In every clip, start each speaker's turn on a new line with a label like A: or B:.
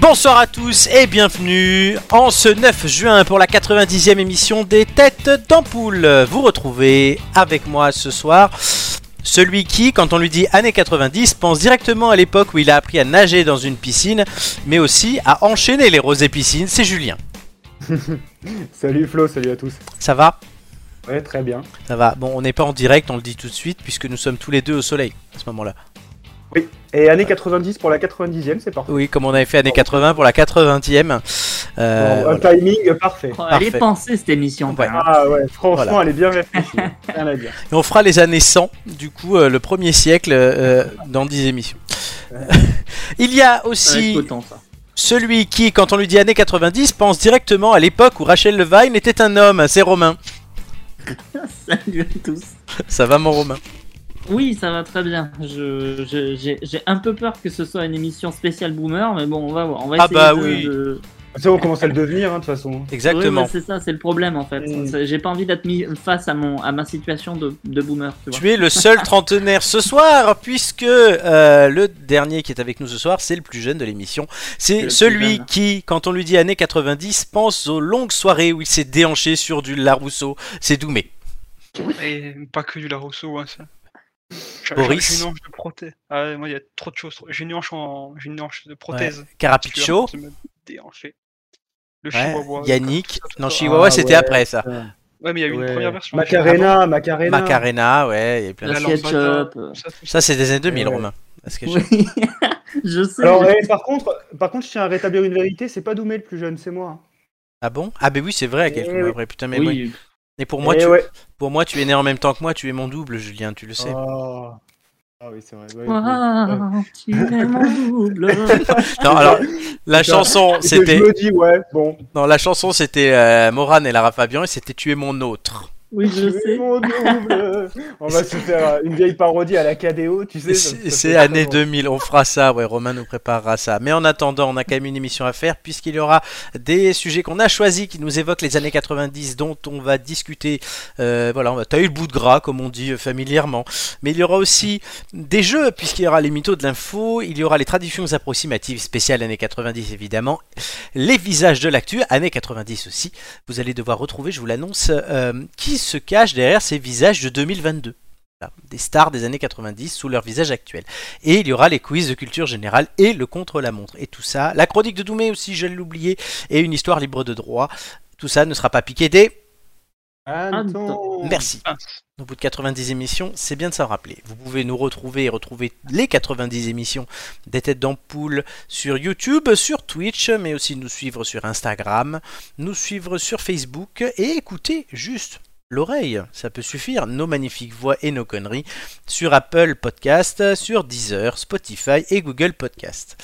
A: Bonsoir à tous et bienvenue en ce 9 juin pour la 90e émission des Têtes d'Ampoule. Vous retrouvez avec moi ce soir celui qui, quand on lui dit années 90, pense directement à l'époque où il a appris à nager dans une piscine, mais aussi à enchaîner les rosées piscines, c'est Julien.
B: salut Flo, salut à tous.
A: Ça va
B: Ouais, très bien.
A: Ça va. Bon, on n'est pas en direct, on le dit tout de suite, puisque nous sommes tous les deux au soleil à ce moment-là.
B: Oui, et années 90 pour la 90e, c'est parfait.
A: Oui, comme on avait fait années 80 pour la 80e.
B: Euh, bon, un voilà. timing parfait.
C: Oh, elle est pensée cette émission.
B: Ouais. Ah ouais, franchement, voilà. elle est bien réfléchie. hein. Rien à dire.
A: Et on fera les années 100, du coup, euh, le premier siècle, euh, dans 10 émissions. Il y a aussi.
C: Autant, ça.
A: Celui qui, quand on lui dit années 90, pense directement à l'époque où Rachel Levine était un homme, c'est Romain.
C: Salut à tous.
A: Ça va mon Romain
C: oui, ça va très bien. J'ai un peu peur que ce soit une émission spéciale boomer, mais bon, on va voir. On va
A: ah
C: essayer
A: bah
C: de,
A: oui.
C: De...
B: Ça, on commence à le devenir, de hein, toute façon.
A: Exactement.
C: Oui, c'est ça, c'est le problème en fait. Mm. J'ai pas envie d'être mis face à, mon, à ma situation de, de boomer. Tu, vois.
A: tu, es le seul trentenaire ce soir, puisque euh, le dernier qui est avec nous ce soir, c'est le plus jeune de l'émission. C'est celui qui, quand on lui dit années 90, pense aux longues soirées où il s'est déhanché sur du Larousseau. C'est Doumé.
D: Et pas que du Larousseau, hein, ça.
A: Boris.
D: J'ai une hanche de prothèse. Ah, moi, il y a trop de choses. J'ai une hanche, en... une hanche de prothèse. Ouais.
A: Carapicho.
D: Le Chihuahua.
A: Ouais. Yannick. Non, Chihuahua, ah, c'était ouais, après ça.
D: Ouais, mais il y a eu une première version. Ah
B: Macarena, Macarena.
A: Macarena, ouais. Il y a plein
C: La euh, de choses.
A: Ça, ça c'est des années 2000, Romain.
C: Que oui. je sais.
B: Alors, eh, par, contre, par contre, je tiens à rétablir une vérité c'est pas Doumé le plus jeune, c'est moi. hein.
A: Ah bon Ah, ben oui, c'est vrai, à quelques mois après. Putain, mais oui. Et
B: Eh
A: pour moi, Et tu... Ouais. pour moi, tu es né en même temps que moi, tu es mon double, Julien, tu le sais.
B: Oh. Ah oui, c'est vrai. Ouais,
C: wow, ouais. tu es mon double.
A: non, alors, la chanson, c'était.
B: Je me dis, ouais, bon.
A: Non, la chanson, c'était euh, Morane et Lara Fabian, et c'était Tu es mon autre.
C: Oui, je tu sais. Es
B: mon double. on va se faire euh, une vieille parodie à la KDO, tu sais.
A: C'est année 2000, on fera ça, ouais, Romain nous préparera ça. Mais en attendant, on a quand même une émission à faire, puisqu'il y aura des sujets qu'on a choisis qui nous évoquent les années 90, dont on va discuter. Euh, voilà, on va tailler le bout de gras, comme on dit euh, familièrement. Mais il y aura aussi des jeux, puisqu'il y aura les mythos de l'info, il y aura les traditions approximatives spéciales années 90, évidemment, les visages de l'actu, années 90 aussi. Vous allez devoir retrouver, je vous l'annonce, euh, qui se cache derrière ces visages de 2022. Voilà, des stars des années 90 sous leur visage actuel. Et il y aura les quiz de culture générale et le contre-la-montre. Et tout ça, la chronique de Doumé aussi, je l'oubliais, et une histoire libre de droit. Tout ça ne sera pas piqué des...
B: Anton.
A: Merci. Au bout de 90 émissions, c'est bien de s'en rappeler. Vous pouvez nous retrouver et retrouver les 90 émissions des têtes d'ampoule sur YouTube, sur Twitch, mais aussi nous suivre sur Instagram, nous suivre sur Facebook et écouter juste l'oreille, ça peut suffire, nos magnifiques voix et nos conneries, sur Apple Podcast, sur Deezer, Spotify et Google Podcast.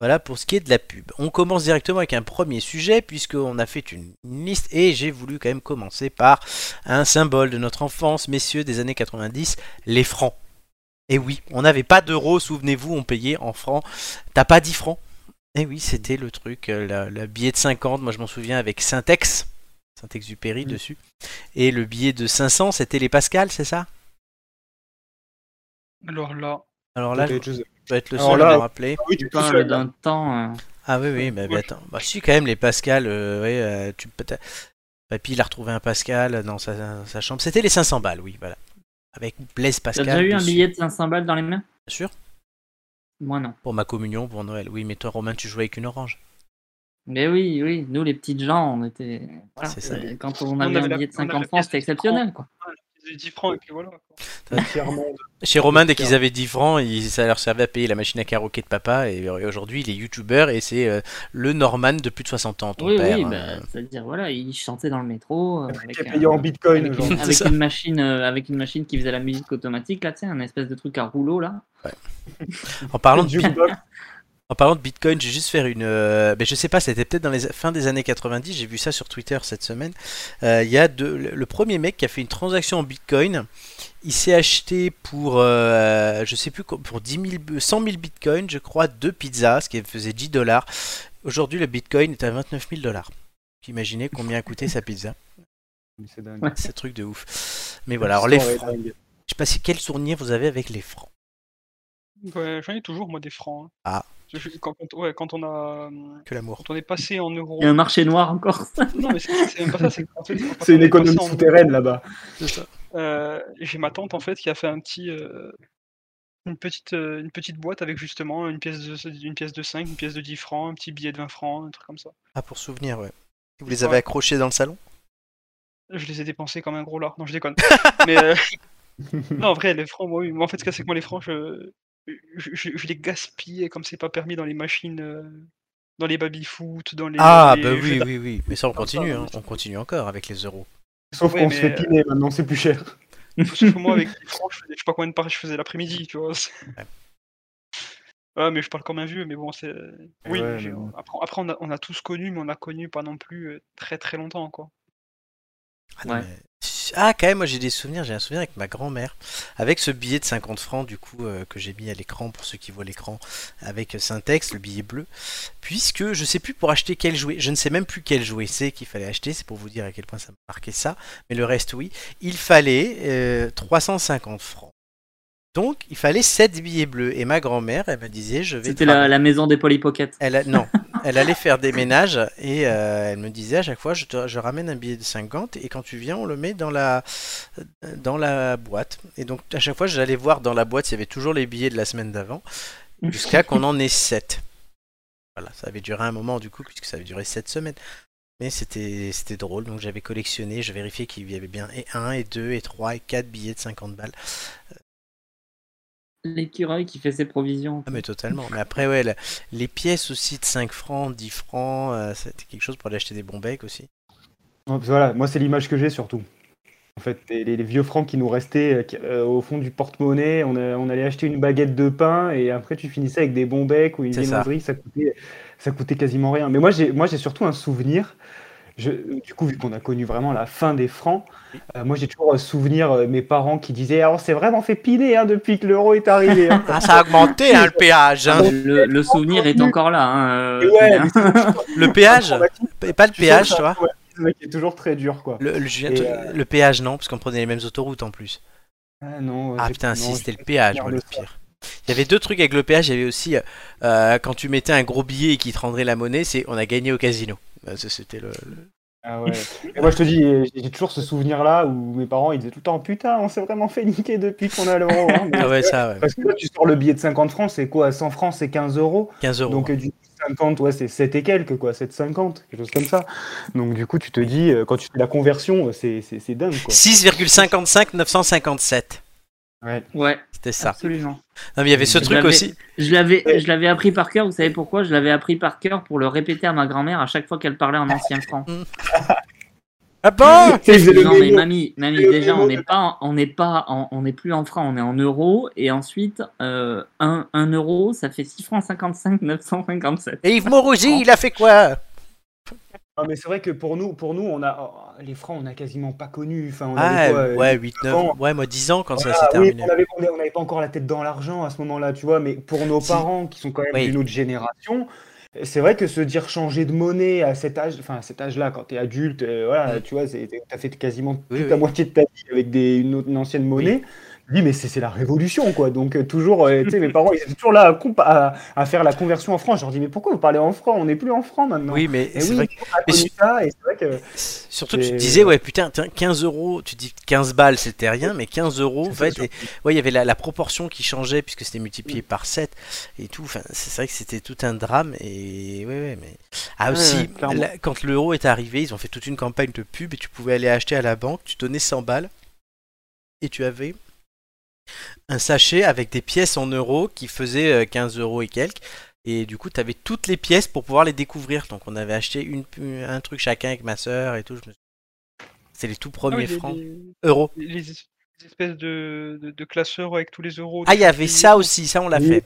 A: Voilà pour ce qui est de la pub. On commence directement avec un premier sujet, puisqu'on a fait une liste, et j'ai voulu quand même commencer par un symbole de notre enfance, messieurs, des années 90, les francs. Et oui, on n'avait pas d'euros, souvenez-vous, on payait en francs. T'as pas 10 francs Eh oui, c'était le truc, le, le, billet de 50, moi je m'en souviens avec Syntex. Saint-Exupéry mmh. dessus. Et le billet de 500, c'était les Pascal, c'est ça
D: Alors là.
A: Alors là, je dois être le seul là, à me rappeler.
C: Oui, tu parles d'un temps. Euh...
A: Ah oui, oui, mais bah, bah, attends. Bah, si, quand même, les Pascal, euh, ouais, euh, tu peux. Papy, il a retrouvé un Pascal euh, dans sa, sa chambre. C'était les 500 balles, oui, voilà. Avec Blaise Pascal.
C: T'as déjà eu
A: dessus.
C: un billet de 500 balles dans les mains
A: Bien sûr.
C: Moi, non.
A: Pour ma communion, pour Noël. Oui, mais toi, Romain, tu jouais avec une orange.
C: Mais oui, oui, nous les petites gens, on était. Voilà.
A: Ça.
C: Quand on avait, on avait un billet de 50 francs, c'était exceptionnel. Francs. Quoi.
D: Ouais, 10 francs, et puis voilà.
A: Chez Romain, dès qu'ils avaient 10 francs, ça leur servait à payer la machine à karaoké de papa. Et euh, aujourd'hui, il est youtubeur et c'est euh, le Norman de plus de 60 ans. Ton
C: oui,
A: père, hein. euh,
C: oui, bah, c'est-à-dire, voilà, il chantait dans le métro. Euh, avec,
B: un, payé en bitcoin.
C: Avec, une, avec une machine, euh, avec une machine qui faisait la musique automatique, là, tu sais, un espèce de truc à rouleau, là.
A: Ouais. en parlant de. En parlant de Bitcoin, j'ai juste faire une. Euh, mais je sais pas, c'était peut-être dans les fins des années 90. J'ai vu ça sur Twitter cette semaine. Il euh, y a de, le premier mec qui a fait une transaction en Bitcoin. Il s'est acheté pour, euh, je sais plus, pour 10 000, 100 000 Bitcoin, je crois, deux pizzas, ce qui faisait 10 dollars. Aujourd'hui, le Bitcoin est à 29 000 dollars. Imaginez combien a coûté sa pizza.
B: C'est dingue.
A: C'est un truc de ouf. Mais voilà, alors les francs. Je sais pas si quel souvenir vous avez avec les francs.
D: Ouais, j'en ai toujours, moi, des francs. Hein.
A: Ah.
D: Je- Quand, quand- ouais, quand on a, euh,
A: que l'amour.
D: quand on est passé en euros.
C: Il y a un marché noir encore.
D: Non, mais c'est c'est même pas ça. C'est qu'en fait, quand
B: C'est
D: on
B: une
D: est passé
B: économie
D: en-
B: souterraine là-bas.
D: Euh, j'ai ma tante en fait qui a fait un petit euh, une petite euh, une petite boîte avec justement une pièce de une pièce de 5, une pièce de 10 francs, un petit billet de 20 francs, un truc comme ça.
A: Ah, pour souvenir, ouais. Vous les
D: Ouais.
A: avez accrochés dans le salon
D: Je les ai dépensés comme un gros lard. Non, je déconne. Mais euh, non, en vrai, les francs, moi, oui. Moi, en fait, ce que c'est que moi, les francs, je, je, je- je les gaspillais comme c'est pas permis dans les machines, euh, dans les baby-foot, dans les.
A: Ah,
D: les
A: bah
D: jeux
A: oui,
D: d'argent.
A: oui, oui. Mais ça, on
D: Comme
A: continue,
D: ça,
A: hein.
D: oui.
A: on continue encore avec les euros.
B: Sauf
D: Ouais,
B: qu'on se
D: mais,
B: fait piner, maintenant c'est plus cher.
D: Sauf que moi, avec les francs, je faisais, je sais pas combien de paris je faisais l'après-midi, tu vois. c'est- Ouais, mais je parle comme un vieux, mais bon, c'est. euh, Oui,
B: ouais,
D: j'ai-
B: mais bon.
D: après, après, on, a, on a tous connu, mais on a connu pas non plus euh, très très longtemps, quoi.
A: Ah, non,
C: Ouais.
A: mais- Ah, quand même, moi j'ai des souvenirs, j'ai un souvenir avec ma grand-mère, avec ce billet de 50 francs, du coup, euh, que j'ai mis à l'écran, pour ceux qui voient l'écran, avec euh, Syntex, le billet bleu, puisque je sais plus pour acheter quel jouet, je ne sais même plus quel jouet c'est qu'il fallait acheter, c'est pour vous dire à quel point ça m'a marqué ça, mais le reste, oui, il fallait euh, 350 francs. Donc, il fallait 7 billets bleus, et ma grand-mère, elle me disait, je vais...
C: C'était
A: te
C: la, la maison des Polly Pocket.
A: Elle a- non, elle allait faire des ménages et euh, elle me disait à chaque fois je, te, je ramène un billet de 50 et quand tu viens on le met dans la, dans la boîte. Et donc à chaque fois j'allais voir dans la boîte s'il y avait toujours les billets de la semaine d'avant jusqu'à qu'on en ait 7. Voilà, ça avait duré un moment du coup puisque ça avait duré 7 semaines. Mais c'était c'était drôle, donc j'avais collectionné, je vérifiais qu'il y avait bien et 1 et 2 et 3 et 4 billets de 50 balles.
C: L'écureuil qui fait ses provisions.
A: Ah mais totalement. Mais après ouais, la- les pièces aussi de 5 francs, 10 francs, euh, c'était quelque chose pour aller acheter des bons becs aussi.
B: Non, parce que Voilà, moi c'est l'image que j'ai surtout. En fait, les, les- les vieux francs qui nous restaient euh, qui- euh, au fond du porte-monnaie, on, a- on allait acheter une baguette de pain et après tu finissais avec des bons becs ou une
A: C'est ça.
B: viennoiserie, ça coûtait, ça coûtait quasiment rien. Mais moi j'ai, moi j'ai surtout un souvenir, je, du coup vu qu'on a connu vraiment la fin des francs, euh, moi j'ai toujours un souvenir euh, mes parents qui disaient ah, on s'est vraiment fait piner hein, depuis que l'euro est arrivé. hein.
A: Ah, ça a augmenté hein, le péage. hein.
C: Le, le souvenir est encore là. hein,
B: Et
C: euh,
B: Ah, ouais,
C: hein.
B: mais c'est toujours-
A: Le péage et Pas le
B: tu sens
A: péage, euh,
B: ça,
A: Ah, bah, tu vois.
B: ouais, c'est vrai qu'il est toujours très dur quoi.
A: Le, le- je viens
B: Et,
A: de- le péage, non, parce qu'on prenait les mêmes autoroutes en plus.
B: Ah non,
A: Ah
B: j'ai-
A: putain,
B: non,
A: si,
B: j'ai-
A: c'était le péage, moi, le
B: souvenir
A: pire. Il y avait deux trucs avec le péage. Il y avait aussi euh, quand tu mettais un gros billet et qu'il te rendrait la monnaie, c'est on a gagné au casino. Euh, ça, C'était le, le-
B: Ah ouais. Et moi je te dis, j'ai- j'ai toujours ce souvenir-là où mes parents ils disaient tout le temps putain, on s'est vraiment fait niquer depuis qu'on a l'euro. hein. Mais-
A: Ah ouais, ça, ouais.
B: Parce que là tu sors le billet de 50 francs, c'est quoi à 100 francs c'est 15 euros.
A: 15 euros.
B: Donc euh, du coup, 50, ouais, c'est 7 et quelques quoi, 7,50, quelque chose comme ça. Donc du coup tu te dis, euh, quand tu fais la conversion, euh, c'est c'est- c'est dingue quoi.
A: 6,55 957.
B: Ouais.
C: Ouais,
A: C'était ça.
C: absolument.
A: Non, Ah, mais il y avait ce
C: Je
A: truc
C: l'avais-
A: aussi.
C: Je l'avais,
B: Ouais.
C: je l'avais appris par cœur. Vous savez pourquoi Je l'avais appris par cœur pour le répéter à ma grand-mère à chaque fois qu'elle parlait en ancien franc.
A: Ah bon
B: Tu sais, ils faisaient le
C: Non mais
B: mémo.
C: mamie, mamie,
B: Le
C: déjà
B: mémo
C: on
B: de-
C: n'est pas, en- on n'est pas, en- on n'est plus en francs, on est en euros et ensuite euh, un, un euro, ça fait 6 francs 55 957.
A: Et Yves Morosi, il a fait quoi
B: Ah, mais c'est vrai que pour nous, pour nous on a oh, les francs, on a quasiment pas connu. Enfin, on avait
A: Ah,
B: quoi, euh,
A: ouais, 8, 9,
B: ans.
A: ouais, moi 10 ans quand ça s'est
B: Ah oui,
A: terminé.
B: on avait- on avait- on n'avait pas encore la tête dans l'argent à ce moment-là, tu vois, mais pour nos
A: Si.
B: parents qui sont quand même
A: Oui.
B: d'une autre génération, c'est vrai que se dire changer de monnaie à cet âge, enfin à cet âge-là, quand t'es adulte, euh, voilà,
A: Mm.
B: tu vois, c'est- t'as fait quasiment
A: Oui,
B: toute
A: oui.
B: la moitié de ta vie avec des, une, autre- une ancienne monnaie. Oui, mais c'est c'est la révolution, quoi. Donc, euh, toujours, euh, tu sais, mes parents, ils étaient toujours là à, compa- à, à faire la conversion en francs. Je leur dis, mais pourquoi vous parlez en francs On n'est plus en francs maintenant.
A: Oui, mais
B: Et
A: c'est
B: oui,
A: vrai
B: on a
A: mais
B: connu
A: su-
B: ça, et c'est vrai que.
A: Surtout que tu te
B: Et-
A: disais, ouais, putain, tiens, 15 euros, tu dis 15 balles, c'était rien, mais 15 euros, en
B: C'est
A: fait, et- ouais, il y avait la, la proportion qui changeait puisque c'était multiplié par 7 et tout. Enfin, c'est vrai que c'était tout un drame, et ouais, ouais, mais. Ah,
B: Ouais,
A: aussi,
B: ouais, clairement.
A: la- quand l'euro est arrivé, ils ont fait toute une campagne de pub et tu pouvais aller acheter à la banque, tu donnais 100 balles et tu avais un sachet avec des pièces en euros qui faisaient euh, 15 euros et quelques. Et du coup, tu avais toutes les pièces pour pouvoir les découvrir. Donc, on avait acheté une, un truc chacun avec ma soeur et tout. Je me... C'est les tout
D: Ah oui,
A: premiers
D: les-
A: francs.
D: les-
A: Euros.
D: les, es- les espèces de, de, de classeurs avec tous les euros.
A: Ah,
D: des
A: il y avait
D: centimes.
A: ça aussi. Ça, on l'a
B: Oui.
A: fait.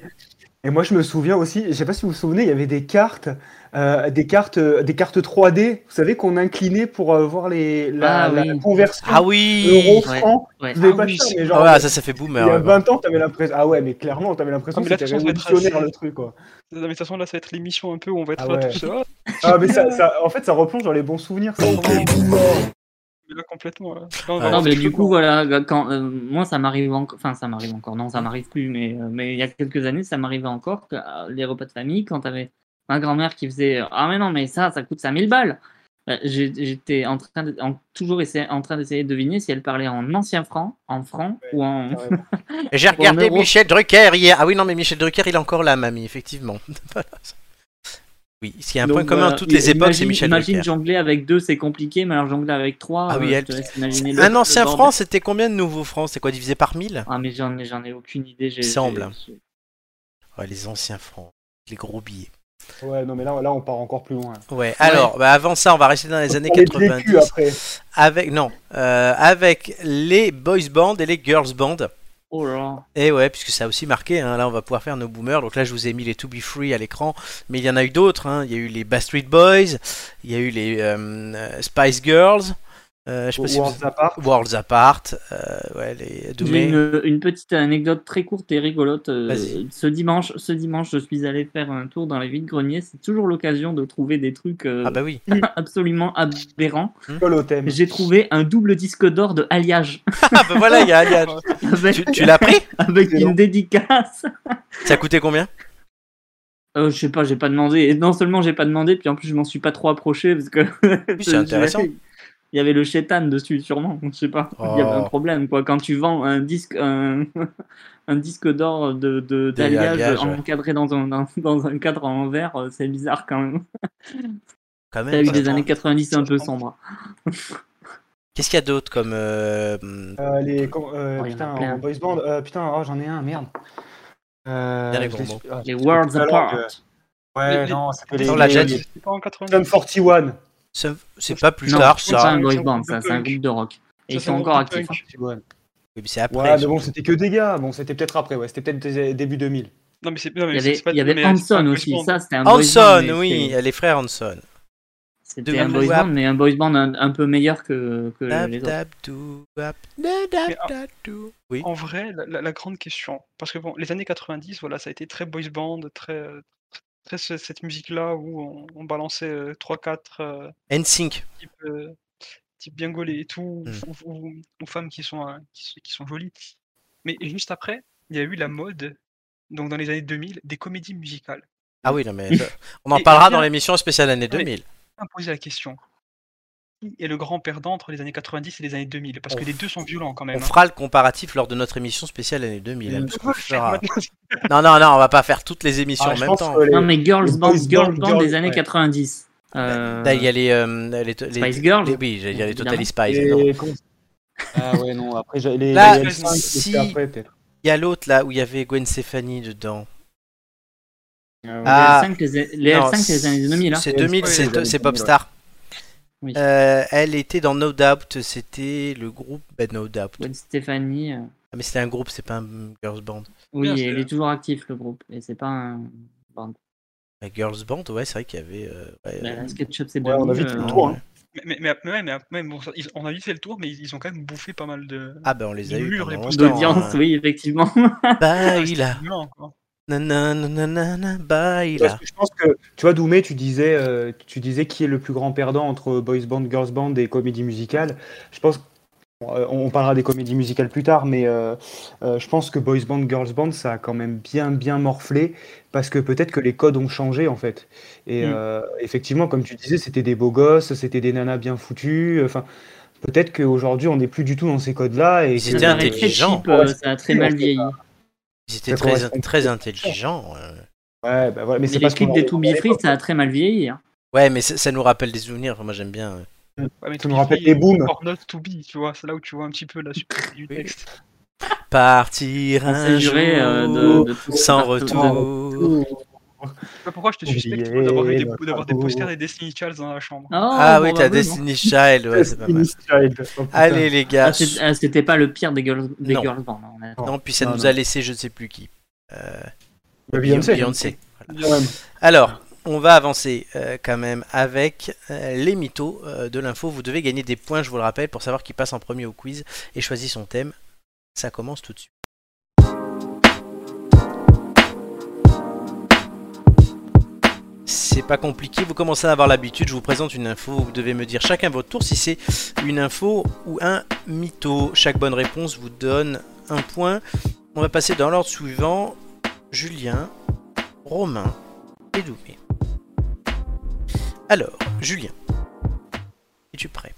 B: Et moi, je me souviens aussi, je sais pas si vous vous souvenez, il y avait des cartes, euh, des cartes, euh, des cartes 3D, vous savez, qu'on inclinait pour euh, voir les, la,
C: Ah
B: la
C: oui.
B: conversion
A: Ah oui
C: ouais.
B: euro-franc.
C: Ouais.
B: Je l'ai
D: Ah
B: pas
D: oui,
B: ça,
D: c'est-
B: mais genre,
A: Ah ouais, ça, ça fait
B: il y
A: boomer.
B: a
A: ouais.
B: 20 ans, t'avais l'impression. Ah ouais, mais clairement, t'avais l'impression
D: Ah, mais
B: que
D: là,
B: c'était
D: de toute façon, ça va être
B: révolutionnaire
D: assez-
B: le truc, quoi.
D: Non, mais de toute façon, là, ça va être l'émission un peu où on va être
B: Ah
D: là
B: ouais.
D: tout seul.
B: Ah, mais ça, ça- en fait, ça replonge dans les bons souvenirs. ça.
D: Ok. mais là, complètement. là. Là, on va
A: Ouais.
D: voir
C: Ah, Non, mais
D: ce
C: du
D: que-
C: coup, voilà, quand, euh, moi, ça m'arrive encore, enfin, ça m'arrive encore, non, ça m'arrive plus, mais, euh, mais il y a quelques années, ça m'arrivait encore que euh, les repas de famille, quand t'avais ma grand-mère qui faisait euh, Ah, mais non, mais ça, ça coûte 5000 balles. Euh, j'ai- J'étais en train de, en- toujours essayer, en train d'essayer de deviner si elle parlait en ancien franc, en franc ou en.
B: carrément.
A: J'ai
C: Pour un
A: regardé
C: euro.
A: Michel Drucker hier. Ah oui, non, mais Michel Drucker, il est encore là, mamie, effectivement. Voilà. oui, ce qui est un point
C: Donc,
A: commun à
C: voilà,
A: toutes les
C: i-
A: époques, c'est
C: imagine-
A: Michel
C: Imagine
A: Drucker.
C: jongler avec deux, c'est compliqué, mais alors jongler avec trois,
A: Ah oui,
C: euh, je
A: elle-
C: te laisse imaginer le-
A: Un
C: le
A: ancien
C: bordel.
A: franc, c'était combien de nouveaux francs C'était quoi, divisé par 1000
C: Ah, mais j'en ai, j'en ai aucune idée. j'ai-
A: Il semble.
C: j'ai-
A: Ouais, les anciens francs. Les gros billets.
B: Ouais, non, mais là, là, on part encore plus loin.
A: Ouais, alors, bah, avant ça, on va rester dans les années
B: On est de l'écu,
A: 90.
B: après.
A: Avec, non, euh, avec les boys band et les girls band.
C: Oh là là.
A: Et Eh ouais, puisque ça a aussi marqué, hein, là on va pouvoir faire nos boomers. Donc là je vous ai mis les To Be Free à l'écran, mais il y en a eu d'autres. hein. Il y a eu les Bastard Boys, il y a eu les euh, euh, Spice Girls, euh, je sais pas si
B: Worlds Apart.
A: vous- Worlds Apart, euh, ouais, les Doomé.
C: J'ai une, une petite anecdote très courte et rigolote. euh,
A: Vas-y.
C: ce dimanche, ce dimanche, je suis allé faire un tour dans les vides greniers. C'est toujours l'occasion de trouver des trucs euh,
A: Ah Mm. bah oui,
C: absolument aberrants.
B: Colle au thème.
C: J'ai trouvé un double disque d'or de Alliage
A: ah bah voilà, il y a, il y a- Tu,
C: avec,
A: tu l'as pris
C: avec une dédicace.
A: Ça coûtait combien
C: Euh, je sais pas, j'ai pas demandé. Et non seulement j'ai pas demandé, puis en plus je m'en suis pas trop approché parce que.
A: Oui, c'est intéressant.
C: Il y avait le chétan dessus, sûrement. Je sais pas. Il y avait
A: Oh.
C: un problème, quoi. Quand tu vends un disque, un, un disque d'or de, de-
A: Des
C: d'alliage
A: alliages, ouais.
C: encadré dans un, dans, dans un cadre en verre, euh, c'est bizarre quand même.
A: Quand même.
C: Avec
A: ça.
C: des années 90, c'est un peu
D: ça-
C: sombre.
A: Qu'est-ce qu'il y a d'autre comme euh, hum,
B: Euh, les, com- euh,
C: Oh, il y en a
B: putain,
C: plein.
B: en boys band. euh, putain, oh, j'en ai un, merde. Euh,
A: Dernier
B: je
A: gros
B: l'ai
A: mot.
B: su- ah,
C: Les
B: je l'ai
C: Worlds
B: plus la langue,
C: Apart.
B: euh. Ouais,
D: Les-
B: non, c'était
D: les-
B: les.
A: Non, on l'a
B: les-
A: déjà dit.
D: C'est pas en 90.
B: Sum 41.
A: ça- C'est pas plus
C: Non,
A: tard
C: c'est pas
A: ça.
C: un boy
D: C'est un
C: band,
D: groupe
C: ça,
D: de
C: c'est un
D: punk.
C: groupe de rock. Et
D: Ça,
C: ils
D: c'est
C: sont
D: un
C: encore
D: groupe de
C: actifs.
D: punk.
B: 41.
A: Oui, mais c'est après.
B: Ouais, mais
A: surtout.
B: bon, c'était que des gars. Bon, c'était peut-être après, ouais. C'était peut-être dé- début 2000.
D: Non, mais c'est non,
C: Il
D: mais
C: y
D: c'est-
C: avait,
D: c'est pas-
C: il y avait
D: mais euh, c'est pas
C: Hanson
D: un
C: aussi,
D: boys band.
C: ça c'était un boys band.
A: Hanson,
C: mais
A: oui,
C: c'était-
A: les frères Hanson.
C: C'était un
A: De-
C: boys
A: Ouais.
C: band, mais un boys band un, un peu meilleur que, que
A: Dab,
C: Euh, les autres.
A: dab, dou, bap, da, dab,
B: ah.
D: Mais en-
A: da, dou. Oui.
D: En vrai, la, la- la grande question, parce que bon, les années 90, voilà, ça a été très boys band, très, euh, très ce- cette musique-là où on, on balançait euh, 3-4
A: NSYNC.
D: types, euh, types bien gaulés et tout,
A: Mm.
D: ou, ou- ou- ou femmes qui sont, euh, qui, sont- qui sont jolies. Mais juste après, il y a eu la mode, donc dans les années 2000, des comédies musicales.
A: Ah oui, non, mais ça- on en
D: Et-
A: parlera
D: et bien-
A: dans l'émission spéciale année
C: Ah
D: Non, mais-
A: 2000.
D: à poser la question. Qui est le grand perdant entre les années 90 et les années 2000 Parce
A: On
D: que les deux sont violents quand
A: On
D: même. hein.
A: fera le comparatif lors de notre émission spéciale année 2000. hein,
B: Mm.
A: parce
D: On
A: qu'on
D: va le faire
A: fera-
D: maintenant.
A: Non, non, non, on va pas faire toutes les émissions en
B: Ah, je
A: même
B: pense
A: temps.
B: que les-
C: Non, mais Girls
B: les
C: Band,
B: boys
C: Girls
B: band,
C: Band
B: girls,
C: des années
B: ouais.
C: 90.
A: Bah,
C: Euh,
A: Là, il y a les, euh, les, to- les-
C: Spice Girls.
A: les- oui, j'allais dire les Totally
C: Évidemment.
A: Spies.
B: Et-
A: évidemment.
B: Ah ouais, non, après, j'ai- les.
A: Là,
B: les- les cinq,
A: si-
B: c'était après, peut-être.
A: Il y a l'autre là où il y avait Gwen Stefani dedans.
B: Euh,
C: Les
A: Ah.
C: L5, les, les
A: Non,
C: L5, c'est les années 2000. Hein.
A: C'est 2000,
D: Oui,
A: c'est,
B: les années
A: c'est
B: 2000,
A: Popstar.
C: Oui.
A: Euh, elle était dans No Doubt, c'était le groupe. Ben, no Doubt.
C: Gwen Stefani. euh,
A: Ah, mais c'était un groupe, c'est pas un girls band.
C: Oui,
D: Bien,
C: et
D: c'est-
C: il est toujours actif le groupe. Et c'est pas un.
A: Euh,
C: Band.
A: La girls band, ouais, c'est vrai qu'il y avait. euh, ouais,
C: Bah,
A: euh,
C: la SketchUp, c'est
B: Ouais, on a
C: 2000,
B: vite fait
C: euh,
B: le tour. hein.
D: Mais, mais, mais- mais ouais, mais- mais bon, ça- ils- on a vite fait le tour, mais ils ont quand même bouffé pas mal de.
A: Ah ben on les a
D: Les
A: eu
D: murs, les
A: pendant
D: posters.
A: longtemps,
C: D'audience, oui, effectivement.
A: hein.
D: Ah, c'était
A: Baila,
D: violent, quoi.
A: nananana,
B: Parce
A: baila.
B: que je pense que, tu vois, Doumé, tu disais, euh, tu disais qui est le plus grand perdant entre boys band, girls band et comédie musicale. Je pense, bon, euh, on parlera des comédies musicales plus tard, mais euh, euh, je pense que boys band, girls band, ça a quand même bien, bien morflé parce que peut-être que les codes ont changé en fait. Et
C: Mm.
B: euh, effectivement, comme tu disais, c'était des beaux gosses, c'était des nanas bien foutues. Enfin, peut-être qu'aujourd'hui, on n'est plus du tout dans ces codes-là. et
A: C'était
B: que-
C: Ça paraît très
A: intelligent.
C: cheap, euh, ça a très mal vieilli.
A: Ils étaient
B: ça
A: très,
B: correspond.
A: très intelligents. euh.
B: Ouais, bah voilà, mais,
C: Mais,
B: c'est
C: les
B: parce qu'on
C: clips des
B: leur-
C: To Be Free, ça a très mal vieilli. hein.
A: Ouais, mais ça, ça nous rappelle des souvenirs. Enfin, moi, j'aime bien. euh.
D: Ouais, mais
B: Ça
D: to
B: me
D: be
B: rappelle
D: free,
B: les booms.
D: Or not to be, tu vois, c'est là où tu vois un petit peu la subtilité du
A: Oui.
D: texte.
A: Partir
C: On
A: un
C: s'est
A: jour
C: juré euh, de, de Oh, tout
A: Ah, sans
C: département.
A: retour.
D: Je sais pas pourquoi je te
B: Oublier
D: suspecte toi, d'avoir eu des,
B: notre
D: d'avoir des
B: amour.
D: posters des Destiny Child dans la chambre.
C: Oh,
A: Ah oui, t'as
C: probablement.
A: Destiny Child, ouais, c'est pas mal.
B: bah, Destiny's Child. Oh, putain.
A: Allez les
C: Ah,
A: gars,
C: c'est- ah, C'était pas le pire des girls, des
A: Non.
C: girls band. hein, honnêtement.
A: non, puis ça
B: Non,
A: nous
B: non.
A: a laissé je ne sais plus qui. Euh,
B: Bah, Beyoncé.
A: Beyoncé.
B: Quand même.
A: Alors, on va avancer euh, quand même avec euh, les mythos euh, de l'info. Vous devez gagner des points, je vous le rappelle, pour savoir qui passe en premier au quiz et choisit son thème. Ça commence tout de suite. C'est pas compliqué, vous commencez à avoir l'habitude. Je vous présente une info, vous devez me dire chacun votre tour si c'est une info ou un mytho. Chaque bonne réponse vous donne un point. On va passer dans l'ordre suivant Julien, Romain et Doumé. Alors, Julien, es-tu prêt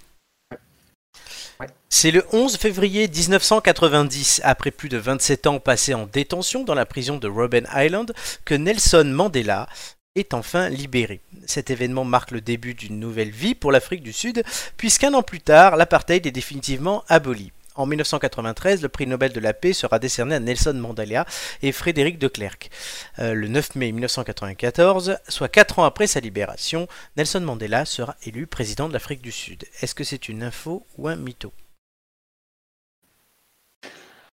A: c'est le 11 février 1990, après plus de 27 ans passés en détention dans la prison de Robben Island, que Nelson Mandela est enfin libéré. Cet événement marque le début d'une nouvelle vie pour l'Afrique du Sud, puisqu'un an plus tard, l'apartheid est définitivement aboli. En 1993, le prix Nobel de la paix sera décerné à Nelson Mandela et Frédéric de Klerk. Euh, le 9 mai 1994, soit 4 ans après sa libération, Nelson Mandela sera élu président de l'Afrique du Sud. Est-ce que c'est une info ou un mytho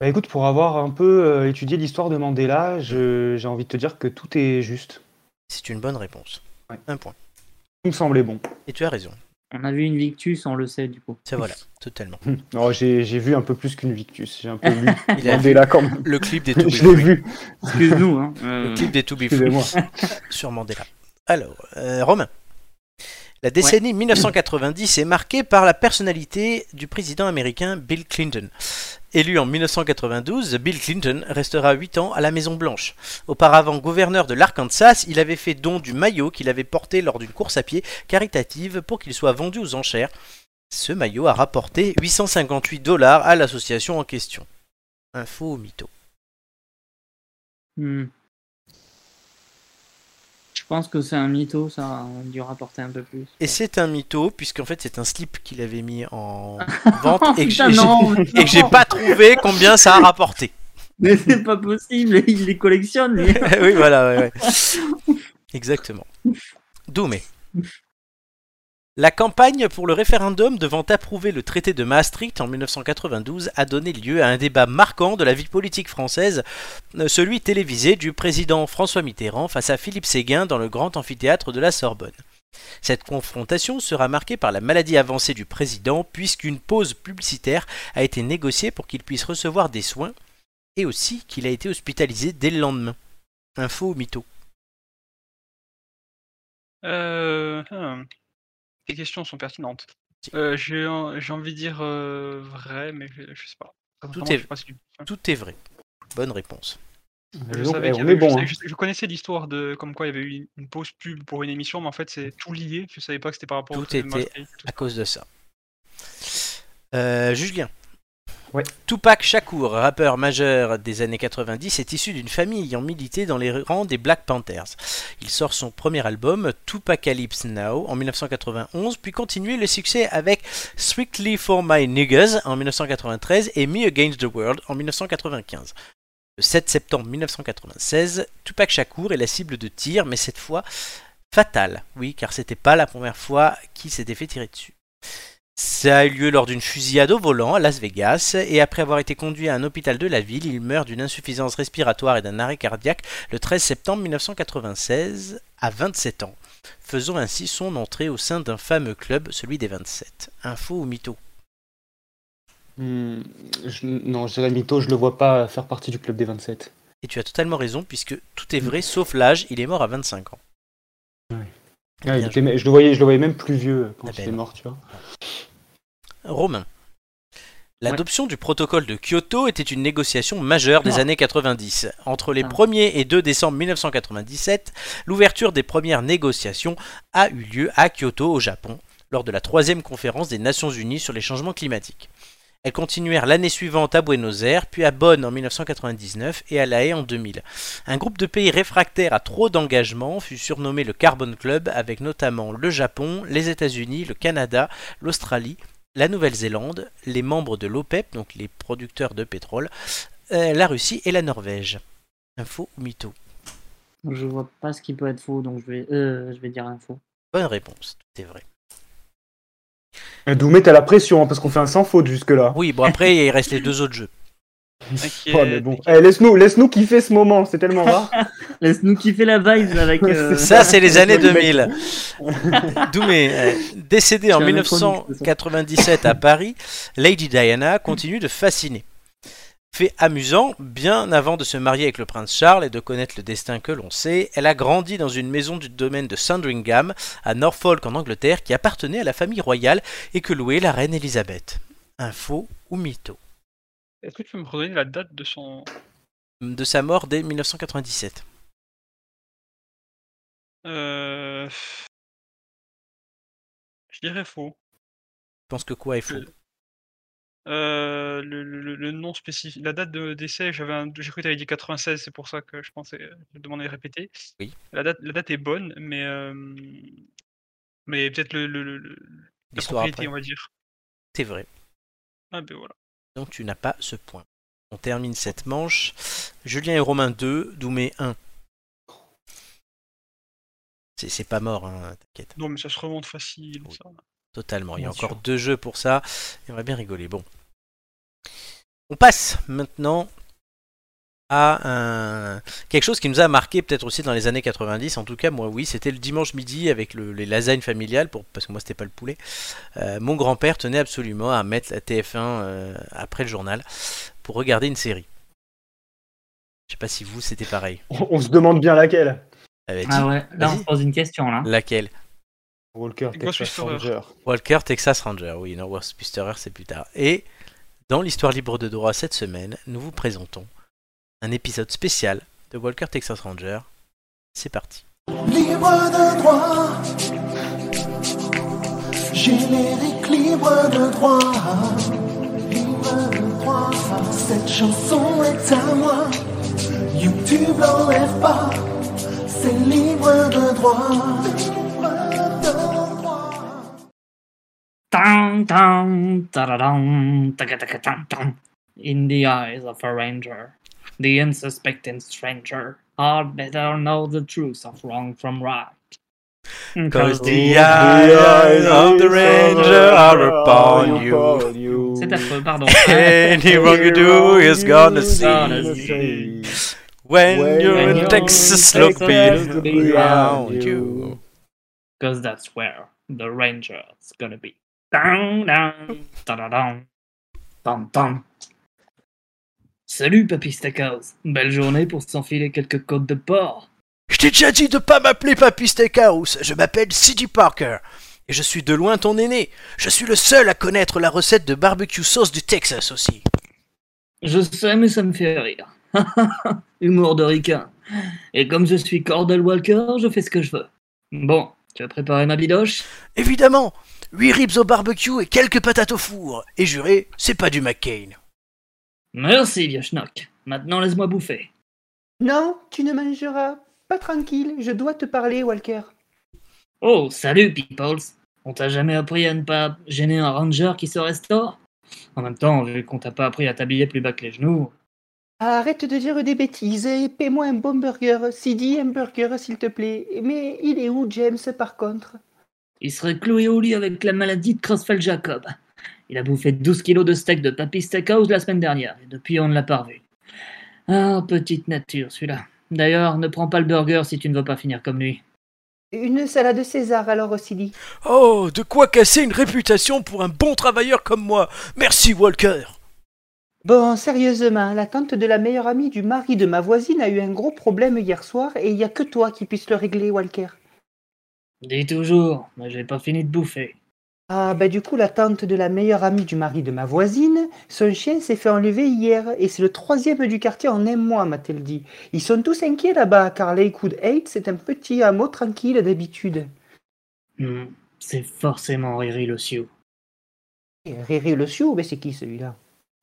B: Bah écoute, pour avoir un peu euh, étudié l'histoire de Mandela, je- j'ai envie de te dire que tout est juste.
A: C'est une bonne réponse.
B: Ouais.
A: Un point.
B: Tout me semblait bon.
A: Et tu as raison.
C: On a vu une Victus, on le sait du coup.
A: Ça voilà, totalement.
B: Non, j'ai j'ai vu un peu plus qu'une Victus. J'ai un peu lu
A: Il a vu
B: Mandela quand même.
A: le clip des To Be
B: Je l'ai
A: Free.
B: vu,
C: Excuse-nous. Hein.
A: Le
C: Euh,
A: clip des To Be Free.
B: excusez-moi.
A: sur Mandela. Alors, euh, Romain. La décennie 1990 est marquée par la personnalité du président américain Bill Clinton. Élu en 1992, Bill Clinton restera 8 ans à la Maison-Blanche. Auparavant gouverneur de l'Arkansas, il avait fait don du maillot qu'il avait porté lors d'une course à pied caritative pour qu'il soit vendu aux enchères. Ce maillot a rapporté 858 dollars à l'association en question. Info ou mytho
C: hmm. Je pense que c'est un mytho, ça. On a dû rapporter un peu plus.
A: Et c'est un mytho, puisqu'en fait c'est un slip qu'il avait mis en vente
C: Oh,
A: et que
C: putain,
A: j'ai-
C: non,
A: et que j'ai
C: non.
A: pas trouvé combien ça a rapporté.
C: Mais c'est pas possible, il les collectionne. lui.
A: oui, voilà, ouais, ouais. Exactement. Doumé. La campagne pour le référendum devant approuver le traité de Maastricht en 1992 a donné lieu à un débat marquant de la vie politique française, euh, celui télévisé du président François Mitterrand face à Philippe Séguin dans le grand amphithéâtre de la Sorbonne. Cette confrontation sera marquée par la maladie avancée du président puisqu'une pause publicitaire a été négociée pour qu'il puisse recevoir des soins et aussi qu'il a été hospitalisé dès le lendemain. Info ou mytho
D: Euh, hum, Les questions sont pertinentes. Euh, j'ai en- j'ai envie de dire euh, vrai, mais je, je sais pas. Vraiment,
A: est-
D: je sais pas si tu-
A: Tout est vrai. Bonne réponse.
D: Je
B: Donc,
D: savais
B: eh,
D: qu'il y
B: on
D: avait-
B: est
D: je
B: bon.
D: savais-
B: hein.
D: je, je connaissais l'histoire de comme quoi il y avait eu une, une pause pub pour une émission, mais en fait c'est tout lié. Je savais pas que c'était par rapport au
A: Tout
D: truc de
A: était
D: Maastricht, tout
A: À cause de ça. Euh, Julien.
B: Ouais.
A: Tupac Shakur, rappeur majeur des années 90, est issu d'une famille ayant milité dans les rangs des Black Panthers. Il sort son premier album, Tupacalypse Now, en 1991, puis continue le succès avec Strictly for My Niggas en 1993 et Me Against the World en 1995. Le 7 septembre 1996, Tupac Shakur est la cible de tir, mais cette fois fatale. Oui, car c'était pas la première fois qu'il s'était fait tirer dessus. Ça a eu lieu lors d'une fusillade au volant à Las Vegas, et après avoir été conduit à un hôpital de la ville, il meurt d'une insuffisance respiratoire et d'un arrêt cardiaque le 13 septembre 1996, à 27 ans, faisant ainsi son entrée au sein d'un fameux club, celui des 27. Info ou mytho
B: Hmm, je- Non, j'ai la mytho, je le vois pas faire partie du club des 27.
A: Et tu as totalement raison, puisque tout est vrai, sauf l'âge, il est mort à 25 ans.
B: Ouais.
A: Bien
B: Ah, il
A: joué.
B: était me- je, le voyais, je le voyais même plus vieux quand
A: Ah
B: il
A: ben
B: était
A: non.
B: mort, tu vois.
A: Romain. L'adoption du protocole de Kyoto était une négociation majeure des
C: Ah.
A: années 90. Entre les
C: Ah.
A: 1er et 2 décembre 1997, l'ouverture des premières négociations a eu lieu à Kyoto, au Japon, lors de la troisième conférence des Nations Unies sur les changements climatiques. Elles continuèrent l'année suivante à Buenos Aires, puis à Bonn en 1999 et à La Haye en 2000. Un groupe de pays réfractaires à trop d'engagement fut surnommé le Carbon Club, avec notamment le Japon, les États-Unis, le Canada, l'Australie, la Nouvelle-Zélande, les membres de l'OPEP, donc les producteurs de pétrole, euh, la Russie et la Norvège. Info ou mytho
C: Je vois pas ce qui peut être faux, donc je vais, euh, je vais dire un faux.
A: Bonne réponse, c'est vrai.
B: Et Doumé, t'as la pression, hein, parce qu'on fait un sans faute jusque-là.
A: Oui, bon après, il reste les deux autres jeux.
D: ça.
B: Ouais, mais bon.
D: T'inquiète,
B: Eh, laisse-nous, laisse-nous kiffer ce moment, c'est tellement rare.
C: Laisse-nous kiffer la vibe avec. euh,
A: Ça, c'est les années
B: Le mec.
A: 2000. Doumé, euh, décédée en
C: Je suis un anachronique,
A: 1997 à Paris, Lady Diana continue de fasciner. Fait amusant, bien avant de se marier avec le prince Charles et de connaître le destin que l'on sait, elle a grandi dans une maison du domaine de Sandringham, à Norfolk en Angleterre, qui appartenait à la famille royale et que louait la reine Elisabeth. Info ou mytho
D: Est-ce que tu peux me redonner la date de son.
A: De sa mort dès 1997.
D: Euh... Je dirais faux.
A: Je pense que quoi est faux
D: Euh, le, le- le nom spécifique, la date de décès, j'avais un- j'ai cru que tu avais dit 96, c'est pour ça que je pensais, je demandais de répéter.
A: Oui.
D: La date, la date est bonne, mais euh, mais peut-être le, le, le- le- la
A: L'histoire
D: propriété,
A: après.
D: on va dire.
A: C'est vrai.
D: Ah ben voilà.
A: Donc tu n'as pas ce point. On termine cette manche. Julien et Romain 2, Doumé 1. C'est, c'est pas mort, hein, t'inquiète.
D: Non, mais ça se remonte facile.
A: Oui.
D: ça.
A: Totalement. Il y a
B: Bien sûr.
A: encore deux jeux pour ça. Et on va bien rigoler. Bon. On passe maintenant à un... quelque chose qui nous a marqué peut-être aussi dans les années 90. En tout cas, moi, oui, c'était le dimanche midi avec le- les lasagnes familiales, pour... parce que moi, c'était pas le poulet. Euh, mon grand-père tenait absolument à mettre la TF1 euh, après le journal pour regarder une série. Je sais pas si vous, c'était pareil.
B: On, on se demande bien laquelle.
A: Ah bah, dis,
C: Ah ouais, là on
A: Vas-y.
C: se pose une question là.
A: Laquelle
B: Walker, Texas
D: Whisperer.
B: Ranger.
A: Walker, Texas Ranger, oui, non, Worcestershire, c'est plus tard. Et dans l'histoire libre de droit cette semaine, nous vous présentons un épisode spécial de Walker, Texas Ranger. C'est parti.
E: Libre de droit. Générique libre de droit. Libre de droit. Cette chanson est à moi. YouTube l'enlève pas. C'est libre de droit. Libre de droit.
C: Tan, tan, tadadam, takatakatam, tan. In the eyes of a ranger, the unsuspecting stranger, all better know the truth of wrong from right.
A: Cause the
C: Cause-
A: eyes of the ranger are upon you.
C: C'est
B: you.
C: affreux, pardon.
A: Any wrong you do is gonna see.
B: see.
A: When you're in
C: you're
A: Texas,
C: in
A: look
C: Texas,
A: behind
C: look
B: behind
A: you.
B: you.
C: Cause that's where the ranger's gonna be. Tan, tan, tadadam, tan, tan. Salut, Papy Stackhouse. Belle journée pour s'enfiler quelques côtes de porc.
A: Je t'ai déjà dit de pas m'appeler Papy Steakhouse, je m'appelle City Parker. Et je suis de loin ton aîné. Je suis le seul à connaître la recette de barbecue sauce du Texas aussi.
C: Je sais, mais ça me fait rire. Humour de ricain. Et comme je suis Cordell Walker, je fais ce que je veux. Bon, tu as préparé ma bidoche
A: Évidemment, 8 ribs au barbecue et quelques patates au four. Et juré, c'est pas du McCain.
C: Merci, vieux schnock. Maintenant, laisse-moi bouffer.
F: Non, tu ne mangeras pas tranquille, je dois te parler, Walker.
C: Oh, salut, peoples. On t'a jamais appris à ne pas gêner un ranger qui se restaure En même temps, vu qu'on t'a pas appris à t'habiller plus bas que les genoux.
F: Arrête de dire des bêtises et paie-moi un bon burger. Sidi, un burger, s'il te plaît. Mais il est où, James, par contre
C: Il serait cloué au lit avec la maladie de Crossfell Jacob. Il a bouffé 12 kilos de steak de Papy Steakhouse la semaine dernière, et depuis on ne l'a pas revu. Ah, petite nature celui-là. D'ailleurs, ne prends pas le burger si tu ne veux pas finir comme lui.
F: Une salade César, alors, Sidi.
A: Oh, de quoi casser une réputation pour un bon travailleur comme moi. Merci, Walker.
F: Bon, sérieusement, la tante de la meilleure amie du mari de ma voisine a eu un gros problème hier soir et il n'y a que toi qui puisse le régler, Walker.
C: Dis toujours, mais j'ai pas fini de bouffer.
F: Ah, bah du coup, la tante de la meilleure amie du mari de ma voisine, son chien s'est fait enlever hier et c'est le troisième du quartier en un mois, m'a-t-elle dit. Ils sont tous inquiets là-bas car Lakewood Heights, c'est un petit hameau tranquille d'habitude.
C: Hmm, c'est forcément Riri le Sioux.
F: Et Riri le Sioux, mais c'est qui celui-là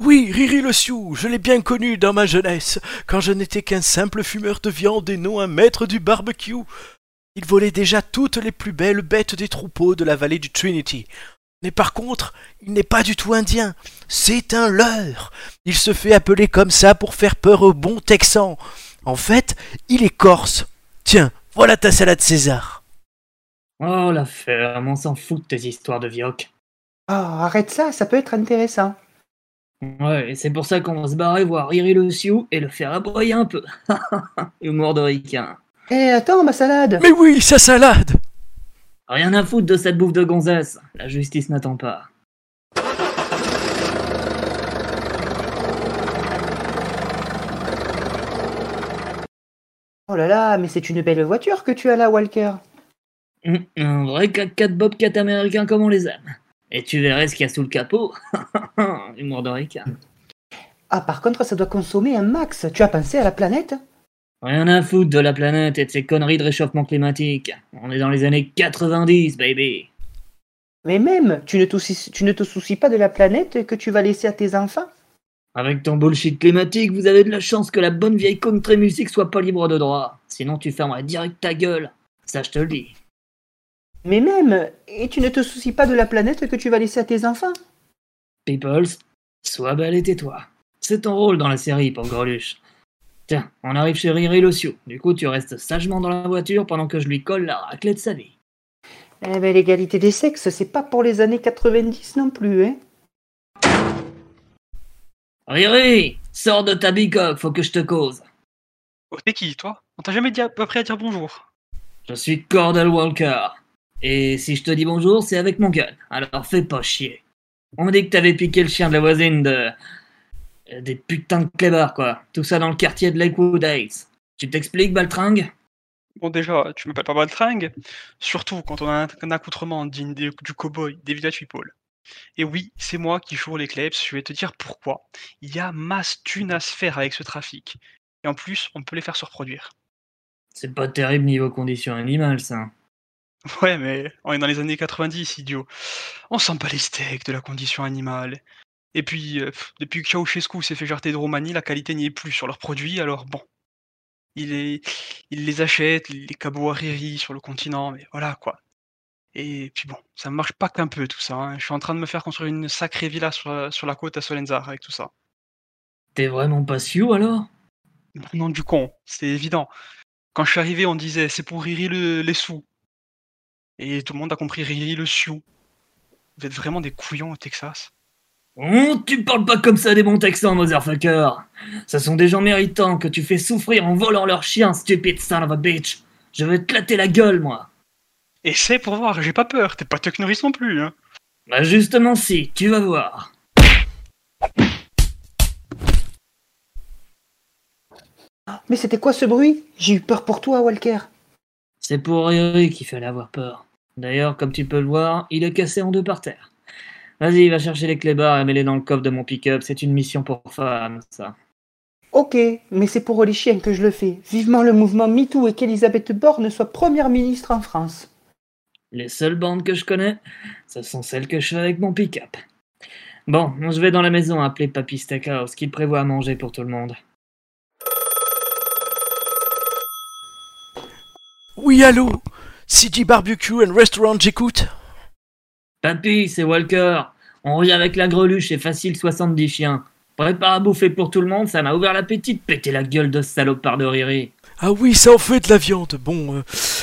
A: Oui, Riri le Sioux, je l'ai bien connu dans ma jeunesse, quand je n'étais qu'un simple fumeur de viande et non un maître du barbecue. Il volait déjà toutes les plus belles bêtes des troupeaux de la vallée du Trinity. Mais par contre, il n'est pas du tout indien, c'est un leurre. Il se fait appeler comme ça pour faire peur aux bons Texans. En fait, il est corse. Tiens, voilà ta salade César.
C: Oh la ferme, on s'en fout de tes histoires de vioque.
F: Ah, arrête ça, ça peut être intéressant.
C: Ouais, et c'est pour ça qu'on va se barrer voir Riri le Sioux et le faire aboyer un peu. Humour de ricain.
F: Eh, attends, ma salade
A: Mais oui, sa salade
C: Rien à foutre de cette bouffe de gonzesse. La justice n'attend pas.
F: Oh là là, mais c'est une belle voiture que tu as là, Walker.
C: Hum, Un vrai 4x4 Bobcat américain comme on les aime. Et tu verrais ce qu'il y a sous le capot. Humour de Ricard.
F: Ah, par contre, ça doit consommer un max. Tu as pensé à la planète
C: Rien à foutre de la planète et de ces conneries de réchauffement climatique. On est dans les années 90, baby.
F: Mais même, tu ne, te soucies- tu ne te soucies pas de la planète que tu vas laisser à tes enfants
C: Avec ton bullshit climatique, vous avez de la chance que la bonne vieille country music soit pas libre de droit. Sinon, tu fermerais direct ta gueule. Ça, je te le dis.
F: Mais même, et tu ne te soucies pas de la planète que tu vas laisser à tes enfants
C: Peoples, sois belle et tais-toi. C'est ton rôle dans la série, pauvre greluche. Tiens, on arrive chez Riri Locio. Du coup, tu restes sagement dans la voiture pendant que je lui colle la raclée de sa vie.
F: Eh ben, l'égalité des sexes, c'est pas pour les années 90 non plus, hein
C: Riri, sors de ta bicoque, faut que je te cause.
D: Oh, t'es qui, toi On t'a jamais dit à peu près à dire bonjour.
C: Je suis Cordell Walker. Et si je te dis bonjour, c'est avec mon gun. Alors fais pas chier. On dit que t'avais piqué le chien de la voisine de. euh, des putains de clébards, quoi. Tout ça dans le quartier de Lakewood Heights. Tu t'expliques, Baltringue
D: Bon, déjà, tu m'appelles pas Baltringue, surtout quand on a un, un accoutrement digne des- du cowboy des villages people. Et oui, c'est moi qui joue les clips, je vais te dire pourquoi. Il y a masse thune à se faire avec ce trafic. Et en plus, on peut les faire se reproduire.
C: C'est pas terrible niveau conditions animales, ça.
D: Ouais, mais on est dans les années 90, idiot. On s'en bat les steaks de la condition animale. Et puis, euh, pff, depuis que Ceausescu s'est fait jarter de Roumanie, la qualité n'y est plus sur leurs produits, alors bon. Il, est... il les achète, il les cabots à Riri sur le continent, mais voilà quoi. Et puis bon, ça ne marche pas qu'un peu tout ça. hein. Je suis en train de me faire construire une sacrée villa sur la, sur la côte à Solenzar avec tout ça.
C: T'es vraiment pas sioux, alors
D: Bon, Non, du con, c'est évident. Quand je suis arrivé, on disait c'est pour Riri le- les sous. Et tout le monde a compris Riri le sioux. Vous êtes vraiment des couillons au Texas.
C: Oh, tu parles pas comme ça des bons texans, motherfucker Ce sont des gens méritants que tu fais souffrir en volant leur chien, stupide son of a bitch Je vais te latter la gueule, moi
D: Et c'est pour voir, j'ai pas peur, t'es pas Tuck Norris non plus. Hein.
C: Bah justement si, tu vas voir.
F: Mais c'était quoi ce bruit J'ai eu peur pour toi, Walker.
C: C'est pour Riri qu'il fallait avoir peur. D'ailleurs, comme tu peux le voir, il est cassé en deux par terre. Vas-y, va chercher les clébards et mets-les dans le coffre de mon pick-up, c'est une mission pour femme, ça.
F: Ok, mais c'est pour les chiens que je le fais. Vivement le mouvement MeToo et qu'Elisabeth Borne soit première ministre en France.
C: Les seules bandes que je connais, ce sont celles que je fais avec mon pick-up. Bon, je vais dans la maison appeler Papy Stackhouse, qu'il prévoit à manger pour tout le monde.
A: Oui, allô CG Barbecue and Restaurant, j'écoute.
C: Papy, c'est Walker On revient avec la greluche et facile 70 chiens. Prépare à bouffer pour tout le monde, ça m'a ouvert l'appétit de péter la gueule de ce salopard de Riri.
A: Ah oui, ça en fait de la viande. Bon, euh,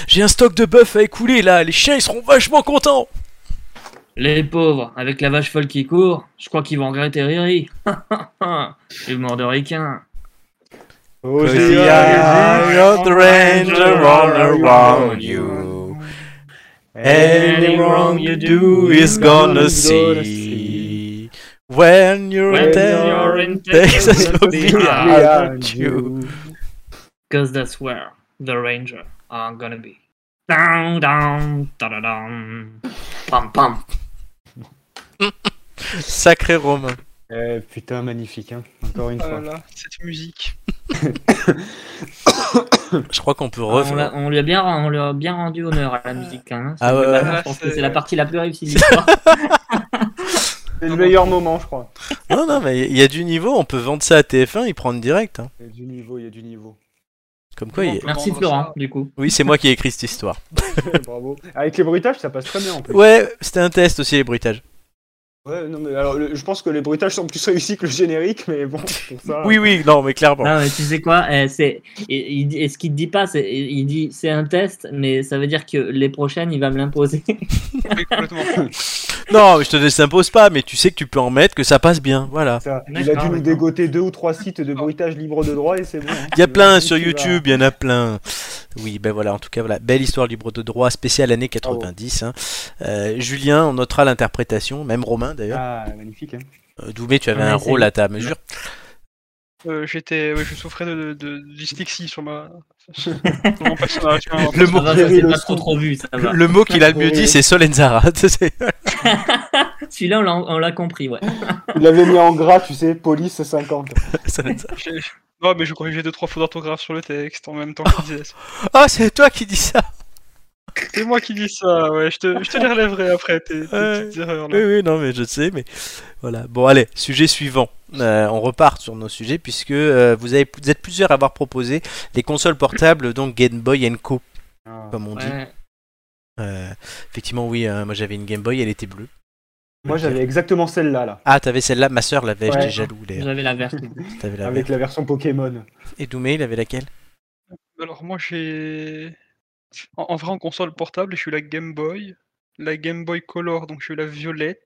A: j'ai un stock de bœuf à écouler là, les chiens ils seront vachement contents.
C: Les pauvres, avec la vache folle qui court, je crois qu'ils vont regretter Riri. Humour de ricain.
A: Any wrong you do is gonna see. When you're
C: When
A: there,
C: you're in
A: Texas
C: Texas,
A: will be
C: be
A: behind you.
C: Cause that's where the ranger are gonna be. Down, down, da-da-dam. Pam, pam.
A: Sacré Romain.
B: Euh, putain, magnifique, hein. encore une
D: Oh là
B: fois.
D: là, cette musique.
A: Je crois qu'on peut
C: On, l'a-
A: refaire.
C: on lui a bien, on lui a bien rendu honneur à la musique. quand même.
A: Ah ouais,
C: Bah,
D: ouais.
C: je pense que c'est la partie la plus réussie de l'histoire.
B: C'est le meilleur moment, je crois.
A: Non, non, mais il y a du niveau, on peut vendre ça à TF1, ils prennent direct. hein.
B: Il y a du niveau, il y a du niveau.
A: Comme quoi, il y a-
D: peut
C: Merci
D: vendre
C: Florent,
D: ça.
C: du coup.
A: oui, c'est moi qui ai écrit cette histoire.
B: Bravo. Avec les bruitages, ça passe très bien en plus.
A: Ouais, c'était un test aussi les bruitages.
B: Ouais, non, mais alors, le- je pense que les bruitages sont plus réussis que le générique, mais bon, pour ça.
A: Oui, oui, non, mais clairement.
C: Non, mais tu sais quoi euh, c'est, il, il dit- et Ce qu'il dit pas, c'est, il dit c'est un test, mais ça veut dire que les prochaines, il va me l'imposer.
D: Oui, complètement.
A: Non, mais je te désimpose pas, mais tu sais que tu peux en mettre, que ça passe bien, voilà.
B: Ça, il a
C: D'accord,
B: dû nous
C: d'accord.
B: dégoter deux ou trois sites de bruitages libres de droit et c'est bon. hein.
A: Il y a plein
B: Tu
A: sur
B: vas-
A: YouTube, il y en a plein. Oui, ben voilà, en tout cas, voilà. Belle histoire libre de droit, spéciale année 90. hein. Euh, Julien, on notera l'interprétation, même Romain d'ailleurs.
B: Ah, magnifique. Hein.
A: Euh, Doumé, tu avais
C: Ouais,
A: un
C: c'est
A: rôle
C: lui.
A: à ta mesure.
D: Euh, j'étais, ouais, je souffrais de, de, de dyslexie sur ma. sur mon personnage, hein.
A: Le mot,
C: Ça va, ça, c'est pas trop trop vu, ça
B: Ah,
C: va.
A: le mot qu'il a le mieux dit, c'est Solenzara. C'est-
C: Celui-là, on l'a- on l'a compris, ouais.
B: Il l'avait mis en gras, tu sais, police 50.
A: Solenzara.
D: J'ai- Non, mais je corrigeais deux trois fautes d'orthographe sur le texte en même temps que je disais ça.
A: Ah, c'est toi qui dis ça
D: C'est moi qui dis ça, ouais, je te, je te les relèverai après, tes, tes
A: Ouais.
D: petites erreurs là.
A: Oui, oui, non, mais je sais, mais voilà. Bon, allez, sujet suivant. Euh, on repart sur nos sujets puisque euh, vous, avez, vous êtes plusieurs à avoir proposé les consoles portables, donc Game Boy and Co,
B: Ah.
A: comme on dit.
C: Ouais.
A: Euh, effectivement, oui, euh, moi j'avais une Game Boy, elle était bleue.
B: Moi, j'avais exactement celle-là, là,
A: Ah, t'avais celle-là, ma soeur l'avait,
B: Ouais.
A: j'étais jaloux d'ailleurs.
C: J'avais la verte.
A: T'avais la
B: avec la version Pokémon.
A: verte. Et Doumé, il avait laquelle
D: Alors moi j'ai. En, en vrai en console portable, j'ai eu la Game Boy, la Game Boy Color, donc j'ai eu la violette.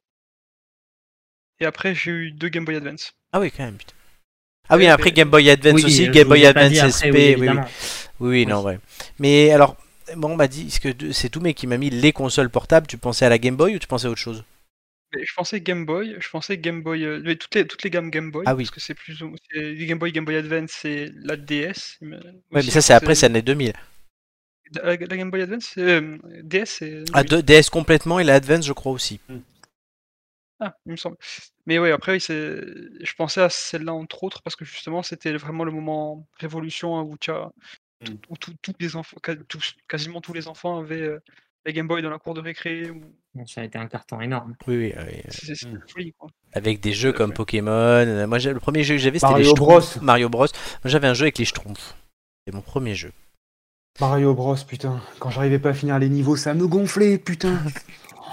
D: Et après j'ai eu deux Game Boy Advance.
A: Ah oui, quand même, putain. Ah oui,
D: Ouais,
A: après
D: mais-
A: Game Boy Advance aussi,
C: je
A: Game
C: vous
A: Boy
C: ai pas dit
A: Advance SP,
C: après, oui,
A: oui, oui,
C: évidemment.
A: oui, oui, non, ouais. Mais alors, bon, on m'a dit, est-ce que de- c'est Doumé qui m'a mis les consoles portables, tu pensais à la Game Boy ou tu pensais à autre chose
D: Mais je pensais Game Boy, je pensais Game Boy, euh, mais toutes les, toutes les gammes Game Boy,
A: Ah oui.
D: parce que c'est plus ou moins- c'est les Game Boy, Game Boy Advance, c'est la DS. mais
A: Ouais,
D: aussi,
A: mais ça, c'est après, c'est
D: c'est-
A: années 2000.
D: La, la Game Boy Advance, c'est, euh, DS, c'est.
A: Ah,
D: oui.
A: de- DS complètement et la Advance, je crois aussi.
D: Ah, il me semble. Mais ouais, après, oui, c'est... je pensais à celle-là entre autres parce que justement, c'était vraiment le moment révolution hein, où, tu as... tout- où tout- tous les enfants, qua- tous- quasiment tous les enfants avaient euh, la Game Boy dans la cour de récré. Ou...
C: Bon, Ça a été un carton énorme.
A: Oui, oui, oui.
D: C'est, c'est- c'est folie, quoi.
A: Avec des jeux
D: Tout à
A: comme
D: fait.
A: Pokémon. euh, Moi, j'ai- le premier jeu que j'avais, c'était les
B: Mario Bros.
A: Schtroumpfs. Mario Bros. Moi, j'avais un jeu avec les Schtroumpfs. C'était mon premier jeu.
B: Mario Bros, putain. Quand j'arrivais pas à finir les niveaux, ça me gonflait, putain.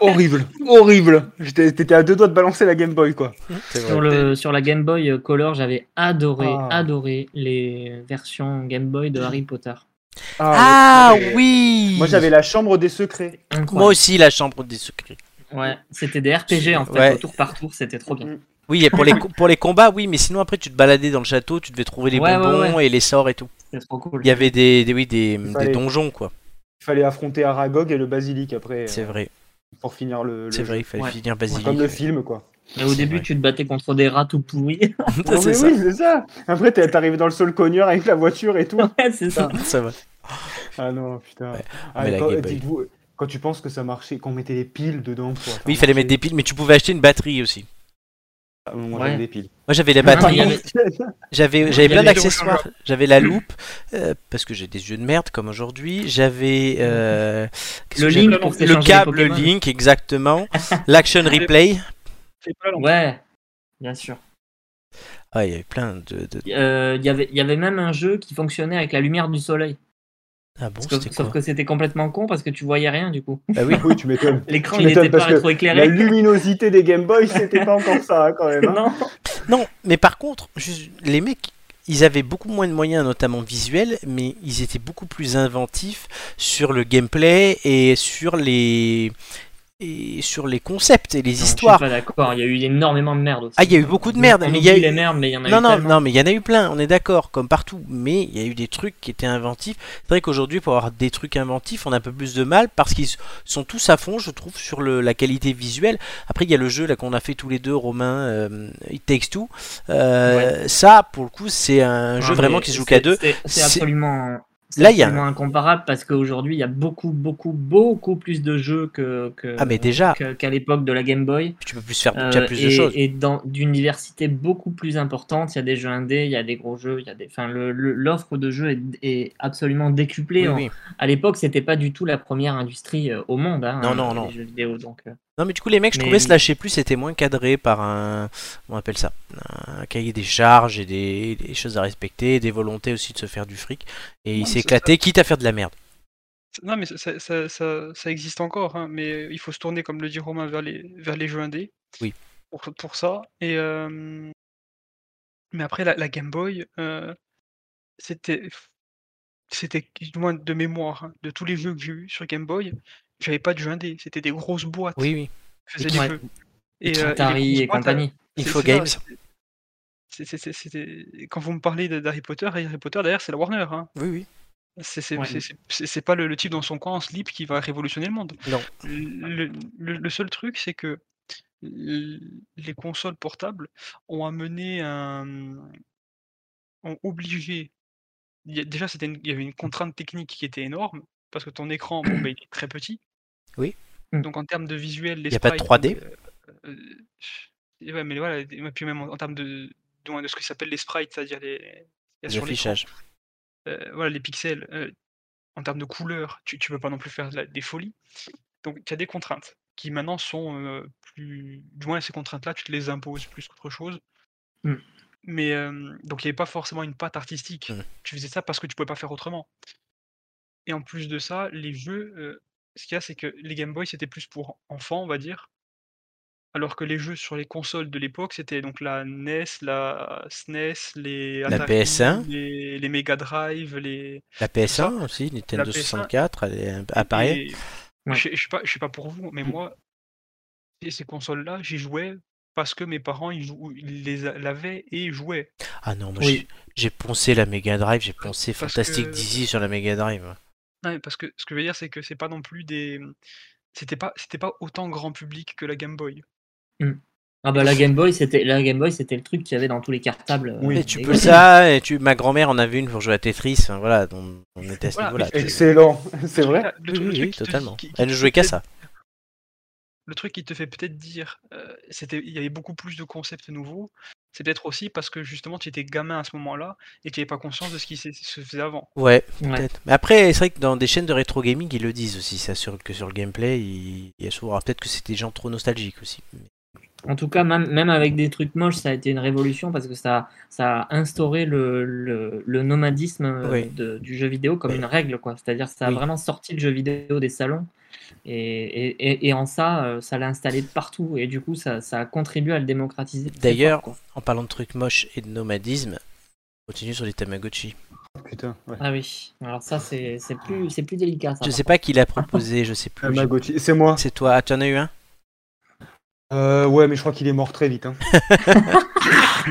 B: horrible, horrible. J'étais- T'étais à deux doigts de balancer la Game Boy, quoi.
A: C'est vrai.
C: Sur, le, sur la Game Boy euh, Color, j'avais adoré,
B: Ah.
C: adoré les versions Game Boy de Harry Potter.
A: Ah
B: mais-
A: oui
B: Moi, j'avais la chambre des secrets.
A: Moi
C: Incroyable.
A: aussi, la chambre des secrets.
C: Ouais, c'était des RPG en fait,
A: Ouais.
C: au tour par tour, c'était trop
B: Mm.
C: bien.
A: Oui, et pour les, co- pour les combats, oui, mais sinon, après, tu te baladais dans le château, tu devais trouver les
C: Ouais, ouais,
A: bonbons et les sorts et tout.
C: C'était trop cool.
A: Il y avait des, des- oui, des, des
B: fallait-
A: donjons, quoi.
B: Il fallait affronter Aragog et le basilic après
A: C'est
B: euh,
A: vrai,
B: pour finir le. le
A: c'est
B: jeu.
A: vrai, il fallait
C: Ouais.
A: finir Basilic.
B: Comme le film, quoi.
C: Et au
A: C'est
C: début,
A: vrai.
C: tu te battais contre des rats tout pourris.
A: Ça,
B: Non,
A: c'est
B: mais
A: ça.
B: oui, c'est ça. Après, t'es- t'arrives dans le sol cogneur avec la voiture et tout.
C: ouais, c'est ça.
A: Ça va.
B: Ah non, putain.
A: Ouais,
B: Ah,
A: mais la
B: quand,
A: Game Boy.
B: dites-vous, quand tu penses que ça marchait, qu'on mettait des piles dedans. pour faire
A: Oui, il fallait
B: marcher-
A: mettre des piles, mais tu pouvais acheter une batterie aussi.
B: Ah, Moi, j'avais
C: Ouais.
B: des piles. Ah
A: Moi, j'avais la
C: Non, mais
A: batterie.
C: il y avait-
A: J'avais,
C: y
A: j'avais plein
C: avait
D: deux
A: d'accessoires. J'avais la loupe, euh, parce que j'ai des yeux de merde comme aujourd'hui. J'avais. euh, qu'est-ce
C: Le
A: que
C: Link
A: j'avais
C: pour
A: le
C: s'échanger
A: câble
C: les Pokémon.
A: Link, exactement. L'action replay.
D: C'est pas la langue.
C: Ouais, bien sûr.
A: Ah, il y avait plein de. de-
C: Euh, Il y avait- il y avait même un jeu qui fonctionnait avec la lumière du soleil.
A: Ah bon,
C: Sauf-
A: c'était quoi
C: sauf que c'était complètement con parce que tu voyais rien du coup.
A: Bah oui.
B: Oui, tu m'étonnes.
C: L'écran
B: Tu
C: il n'était
B: m'étonnes,
C: pas
B: parce que La
C: rétroéclairé.
B: luminosité des Game Boy, c'était pas encore ça, hein, quand même. hein.
C: Non.
A: Non, mais par contre, juste, les mecs, ils avaient beaucoup moins de moyens, notamment visuels, mais ils étaient beaucoup plus inventifs sur le gameplay et sur les. Et sur les concepts et les histoires.
C: Je suis pas d'accord, il y a eu énormément de merde aussi.
A: Ah, il y a eu beaucoup de merde,
C: On
A: mais il y a
C: oublie
A: eu-
C: les merdes, mais il y en a
A: Non,
C: eu
A: non,
C: tellement.
A: non, mais il y en a eu plein, on est d'accord, comme partout. Mais il y a eu des trucs qui étaient inventifs. C'est vrai qu'aujourd'hui, pour avoir des trucs inventifs, on a un peu plus de mal parce qu'ils s- sont tous à fond, je trouve, sur le- la qualité visuelle. Après, il y a le jeu là qu'on a fait tous les deux, Romain, euh, It Takes Two. Euh, Ça, pour le coup, c'est un jeu
C: Non,
A: vraiment
C: mais
A: qui se joue
C: c'est-
A: qu'à deux.
C: c'est- C'est
A: C'est-
C: absolument. c'est
A: Là, il y a-
C: absolument incomparable parce qu'aujourd'hui il y a beaucoup, beaucoup, beaucoup plus de jeux que, que-
A: Ah, mais déjà,
C: que- qu'à l'époque de la Game Boy.
A: tu peux plus faire
C: Euh,
A: tu as plus
C: et,
A: de choses.
C: et dans d'une diversité beaucoup plus importante. Il y a des jeux indés, il y a des gros jeux, il y a des. Enfin, le- le- l'offre de jeux est, est absolument
A: Oui,
C: décuplée. en-
A: oui.
C: À l'époque, c'était pas du tout la première industrie euh, au monde. hein,
A: Non, non,
C: les
A: non.
C: jeux vidéo, donc. euh,
A: Non, mais du coup, les mecs, je
C: Mais-
A: trouvais se lâcher plus, c'était moins cadré par un. On appelle ça Un cahier des charges et des, des choses à respecter, des volontés aussi de se faire du fric. Et il
D: Non,
A: s'est
D: mais ça-
A: éclaté, quitte à faire de la merde.
D: Non, mais ça, ça, ça- ça- ça existe encore, hein, mais il faut se tourner, comme le dit Romain, vers les, vers les jeux indés.
A: Oui.
D: Pour, pour ça. Et, euh, Mais après, la, la Game Boy, euh, c'était. C'était, du moins de mémoire, hein, de tous les jeux que j'ai eu sur Game Boy, j'avais pas de jeux indés. C'était des grosses boîtes
A: Oui, oui.
D: qui faisaient
A: et
D: des
C: qui-
D: jeux.
C: Et,
D: euh, les grosses
C: Atari et
D: boîtes,
C: compagnie.
D: c'est-
A: Info
D: c'est ça,
A: Games.
D: c'est- c'est- c'est- c'est- c'était- Quand vous me parlez de- d'Harry Potter, Harry Potter, d'ailleurs, c'est la Warner. hein.
A: Oui, oui.
D: C'est c'est-
C: Ouais.
D: c'est- c'est- c'est- c'est pas le, le type dans son coin en slip qui va révolutionner le monde.
A: Non.
D: Le, le- le seul truc, c'est que l- les consoles portables ont amené un, ont obligé. il y a- Déjà, c'était une- il y avait une contrainte technique qui était énorme, parce que ton écran, bon, bah, il est très petit.
A: Oui.
D: Donc en termes de visuel, les
A: Y a pas de
D: sprites,
A: 3D?
D: euh, euh, ouais, mais voilà, et puis même en, en termes de, de, de ce qui s'appelle les sprites, c'est-à-dire les. il y a sur l'écran,
A: L'affichage.
D: euh, voilà, les pixels, euh, en termes de couleurs, tu ne peux pas non plus faire de la- des folies. Donc, tu as des contraintes qui maintenant sont euh, plus. Du moins, ces contraintes-là, tu te les imposes plus qu'autre chose.
C: Mm.
D: Mais euh, donc, il n'y avait pas forcément une patte artistique.
A: Mm.
D: Tu faisais ça parce que tu ne pouvais pas faire autrement. Et en plus de ça, les jeux, euh, ce qu'il y a, c'est que les Game Boy, c'était plus pour enfants, on va dire. Alors que les jeux sur les consoles de l'époque, c'était donc la NES, la SNES, les
A: La PS1.
D: les, les Mega Drive, les,
A: La PS1 aussi, Nintendo
D: La PS1.
A: 64, elle est appareil.
D: et-
C: Ouais.
D: Je, je sais pas, je sais pas pour vous, mais
B: Mm.
D: moi, et ces consoles-là, j'y jouais parce que mes parents ils, jou- ils les a- l'avaient et jouaient.
A: Ah non, moi
C: Oui.
A: j'ai- j'ai poncé la Mega Drive, j'ai poncé
D: Parce
A: Fantastic
D: que-
A: Dizzy sur la Mega Drive.
D: Non, mais parce que ce que je veux dire, c'est que c'est pas non plus des, c'était pas, c'était pas autant grand public que la Game Boy.
C: Ah bah la Game Boy, c'était la Game Boy, c'était le truc qu'il y avait dans tous les cartables. euh,
B: Oui,
A: Et
C: des
A: tu
C: gars.
A: peux ça, et tu... ma grand-mère en avait une pour jouer à Tetris, hein, voilà, on, on était à ce
D: Voilà,
A: niveau-là.
D: mais-
A: tu-
B: Excellent, c'est vrai.
A: Oui,
D: Le truc- le
A: oui,
D: truc
A: oui,
D: qui te-
A: totalement.
D: qui- qui
A: Elle ne
D: te
A: jouait
D: fait
A: qu'à ça.
D: le truc qui te fait peut-être dire euh, c'était il y avait beaucoup plus de concepts nouveaux, c'est peut-être aussi parce que justement tu étais gamin à ce moment-là et que tu n'avais pas conscience de ce qui s'est- se faisait avant.
A: Ouais,
C: Ouais.
A: peut-être. Mais après, c'est vrai que dans des chaînes de rétro gaming, ils le disent aussi, ça, sur, que sur le gameplay, il, il y a souvent. alors, Peut-être que c'est des gens trop nostalgiques aussi.
C: En tout cas, même, même avec des trucs moches, ça a été une révolution parce que ça, ça a instauré le, le, le nomadisme euh,
A: Oui.
C: de- du jeu vidéo comme
A: Oui.
C: une règle. quoi. C'est-à-dire ça a
A: Oui.
C: vraiment sorti le jeu vidéo des salons. Et, et, et- et en ça, euh, ça l'a installé de partout. Et du coup, ça, ça a contribué à le démocratiser. très
A: D'ailleurs,
C: fort,
A: En parlant de trucs moches et de nomadisme, on continue sur les Tamagotchi.
B: Putain, ouais.
C: quoi. Ah oui, alors ça, c'est c'est plus, c'est plus délicat. Ça,
A: Je
C: par
A: sais pas qui l'a proposé, Ah, je sais plus. j'ai-
B: Tamagotchi, Ah, c'est moi.
A: C'est toi, ah, tu en as eu un
B: Euh, ouais, mais je crois qu'il est mort très vite. hein.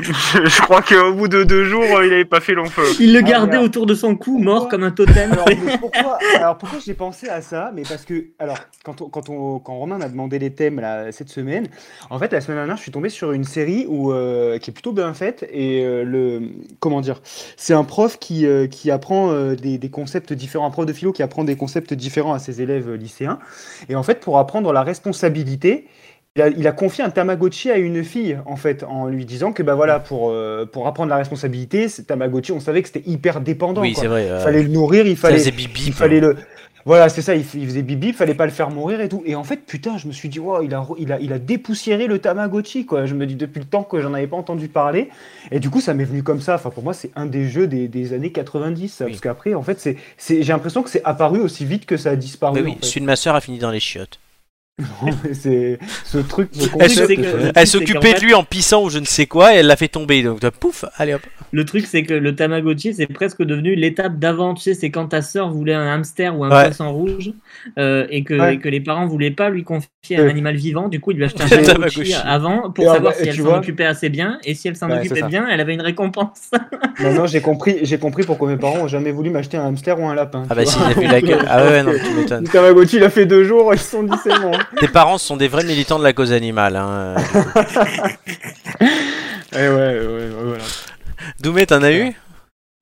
B: je, je crois qu'au bout de deux jours, euh, il avait pas fait long feu.
C: contre. Il le
B: Ah,
C: gardait
B: merde.
C: autour de son cou, mort comme un totem.
B: Alors, mais pourquoi, alors pourquoi j'ai pensé à ça Mais parce que, alors, quand, on, quand, on, quand Romain m'a demandé les thèmes là, cette semaine, en fait, la semaine dernière, je suis tombé sur une série où, euh, qui est plutôt bien faite. Et euh, le. Comment dire C'est un prof qui, euh, qui apprend euh, des, des concepts différents, un prof de philo qui apprend des concepts différents à ses élèves euh, lycéens. Et en fait, pour apprendre la responsabilité. Il a, il a confié un Tamagotchi à une fille, en fait, en lui disant que, bah voilà, pour, euh, pour apprendre la responsabilité, ce Tamagotchi, on savait que c'était hyper dépendant.
A: Oui,
B: quoi.
A: c'est vrai.
B: Il
A: euh,
B: fallait le nourrir, il
A: ça
B: fallait,
A: faisait hein. bibi.
B: il fallait le. Voilà, c'est ça, il, f- il faisait bibi, il fallait pas le faire mourir et tout. Et en fait, putain, je me suis dit, wow, il, a, re- il, a, il a dépoussiéré le Tamagotchi, quoi. Je me dis, depuis le temps que j'en avais pas entendu parler. Et du coup, ça m'est venu comme ça. Enfin, pour moi, c'est un des jeux des, des années 90. ça.
A: Oui.
B: Parce qu'après, en fait, c'est, c'est, j'ai l'impression que c'est apparu aussi vite que ça a disparu.
A: Bah
B: en
A: oui,
B: fait.
A: celui de ma soeur a fini dans les chiottes.
B: c'est ce truc. ce
C: truc,
B: concept,
C: c'est que-
B: euh,
A: Elle
C: c'est qu'en
A: s'occupait de
C: fait-
A: lui en pissant ou je ne sais quoi et elle l'a fait tomber. Donc toi, pouf, allez hop.
C: Le truc, c'est que le Tamagotchi, c'est presque devenu l'étape d'avant. Tu sais, c'est quand ta sœur voulait un hamster ou un
A: Ouais.
C: poisson rouge euh, et, que,
B: Ouais.
C: et que les parents voulaient pas lui confier un
B: Euh.
C: animal vivant. Du coup, il lui achetait un
A: Le
C: Tamagotchi
A: Tamagotchi.
C: avant pour
B: Et alors,
C: savoir
B: bah,
C: si
B: et
C: elle
B: tu
C: s'en
B: vois-
C: occupait assez bien. Et si elle s'en
B: Ouais, c'est
C: occupait
B: ça.
C: bien, elle avait une récompense.
B: Maintenant, j'ai compris, j'ai compris pourquoi mes parents ont jamais voulu m'acheter un hamster ou un lapin.
A: Ah
B: tu
A: bah
B: vois.
A: si, il a vu la gueule. Ah ouais, non, tu m'étonnes.
B: Le Tamagotchi, il a fait deux jours, ils se sont dit, c'est bon.
A: Tes parents sont des vrais militants de la cause animale. Hein.
B: Et Eh ouais, ouais, ouais, voilà.
A: Doumé, t'en as eu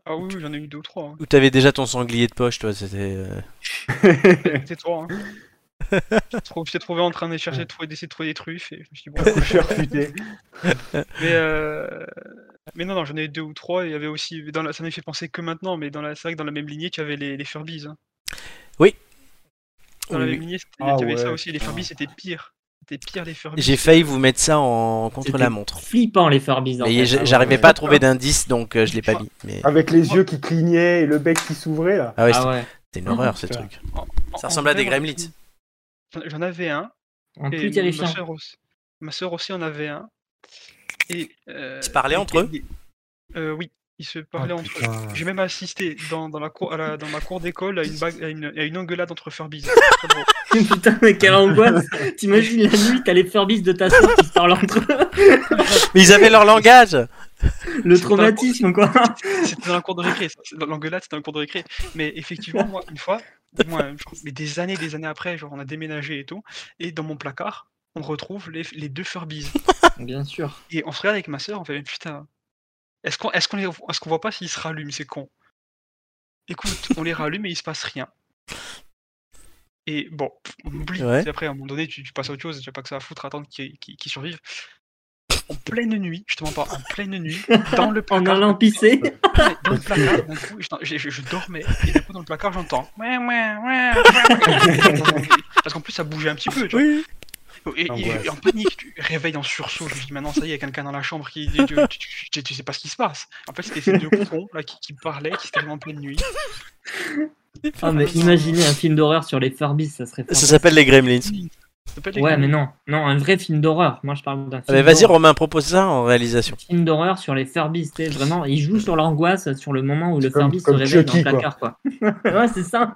D: Ah oui, oui, j'en ai eu deux ou trois. hein.
A: Ou t'avais déjà ton sanglier de poche, toi C'était. euh,
D: C'était toi. Hein. je t'ai trou- je t'ai trouvé en train de chercher, de trouver, d'essayer de trouver des truffes. Et je me suis dit, bon,
B: Je suis refuté.
D: mais, euh, mais non, non, j'en ai deux ou trois. et Il y avait aussi, dans la... ça m'a fait penser que maintenant, mais dans la... c'est vrai que dans la même lignée, tu avais les, les Furbies. hein. Dans la
A: oui,
D: même
A: oui.
D: lignée, c'était-
B: Ah
D: tu avais ça
B: ouais,
D: aussi. Les
B: putain.
D: Furbies, c'était pire. C'était pire, les
C: Ah,
D: Furbies.
A: J'ai failli vous mettre ça en contre la montre.
C: Flippant les Furbies. en
A: Mais
C: fait.
A: j'ai-
C: Ah,
A: j'arrivais
C: ouais. Ah.
A: pas à trouver d'indice, donc euh, je l'ai pas mis. Mais...
B: Avec les yeux qui clignaient et le bec qui s'ouvrait là.
A: Ah ouais,
C: Ah
A: c'était
C: ouais. Ah,
A: une horreur ce truc.
D: En-
A: Ça
D: en
A: ressemble à
D: vrai,
A: des
D: moi,
A: gremlins.
D: j'en- J'en avais un.
C: En
D: Et
C: plus
D: ma
C: terrifiant.
D: sœur aussi. Ma sœur aussi en avait un. Et, euh,
A: Ils se parlaient
D: les-
A: entre eux
D: les- euh, Oui, ils se parlaient entre eux.
B: putain.
D: J'ai même assisté dans, dans la cour, à la- dans ma cour d'école à une, bague- à une, à une engueulade entre Furbies. Très drôle.
C: Putain, mais quelle angoisse. T'imagines la nuit, t'as les Furbies de ta sœur qui se parlent entre eux.
A: Mais ils avaient leur langage
C: Le traumatisme, quoi.
D: C'était dans la cour de récré. ça. C'est- L'engueulade, c'était dans la cour de récré. Mais effectivement, moi, une fois, moi, genre, mais des années, des années après, genre, on a déménagé et tout. Et dans mon placard, on retrouve les, les deux Furbies.
C: Bien sûr.
D: Et on se regarde avec ma sœur, on fait putain, Est-ce qu'on est qu'on les... est qu'on voit pas s'ils se rallument, c'est con Écoute, on les rallume et il se passe rien. Et bon, pff, on oublie.
A: Ouais.
D: C'est Après, à un moment donné, tu, tu passes à autre chose, tu n'as pas que ça à foutre, à attendre qu'ils qu'ils- qu'ils survivent. En pleine nuit, je te mens pas, en pleine nuit, dans le
C: En
D: placard,
C: allant pisser.
D: Ouais, dans le placard, d'un coup, je- je, je- je dormais, et d'un coup, dans le placard, j'entends. Ouais, ouais, ouais, ouais, ouais. Parce qu'en plus, ça bougeait un petit peu, tu vois. Et, et-
B: Angoisse.
D: et en panique, tu réveilles en sursaut. Je me dis, maintenant, ça y est, il y a quelqu'un dans la chambre qui. Tu, tu- tu- tu- tu sais pas ce qui se passe. En fait, c'était ces deux cons, là, qui, qui parlaient, qui se tenaient en pleine nuit.
C: Ah, mais imaginez un film d'horreur sur les Furbies, ça
A: Ça
C: serait fantastique.
A: s'appelle les Gremlins.
D: Ça peut être
C: Ouais, mais
D: les-
C: non. Non, un vrai film d'horreur. Moi, je parle d'un
A: Ah,
C: film.
A: mais vas-y,
C: d'horreur.
A: Romain, propose ça en réalisation.
C: Un film d'horreur sur les Furbies, tu sais, vraiment, ils jouent sur l'angoisse sur le moment où le
B: Comme-
C: Furby se
B: comme
C: réveille dans
B: Chucky,
C: le placard, quoi. ouais, c'est ça.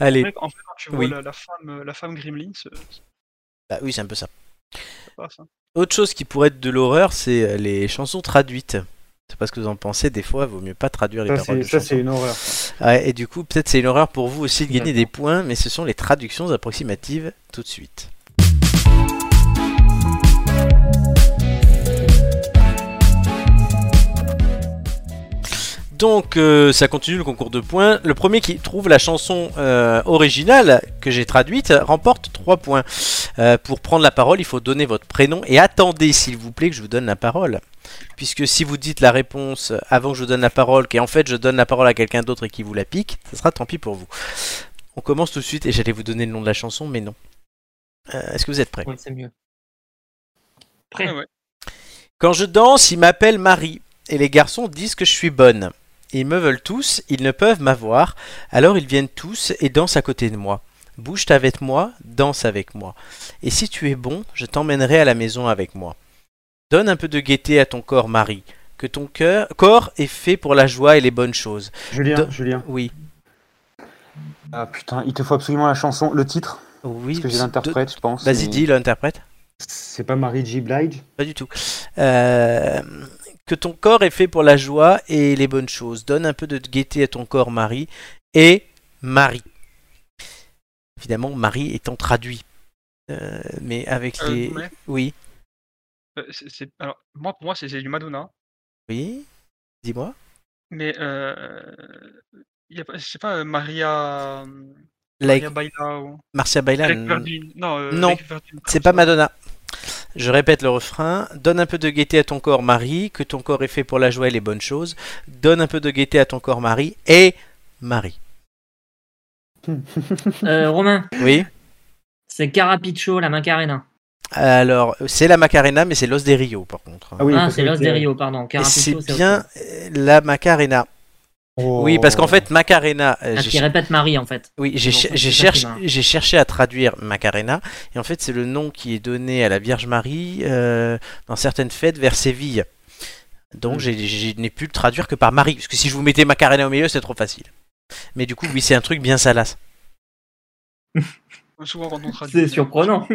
A: Allez,
D: Mec, en fait, quand tu vois
A: Oui.
D: la, la femme, euh, la femme Gremlin, c'est
A: bah oui, c'est un peu ça.
D: pas ça.
A: Autre chose qui pourrait être de l'horreur, c'est euh, les chansons traduites. C'est pas ce que vous en pensez, des fois, vaut mieux pas traduire les
B: Ça,
A: paroles
B: c'est-
A: de
B: Ça,
A: chansons.
B: c'est une horreur.
A: Ouais, et du coup, peut-être c'est une horreur pour vous aussi de gagner
C: D'accord.
A: des points, mais ce sont les traductions approximatives tout de suite. Donc euh, ça continue le concours de points. Le premier qui trouve la chanson euh, originale que j'ai traduite remporte 3 points. Euh, pour prendre la parole, il faut donner votre prénom et attendez s'il vous plaît que je vous donne la parole. Puisque si vous dites la réponse avant que je vous donne la parole, qu'en fait je donne la parole à quelqu'un d'autre et qui vous la pique, ça sera tant pis pour vous. On commence tout de suite et j'allais vous donner le nom de la chanson, mais non. Euh, Est-ce que vous êtes prêts
C: Ouais, c'est mieux.
D: Ouais,
C: Prêt.
D: ouais.
A: Quand je danse, ils m'appellent Marie et les garçons disent que je suis bonne. Ils me veulent tous, ils ne peuvent m'avoir, alors ils viennent tous et dansent à côté de moi. Bouge avec moi, danse avec moi. Et si tu es bon, je t'emmènerai à la maison avec moi. Donne un peu de gaieté à ton corps, Marie, que ton cœur, corps est fait pour la joie et les bonnes choses.
B: Julien,
A: De-
B: Julien.
A: Oui.
B: Ah putain, il te faut absolument la chanson, le titre,
A: Oui.
B: parce que j'ai
A: c'est-
B: l'interprète, je pense.
A: Vas-y,
B: mais
A: dis l'interprète.
B: C'est pas Marie G. Blige
A: Pas du tout. Euh, que ton corps est fait pour la joie et les bonnes choses. Donne un peu de gaieté à ton corps, Marie. Et Marie. Évidemment, Marie étant traduit. Euh, mais avec
D: Euh,
A: les.
D: ouais.
A: Oui,
D: Euh, c'est- c'est- Alors, moi, pour moi, c'est c'est du Madonna.
A: oui. Dis-moi.
D: Mais euh, il y a pas, je sais pas, euh, Maria,
A: Like
D: Maria Baila ou
A: Marcia Baila.
D: Alec
A: n-
D: Verdun. Non, euh,
A: non,
D: Alec Verdun,
A: C'est
D: comme
A: pas
D: ça.
A: Madonna. Je répète le refrain. Donne un peu de gaieté à ton corps, Marie. Que ton corps est fait pour la joie et les bonnes choses. Donne un peu de gaieté à ton corps, Marie. Et Marie.
C: Euh, Romain,
A: Oui.
C: c'est Carapicho, la Macarena.
A: Alors, c'est la Macarena, mais c'est Los de Rio, par contre.
B: oui,
C: ah,
B: parce
C: c'est
B: que
C: Los de
B: t'es-
C: Rio, pardon.
A: Et
C: Carapicho,
A: c'est bien euh, la Macarena.
B: Oh.
A: Oui, parce qu'en fait, Macarena, euh,
C: Ah,
A: j'ai
C: qui
A: cher-
C: répète Marie, en fait.
A: oui, j'ai
C: Non,
A: cher-
C: ça,
A: j'ai
C: c'est
A: cherché-
C: ça qui m'a-
A: j'ai cherché à traduire Macarena, et en fait, c'est le nom qui est donné à la Vierge Marie euh, dans certaines fêtes vers Séville. Donc,
C: Ah
A: j'ai- j'ai- je n'ai pu le traduire que par Marie, parce que si je vous mettais Macarena au milieu, c'est trop facile. Mais du coup, oui, c'est un truc bien salace.
D: Souvent, quand on traduit.
C: C'est surprenant.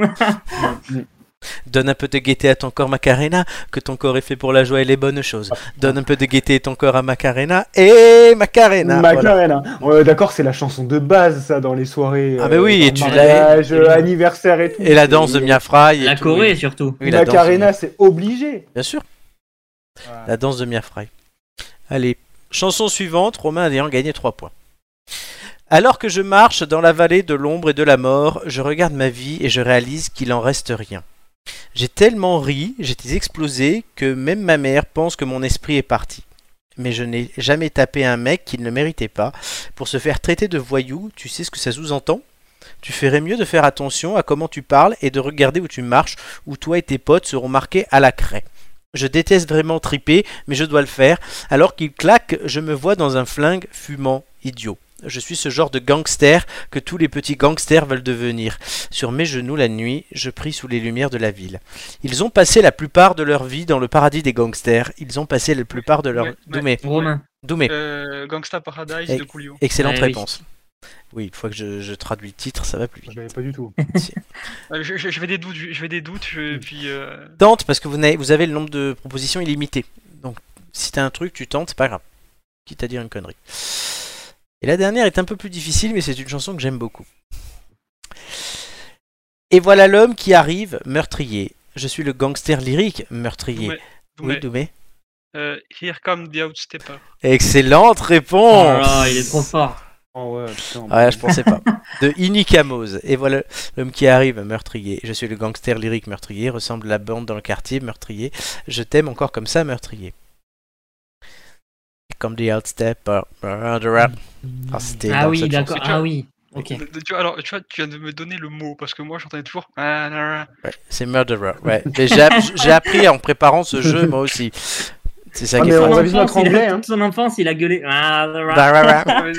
A: Donne un peu de gaieté à ton corps, Macarena, que ton corps est fait pour la joie et les bonnes choses. Donne un peu de gaieté à ton corps à Macarena, et Macarena. voilà.
B: Macarena. Ouais, D'accord, c'est la chanson de base, ça, dans les soirées.
A: Ah, mais oui, et tu l'as-
B: mariage, euh, anniversaire et tout.
A: Et la danse de Mia Fry. et
C: la
A: tout,
C: Corée,
A: oui.
C: surtout.
A: Oui, la danse de
B: Macarena, c'est obligé.
A: Bien sûr, la danse de Mia Fry. Allez, chanson suivante, Romain ayant gagné 3 points. Alors que je marche dans la vallée de l'ombre et de la mort, je regarde ma vie et je réalise qu'il en reste rien. J'ai tellement ri, j'étais explosé, que même ma mère pense que mon esprit est parti. Mais je n'ai jamais tapé un mec qui ne le méritait pas. Pour se faire traiter de voyou, tu sais ce que ça sous-entend Tu ferais mieux de faire attention à comment tu parles et de regarder où tu marches, où toi et tes potes seront marqués à la craie. Je déteste vraiment triper, mais je dois le faire. Alors qu'il claque, je me vois dans un flingue fumant, idiot. Je suis ce genre de gangster que tous les petits gangsters veulent devenir. Sur mes genoux la nuit, je prie sous les lumières de la ville. Ils ont passé la plupart de leur vie dans le paradis des gangsters. Ils ont passé la plupart de leur...
D: Ouais, ouais.
A: Doumé,
C: Romain.
A: Doumé,
D: Euh, Gangsta Paradise
A: Et-
D: de Coolio.
A: excellente
C: Ouais, Eh oui.
A: réponse. Oui, une fois que je, je traduis le titre, ça va plus
B: Je
A: vite.
B: l'avais Ah, pas du tout.
D: Euh, Je, je- je vais des doutes, je, je vais des doutes,
A: Hmm.
D: je- puis. euh,
A: Tente, parce que vous n'avez- vous avez le nombre de propositions illimité. Donc, si t'as un truc, tu tentes, c'est pas grave. Quitte à dire une connerie. Et la dernière est un peu plus difficile, mais c'est une chanson que j'aime beaucoup. Et voilà l'homme qui arrive, meurtrier. Je suis le gangster lyrique, meurtrier.
D: Doumé,
A: Oui,
D: Doumé.
A: Doumé.
D: euh, Here Come the Outstepper.
A: Excellente
C: Oh
A: réponse
C: là, il est trop fort.
B: Oh ouais, putain.
A: Ouais, je pensais pas. De Inikamos. Et voilà l'homme qui arrive, meurtrier. Je suis le gangster lyrique meurtrier, ressemble à la bande dans le quartier, meurtrier. Je t'aime encore comme ça, meurtrier. Comme the outstepper, murderer. Ah, c'était
C: Ah
A: dans
C: oui,
A: cette
C: d'accord.
D: chanson.
C: Ah oui. Ok.
D: De- de- Tu vois, alors, tu vois, tu viens de me donner le mot parce que moi j'entendais toujours. Ah, là, là.
A: Ouais, c'est Murderer. Ouais. Mais J'ai app- j'ai appris en préparant ce jeu, moi aussi. C'est ça
B: Ah,
A: qui est
B: mais
A: fort.
B: on révise notre
C: il a-
B: anglais, hein.
C: toute son enfance, il a gueulé. Ah, the rock.
A: Bah, ouais, ouais.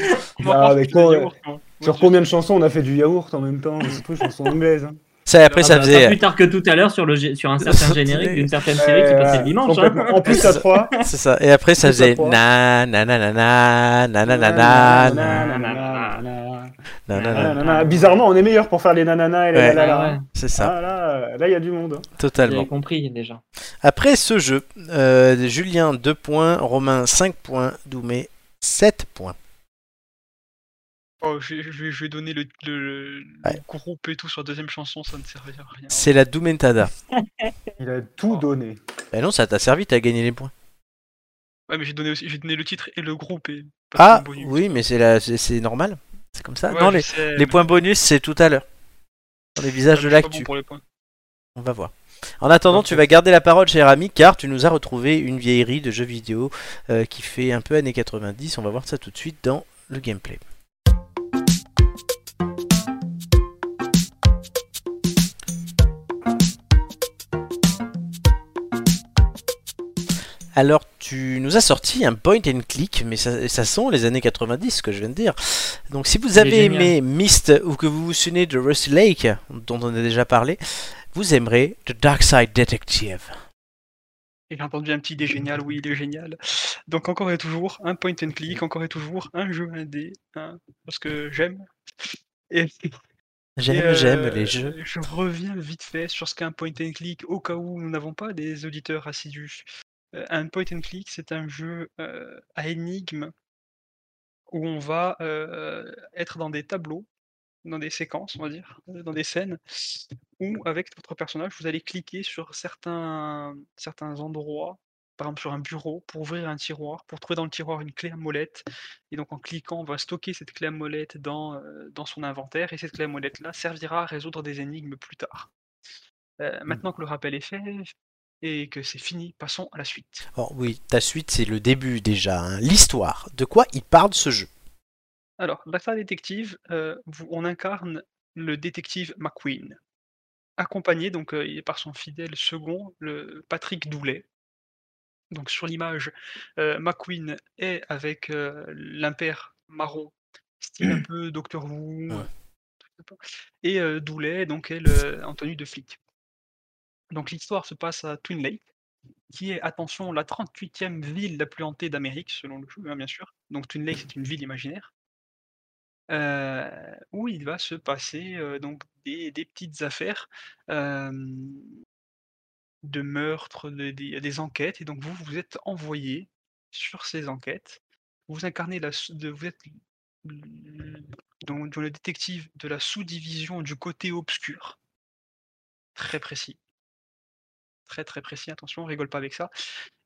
D: Ouais, comment
B: Ah,
D: part
B: mais
D: ce petit
B: quand-
D: yaourt, hein.
B: Sur combien de chansons on a fait du yaourt en même temps C'est tout chansons anglaises. Hein.
A: Ça, après,
D: Ah,
A: ça
C: bah, pas
A: faisait.
C: plus tard que tout à l'heure sur, le, gé- sur un certain générique d'une certaine série qui
B: Ouais,
C: passait
B: ouais,
C: le dimanche. hein.
B: complètement. En plus à trois.
A: C'est ça. Et après, ça
B: Tout ça
A: faisait.
B: pour-
A: Na, na, na, na, na, na, na, na, na, na,
B: Nanana.
A: na, na, na.
B: Nanana. Bizarrement, on est meilleur pour faire les nananas et les
A: Ouais.
C: Ah
B: lalala.
C: ouais,
A: C'est ça,
B: Ah, là, là, il y a du monde.
A: totalement.
C: j'avais compris déjà.
A: Après ce jeu, euh, Julien 2 points, Romain 5 points, Doumé 7 points.
D: Oh, je, je- je vais- je vais donner le, le- le
A: Ouais.
D: groupe et tout sur la deuxième chanson, ça ne servira à rien.
A: C'est la Doumentada.
B: Il a tout donné.
A: Ben non, ça t'a servi, t'as gagné les points.
D: Ouais, mais j'ai donné, aussi- j'ai donné le titre et le groupe. Et pas
A: Ah
D: le bonus.
A: oui, mais c'est la- c'est c'est normal. C'est comme ça.
D: Ouais,
A: non,
D: je
A: les,
D: sais,
A: les
D: mais-
A: points bonus, c'est tout à l'heure. Dans les
D: mais
A: visages de
D: je suis pas
A: l'actu.
D: bon pour les points.
A: On va voir. En attendant, tu vas garder la parole, cher ami, car tu nous as retrouvé une vieillerie de jeux vidéo euh, qui fait un peu années 90. On va voir ça tout de suite dans le gameplay. Alors, tu nous as sorti un point and click, mais ça, ça sent les années 90, ce que je viens de dire. Donc, si vous
C: C'est
A: avez
C: génial.
A: aimé Myst ou que vous vous souvenez de Rusty Lake, dont on a déjà parlé, vous aimerez The Dark Side Detective.
D: Et j'ai entendu un petit dé génial, oui, il est génial. Donc encore et toujours, un point and click, encore et toujours, un jeu indé, hein, parce que j'aime. Et, et,
A: J'aime,
D: euh,
A: j'aime les jeux.
D: Je reviens vite fait sur ce qu'est un point and click, au cas où nous n'avons pas des auditeurs assidus. Euh, un point and click, c'est un jeu euh, à énigme où on va euh, être dans des tableaux, dans des séquences, on va dire, euh, dans des scènes, où avec votre personnage, vous allez cliquer sur certains, certains endroits, par exemple sur un bureau, pour ouvrir un tiroir, pour trouver dans le tiroir une clé à molette. Et donc en cliquant, on va stocker cette clé à molette dans, euh, dans son inventaire, et cette clé à molette-là servira à résoudre des énigmes plus tard. Euh, maintenant que le rappel est fait et que c'est fini, passons à la suite.
A: Bon, oui, ta suite, c'est le début déjà. hein. L'histoire. De quoi il parle ce jeu
D: Alors, l'affaire détective, euh, vous- on incarne le détective McQueen, accompagné donc euh, il est par son fidèle second, le Patrick Doulet. Donc sur l'image, euh, McQueen est avec euh, l'impair marron, style un peu Doctor Who,
A: Ouais.
D: et euh, Doulet donc est le- en tenue de flic. Donc l'histoire se passe à Twin Lake, qui est, attention, la 38e ville la plus hantée d'Amérique, selon le jeu, hein, bien sûr. Donc Twin Lake, c'est une ville imaginaire euh, où il va se passer euh, donc des, des petites affaires euh, de meurtres, de- des, des enquêtes, et donc vous vous êtes envoyé sur ces enquêtes. Vous incarnez la, sous- de- vous êtes le- donc, donc le détective de la sous-division du côté obscur. Très précis. Très très précis, attention, on rigole pas avec ça.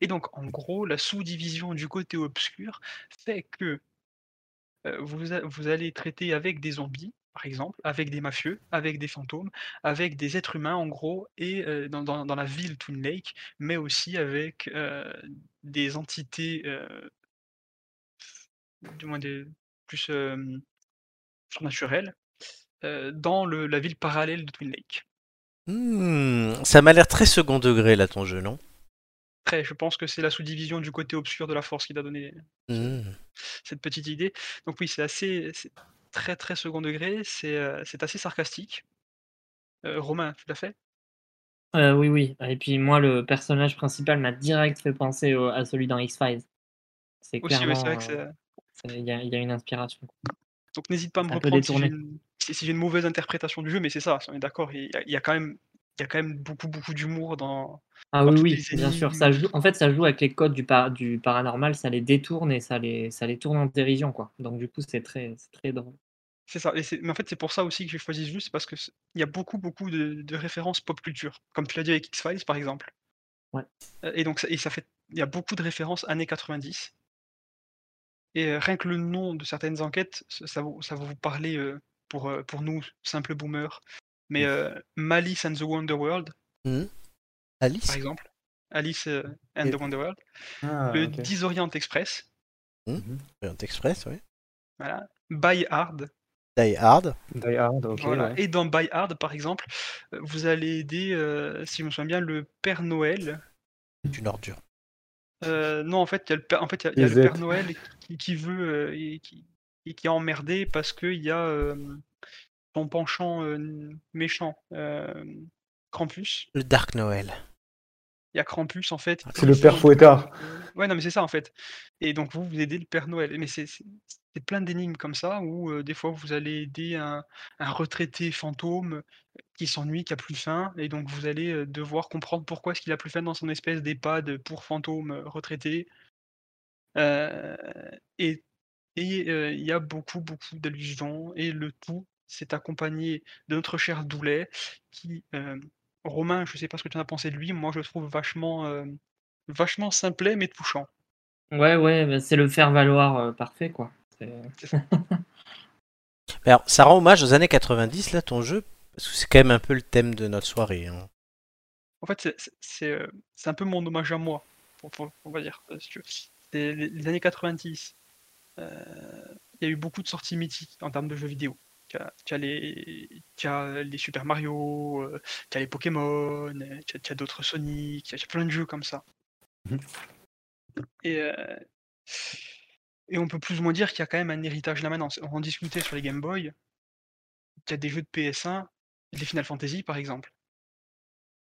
D: Et donc en gros, la sous-division du côté obscur fait que euh, vous, a- vous allez traiter avec des zombies, par exemple, avec des mafieux, avec des fantômes, avec des êtres humains en gros, et euh, dans, dans- dans la ville Twin Lake, mais aussi avec euh, des entités, euh, du moins des, plus euh, surnaturelles, euh, dans le- la ville parallèle de Twin Lake.
A: Hmm, Ça m'a l'air très second degré là ton jeu, non
D: Après, je pense que c'est la sous-division du côté obscur de la force qui a donné
A: Hmm.
D: cette petite idée. Donc oui, c'est assez c'est très très second degré, c'est euh, c'est assez sarcastique. Euh, Romain, tu l'as fait
C: Euh, oui, oui. Et puis moi, le personnage principal m'a direct fait penser au- à celui dans X-Files. C'est
D: Aussi, ouais,
C: clairement.
D: c'est vrai que
C: euh,
D: c'est-
C: c'est- Il y, a- il y a une inspiration.
D: Donc n'hésite pas à me
C: un peu
D: reprendre si j'ai
C: détourné.
D: une... si- si j'ai une mauvaise interprétation du jeu, mais c'est ça, on est d'accord, il y a- il y, a quand même... il y a quand même beaucoup beaucoup d'humour dans...
C: Ah
D: Dans
C: oui,
D: toutes
C: oui,
D: les
C: bien sûr.
D: énigmes.
C: Ça joue, en fait, ça joue avec les codes du, par- du paranormal, ça les détourne et ça les, ça les tourne en dérision, quoi. Donc du coup, c'est très, c'est très drôle.
D: C'est ça, et c'est- mais en fait c'est pour ça aussi que j'ai choisi ce jeu, c'est parce que c'est- il y a beaucoup beaucoup de, de références pop culture, comme tu l'as dit avec X-Files par exemple.
C: Ouais.
D: Euh, Et donc ça, et ça fait il y a beaucoup de références années 90. Et euh, rien que le nom de certaines enquêtes, ça, ça va ça va vous parler euh, pour, euh, pour nous, simples boomers. Mais euh, Malice and the Wonderworld,
A: Alice
D: par exemple. Alice euh, and
A: Et-
D: the Wonderworld.
B: Ah,
D: le
B: ok.
D: Disorient Express.
A: Orient Express, oui.
D: Voilà. By Hard.
A: Die Hard.
B: Die Hard, ok.
D: voilà.
B: ouais.
D: Et dans By Hard, par exemple, euh, vous allez aider, euh, si je me souviens bien, le Père Noël.
A: C'est une ordure.
D: Euh, non, en fait, il y a le Père, en fait, il y a- il y a
B: Les
D: le Père
B: aides.
D: Noël qui, qui veut euh, et qui, et qui est emmerdé parce qu'il y a euh, son penchant euh, méchant, euh, Krampus.
A: Le Dark Noël.
D: Il y a Krampus en fait.
B: C'est le père fouettard.
D: Ouais, non, mais c'est ça en fait. Et donc vous, vous aidez le Père Noël. Mais c'est c'est- c'est plein d'énigmes comme ça où euh, des fois vous allez aider un, un retraité fantôme qui s'ennuie, qui a plus faim. Et donc vous allez euh, devoir comprendre pourquoi est-ce qu'il a plus faim dans son espèce d'EHPAD pour fantôme euh, retraité. Euh, et et, euh, il y a beaucoup, beaucoup d'allusions. Et le tout, c'est accompagné de notre cher Doulet qui. euh, Romain, je sais pas ce que tu en as pensé de lui, moi je le trouve vachement. euh, vachement simplet mais touchant.
C: Ouais, ouais, bah, c'est le faire-valoir euh, parfait, quoi. C'est-
A: Mais alors, ça rend hommage aux années 90, là, ton jeu, parce que c'est quand même un peu le thème de notre soirée. hein.
D: En fait, c'est- c'est- c'est euh, c'est un peu mon hommage à moi, pour- pour- on va dire. euh, si tu veux. C'est les, les années 90, euh, il y a eu beaucoup de sorties mythiques en termes de jeux vidéo. Tu as, tu as les, tu as les Super Mario, euh, tu as les Pokémon, euh, tu as, tu as d'autres Sonic, tu as, tu as plein de jeux comme ça.
B: Mhm.
D: Et, euh, et on peut plus ou moins dire qu'il y a quand même un héritage là maintenant. On en discutait sur les Game Boy. Tu as des jeux de PS1, les Final Fantasy par exemple.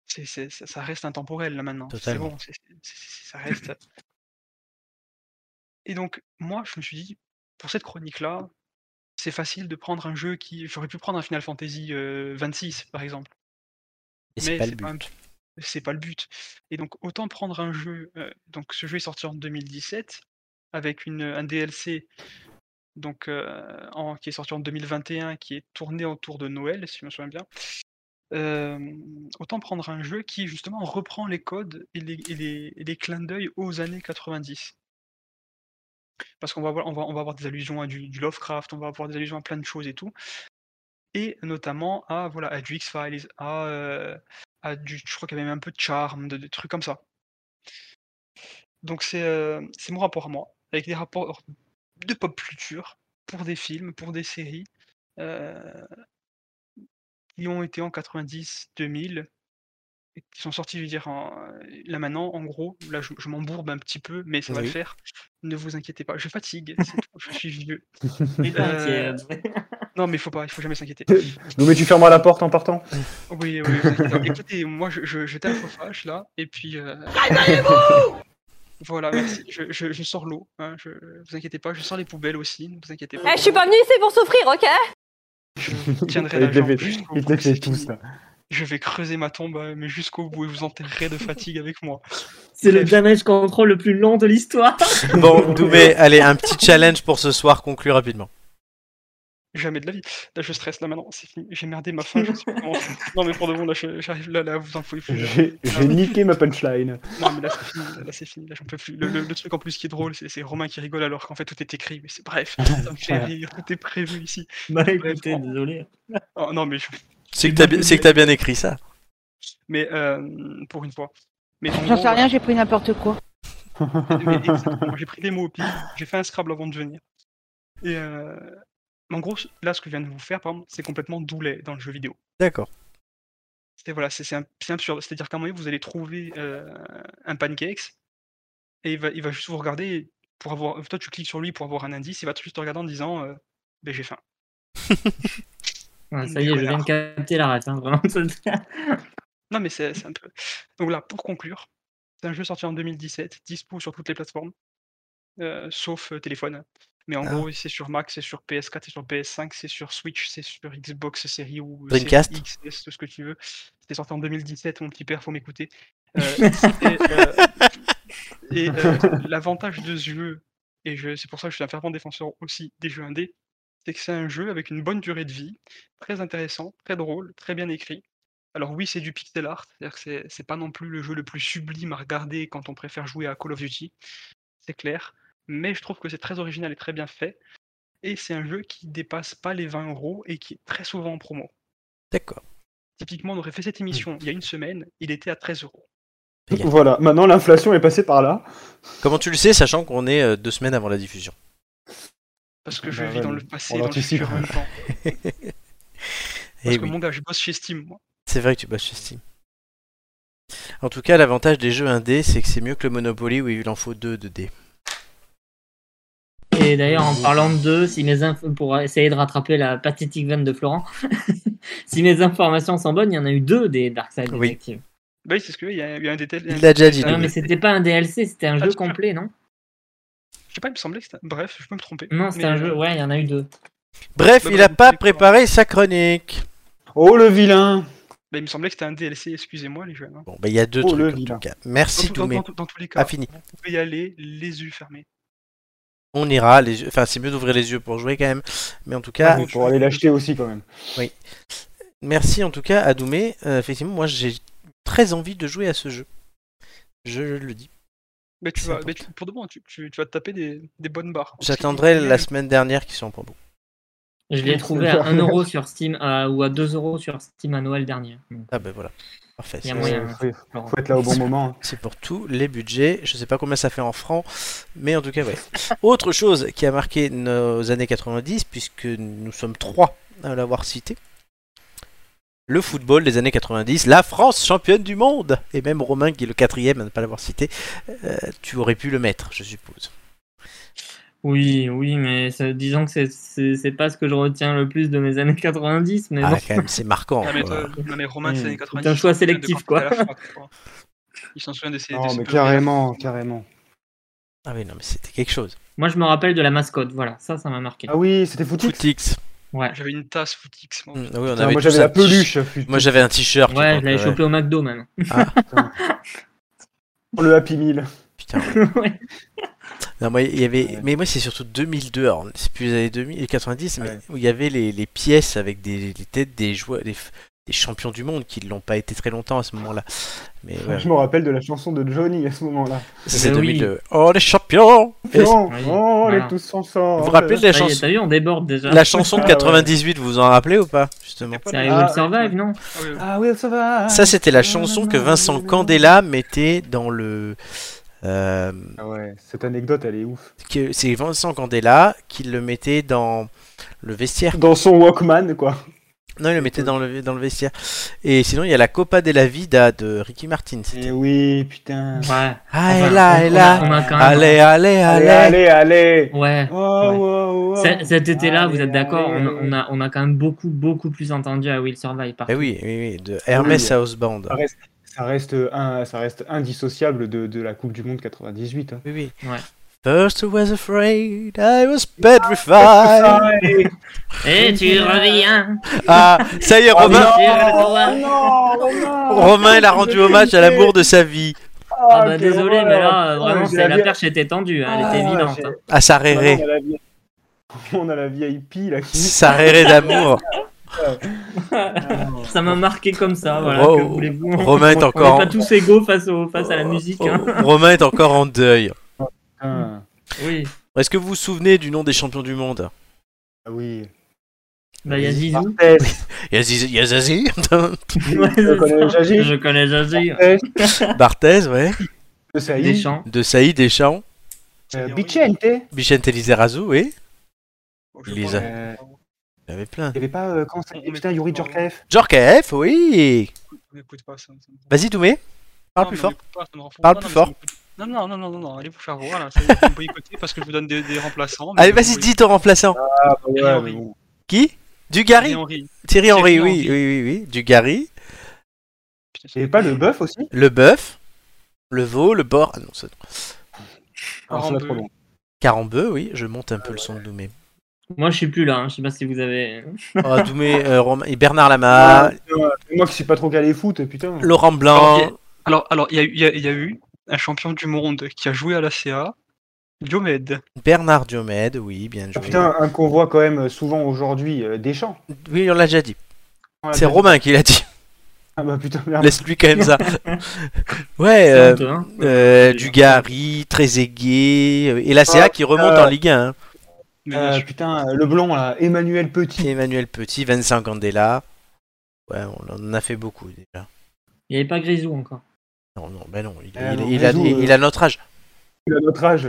D: c'est, c'est- ça, ça reste intemporel là maintenant. C'est
A: Totalement.
D: bon, c'est- c'est- c'est- ça reste. Et donc, moi, je me suis dit, pour cette chronique-là, c'est facile de prendre un jeu qui. J'aurais pu prendre un Final Fantasy euh, 26, par exemple
A: Et c'est
D: Mais
A: pas le
D: c'est
A: but.
D: pas un- c'est pas le but. Et donc autant prendre un jeu, euh, donc ce jeu est sorti en 2017 avec une, un DLC donc euh, en- qui est sorti en 2021 qui est tourné autour de Noël si je me souviens bien. Euh, autant prendre un jeu qui justement reprend les codes et les, et les- et les clins d'œil aux années 90. Parce qu'on va, avoir- on va, on va avoir des allusions à du, du Lovecraft, on va avoir des allusions à plein de choses et tout. Et notamment à, voilà, à du X-Files, à, euh, à du, je crois qu'il y avait même un peu de charme, de, de trucs comme ça. Donc c'est euh, c'est mon rapport à moi, avec des rapports de pop culture pour des films, pour des séries euh, qui ont été en 90-2000 et qui sont sortis, je veux dire, en- là maintenant, en gros, là je, je m'embourbe un petit peu, mais ça va le
A: Oui.
D: faire. Ne vous inquiétez pas, je fatigue, c'est tout, je suis vieux.
C: Mais
D: Euh,
C: t'inquiète.
D: Non mais faut pas, il faut jamais s'inquiéter.
B: Non, mais tu fermes la porte en partant.
D: Oui, oui, vous inquiétez pas. écoutez, moi je, je, je tape au flash là, et puis. euh, Voilà, merci. Je, je, je sors l'eau, hein, je, vous inquiétez pas, je sors les poubelles aussi, ne vous inquiétez pas.
G: Eh, je suis pas venue ici pour souffrir, ok
D: Je tiendrai la
B: Il te
D: jambe
B: les fait-
D: jusqu'au
B: il te
D: bout,
B: les fait
D: c'est
B: tous,
D: fini.
B: là.
D: Je vais creuser ma tombe, euh, mais jusqu'au bout, et vous enterrerez de fatigue avec moi.
C: C'est le damage control le plus long de l'histoire.
A: Bon, Doumé, allez, un petit challenge pour ce soir, conclu rapidement.
D: Jamais de la vie. Là, je stresse, là maintenant, c'est fini. J'ai merdé ma faim. je suis vraiment- Non, mais pour de bon, là, je- j'arrive là, là, vous en pouvez plus. là.
B: J'ai j'ai niqué ma punchline.
D: Non, mais là, c'est fini, là, là, c'est fini, là, j'en peux plus. Le, le- le truc en plus qui est drôle, c'est c'est Romain qui rigole alors qu'en fait tout est écrit, mais c'est bref, ça me fait rire, tout est prévu ici.
C: Bah écoutez, désolé.
D: Oh, non, mais, je-
A: C'est que t'as bi- c'est que t'as bien écrit ça.
D: mais euh, pour une fois. Mais en
H: J'en
D: gros,
H: sais rien, j'ai pris n'importe quoi.
D: Mais exactement, j'ai pris des mots au pif, j'ai fait un Scrabble avant de venir. Et euh, mais en gros, là, ce que je viens de vous faire, par exemple, c'est complètement doulet dans le jeu vidéo.
A: D'accord.
D: C'est voilà, c'est c'est un- c'est absurde. C'est-à-dire qu'à un moment, vous allez trouver euh, un pancakes et il va, il va juste vous regarder pour avoir. Toi, tu cliques sur lui pour avoir un indice. Il va juste te regarder en disant, euh, ben j'ai faim.
C: Ouais, ça y est, je viens de capter la rate, hein, vraiment.
D: Non, mais c'est c'est un peu. Donc là, pour conclure, c'est un jeu sorti en 2017, dispo sur toutes les plateformes, euh, sauf euh, téléphone. Mais en
A: Ah.
D: gros, c'est sur Mac, c'est sur PS4, c'est sur PS5, c'est sur Switch, c'est sur Xbox Series ou euh,
A: Dreamcast.
D: Series X, S, tout ce que tu veux. C'était sorti en 2017, mon petit père, faut m'écouter. Euh, c'était, euh, et euh, l'avantage de ce jeu, et je- c'est pour ça que je suis un fervent défenseur aussi des jeux indés, c'est que c'est un jeu avec une bonne durée de vie, très intéressant, très drôle, très bien écrit Alors oui, c'est du pixel art, c'est-à-dire que c'est- c'est pas non plus le jeu le plus sublime à regarder quand on préfère jouer à Call of Duty, c'est clair, mais je trouve que c'est très original et très bien fait, et c'est un jeu qui dépasse pas les 20 euros et qui est très souvent en promo.
A: D'accord.
D: Typiquement, on aurait fait cette émission il y a une semaine, il était à 13 euros.
A: Yeah.
B: Voilà, maintenant l'inflation est passée par là.
A: Comment tu le sais, sachant qu'on est euh, deux semaines avant la diffusion
D: Parce que je
B: Bah
D: vis
B: ouais,
D: dans
B: mais
D: le passé
B: on
D: et dans le
B: l'anticipe.
D: futur en même temps. Parce
A: Eh
D: que
A: oui.
D: mon gars, je bosse chez Steam, moi.
A: C'est vrai que tu bosses chez Steam. En tout cas, l'avantage des jeux indés, c'est que c'est mieux que le Monopoly où il en faut deux de dés.
C: Et d'ailleurs, en parlant de deux, si mes infos, pour essayer de rattraper la pathétique veine de Florent, si mes informations sont bonnes, il y en a eu deux des Dark Side
A: Oui.
C: Detective.
D: Bah oui, c'est ce que il y a, il y a un détail.
A: Il l'a déjà dit,
C: Non, mais
A: lui.
C: c'était pas un DLC, c'était un
D: Ah,
C: jeu
D: tu peux-
C: complet, non
D: Je sais pas, il me semblait que c'était. Bref, je peux me tromper.
C: Non, c'était
D: mais,
C: un
D: euh,
C: jeu, ouais, il y en a eu deux.
A: Bref,
D: Mais
A: il a
D: bon,
A: pas
D: c'est
A: préparé sa chronique.
B: Oh le vilain
D: bah, il me semblait que c'était un DLC, excusez-moi les jeunes. hein.
A: Bon, bah il y a deux
B: Oh, le
A: trucs en
B: vilain.
A: tout cas.
D: Dans,
A: Merci
D: tout- dans-
A: Doumé.
D: dans tout- dans tous les cas,
A: Ah, fini.
D: vous pouvez y aller, les yeux fermés.
A: On ira, les yeux- enfin c'est mieux d'ouvrir les yeux pour jouer quand même. Mais en tout cas,
D: Ah oui.
B: Pour aller l'acheter aussi quand même.
A: merci en tout cas à Doumé. Euh, effectivement, moi j'ai très envie de jouer à ce jeu. Je le
C: Oh,
A: dis.
D: Mais tu
A: C'est
D: vas,
A: important.
D: mais tu- pour de bon, tu, tu- tu vas te taper des, des bonnes barres. Parce que-
A: J'attendrai la semaine dernière qui sont en promo.
C: Je
D: Ah,
C: l'ai trouvé à 1 euro sur Steam euh, ou à 2 euros sur Steam à Noël dernier. Donc,
A: Ah ben voilà. Parfait.
C: Il y a
A: c'est-
C: moyen.
B: Euh, faut,
C: Florent.
B: faut être là au bon moment. hein.
A: C'est pour tous les budgets. Je sais pas combien ça fait en francs, mais en tout cas, ouais. Autre chose qui a marqué nos années 90, puisque nous sommes trois à l'avoir cité, le football des années 90, la France championne du monde, et même Romain qui est le quatrième à ne pas l'avoir cité, euh, tu aurais pu le mettre, je suppose.
C: Oui, oui, mais ça- disons que c'est- c'est c'est pas ce que je retiens le plus de mes années 90, mais
A: Ah,
C: bon.
A: quand même, c'est marquant.
D: Non, mais, toi-
A: quoi.
D: non, mais Romain, c'est les 90.
C: un choix
D: il s'en souvient de
C: sélectif,
D: quand il était à
C: quoi.
D: la fac, quoi. Il s'en souvient de ses. de
B: Non
D: ses
B: mais
D: périodes à la
B: carrément,
D: fac.
B: carrément.
A: Ah oui, non, mais c'était quelque chose.
C: Moi, je me rappelle de la mascotte, voilà, ça, ça m'a marqué.
B: Ah oui, c'était foutu.
A: Footix.
C: Ouais,
D: J'avais une tasse Footix, moi.
A: Mm, oui, on
B: Putain,
A: avait
B: Ah, moi
A: tous
B: j'avais
A: un
B: la
A: t-shirt.
B: peluche. putain.
A: Moi j'avais un t-shirt.
C: ouais
A: donc,
C: je l'avais
A: ouais.
C: chopé au McDo même.
B: le Happy Meal.
A: Putain, ouais.
C: Ouais.
A: Non, moi, il y avait...
B: Ouais.
A: Mais moi, c'est surtout 2002, alors, c'est plus les années 2000, 90, mais
B: Ouais.
A: où il y avait les, les pièces avec des, les têtes des joueurs, des, f- des champions du monde qui ne l'ont pas été très longtemps à ce moment-là. Mais ouais,
B: Je me rappelle de la chanson de Johnny à ce moment-là.
A: c'est
C: Mais Ben oui.
A: 2002. Oh, les champions Et-
B: Non,
C: Oui,
B: oh, on
C: voilà.
B: est tous ensemble.
A: Vous vous rappelez de la,
C: Ça y est,
A: chanson-
C: T'as vu, on déborde déjà.
A: la chanson de
B: Ah, ouais.
A: 98, vous vous en rappelez ou pas Justement.
D: Pas
C: C'est I
D: de-
C: Will Survive, non
D: Ah oui, oui.
B: Ah oui, ça va.
A: Ça, c'était la chanson que Vincent
B: Ah,
A: Candela mettait dans le... euh,
B: Ah ouais, cette anecdote elle est ouf.
A: que- c'est Vincent Candela qui le mettait dans le vestiaire.
B: Dans son Walkman quoi.
A: Non, il le mettait dans le, dans le vestiaire. Et sinon, il y a la Copa de la Vida de Ricky Martin.
B: Eh oui, putain.
C: Ouais.
A: Ah,
C: Enfin,
A: elle là,
C: on-
A: elle
C: on
A: là.
C: a- on a quand même-
A: Allez, allez,
B: Allez,
A: allez.
B: allez, allez.
C: Ouais.
B: Wow, wow, wow.
C: Cet cet été-là, vous
B: Allez,
C: êtes d'accord, on,
B: allez.
C: on a, on a quand même beaucoup, beaucoup plus entendu à Will Survive. Par
A: Eh oui, oui, oui, de Hermès
B: Oui.
A: Houseband.
B: Ah, Ça reste, un, ça reste indissociable de, de la Coupe du Monde 98. hein.
A: Oui, oui.
C: Ouais.
A: First I was afraid, I was
C: Ah,
A: petrified.
C: Et tu reviens
A: Ah, ça y est,
B: Ah,
A: Romain,
B: non.
C: tu reviens.
B: non, Romain
A: Romain, il a rendu hommage à l'amour de sa vie,
C: Ah bah désolé, mais là, euh,
B: Ah,
C: vraiment, c'est- la
B: perte
C: perche était tendue, hein,
B: Ah,
A: Ah,
C: elle était évidente. hein.
A: à sa
B: On a,
A: réré,
B: la vieille... on a la vieille pie là qui.
A: sa réré d'amour.
C: Ça m'a marqué comme ça, voilà,
A: Oh,
C: que voulez-vous
A: Romain est
C: On n'est
A: encore
C: pas tous égaux face, au, face à la musique.
A: en...
C: hein.
A: Oh, Romain est encore en deuil.
B: Ah,
C: Oui,
A: Est-ce que vous vous souvenez du nom des champions du monde
B: ah oui.
C: bah il y a Zizou.
B: Barthez,
A: Il y a Zizi- il y a Zazie,
C: Ouais,
B: Je
C: c'est
B: connais
C: ça.
B: Jajé.
C: Je connais Jazzy.
A: Barthez, ouais.
B: de Saïd,
C: Deschamps.
A: De Saïd Deschamps,
B: euh,
F: Eh hein,
B: Vicente. Euh,
A: Bichente Lizarazu, oui.
D: Bon, je
A: Il les
D: vois,
A: a.
D: euh,
A: Il y en avait plein.
B: Il y avait pas euh, comment ça
D: On met-
B: Putain, Yuri Djorkaeff.
A: Jorka F, oui.
D: On n'écoute pas ça. ça me-
A: Vas-y, Doumé. Parle
D: Non,
A: plus
D: mais on
A: fort.
D: écoute pas, ça me rend fou.
A: Parle
D: Non,
A: plus
D: non,
A: fort.
D: mais ça me- Non, non, non, non, non, non, allez vous faire voir là, ça y est, vous me boycottez parce que je vous donne des, des remplaçants. mais
A: Allez,
D: vous me
A: vas-y, dis ton remplaçant.
B: Ah,
D: ouais,
B: ouais,
D: mais
A: Qui
D: boycottez.
A: Dugarry
D: Et Henri.
A: Thierry Henry,
D: Thierry
A: oui, oui, oui,
D: Henry.
A: oui. Dugarry,
D: Putain,
B: Il y avait pas le bœuf aussi
A: le bœuf, le veau, le porc. Ah non, ça...
B: Alors, Ah, ça va trop loin.
A: Carambeu, oui, je monte un peu le son de Doumé.
C: Moi je suis plus là, hein, je sais pas si vous avez.
A: Oh, Doumé, euh, Romain- et Bernard Lama,
B: Ah, putain, moi qui suis pas trop calé foot, putain.
A: Laurent
D: Alors,
A: Blanc.
D: Alors, alors, il y a, eu- il y, a- il y a eu un champion du monde qui a joué à la CA, Diomed.
A: Bernard Diomède, oui, bien
B: Ah,
A: joué.
B: putain, un qu'on voit quand même souvent aujourd'hui, euh, Deschamps.
A: Oui, on l'a déjà dit.
B: Ouais,
A: C'est
B: bien-
A: Romain qui l'a dit.
B: Ah bah putain, merde.
A: Laisse-lui quand même ça. ouais, euh,
C: hein.
A: euh, Dugarry, Trezeguet, euh, et la CA
B: Ah,
A: qui remonte
B: euh,
A: en Ligue 1. hein.
D: Mais bien
B: Euh,
D: sûr.
B: putain, euh, le blond là, Emmanuel Petit.
A: Emmanuel Petit, Vincent Candela. Ouais, on en a fait beaucoup déjà.
C: Il n'y avait pas Grisou encore.
A: Non, non, ben non, il,
B: Ah
A: il-
B: non,
A: il a,
B: Grisou,
A: il-
B: euh.
A: il a notre âge.
B: Il a notre âge.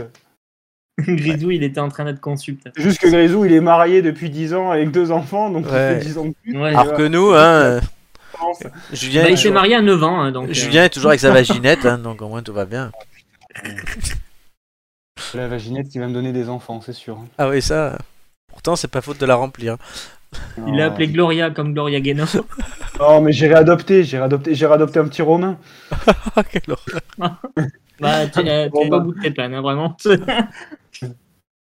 C: Grisou, il était en train d'être conçu, peut-être.
B: C'est juste que Grisou, il est marié depuis 10 ans avec deux enfants, donc
A: Ouais.
B: il fait 10 ans de plus.
C: Ouais.
A: Alors que nous, hein,
B: je pense.
A: Julien,
C: Bah,
A: est
C: il s'est
A: toujours,
C: marié à 9 ans, hein, donc. euh,
A: Julien est toujours avec sa vaginette, hein, donc au moins tout va bien.
B: La vaginette qui va me donner des enfants, c'est sûr. hein.
A: Ah oui, ça. Pourtant, c'est pas faute de la remplir.
C: Il l'a appelé Gloria comme Gloria Guénon.
B: Non, mais j'ai réadopté, j'ai réadopté, j'ai réadopté un petit Romain.
A: Ah, quelle horreur.
C: bah, t'es euh,
B: Bon,
C: t'es
B: bah.
C: au bout de tes planes, hein, vraiment.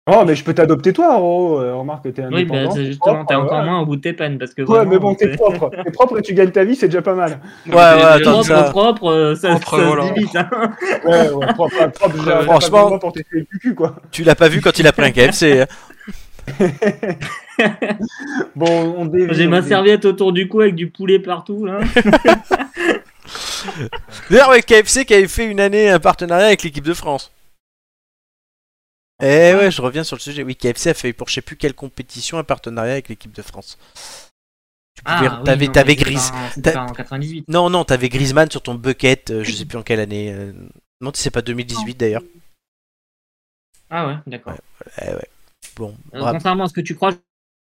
B: Oh, mais je peux t'adopter toi, Ro. euh, Remarque que t'es
C: oui, bah,
B: indépendant.
C: c'est justement, t'es
B: propre,
C: encore
B: ouais.
C: moins au bout de tes peines parce que.
B: Ouais,
C: vraiment,
B: mais bon, t'es
C: c'est-
B: propre. T'es propre et tu gagnes ta vie, c'est déjà pas mal.
D: Ah,
A: Ouais, ouais,
C: Le
A: attends,
C: Propre,
A: ça.
C: propre, euh, ça,
D: Propre,
C: ça se
D: voilà.
C: limite. hein.
B: Ouais, ouais, propre, propre. j'ai- j'ai
A: Franchement.
B: pas besoin pour tester le cul, quoi.
A: Tu l'as pas vu quand il a pris un KFC. hein.
B: Bon, on dévie.
C: J'ai
B: on
C: ma
B: dévie.
C: serviette autour du cou avec du poulet partout. Là.
A: D'ailleurs, avec KFC qui avait fait une année un partenariat avec l'équipe de France. Eh ouais, je reviens sur le sujet. Oui, KFC a fait pour je sais plus quelle compétition un partenariat avec l'équipe de France. Tu pouvais, t'avais,
C: Ah, non,
A: t'avais
C: mais c'est
A: Gris-
C: pas- c'est
A: t'a-
C: pas en 98.
A: Non, non, t'avais Griezmann sur ton bucket, euh, je sais plus en quelle année. euh, Non, c'est pas 2018 d'ailleurs.
C: Ah ouais, d'accord.
A: Eh ouais. Bon,
C: Euh,
A: bravo.
C: Contrairement à ce que tu crois,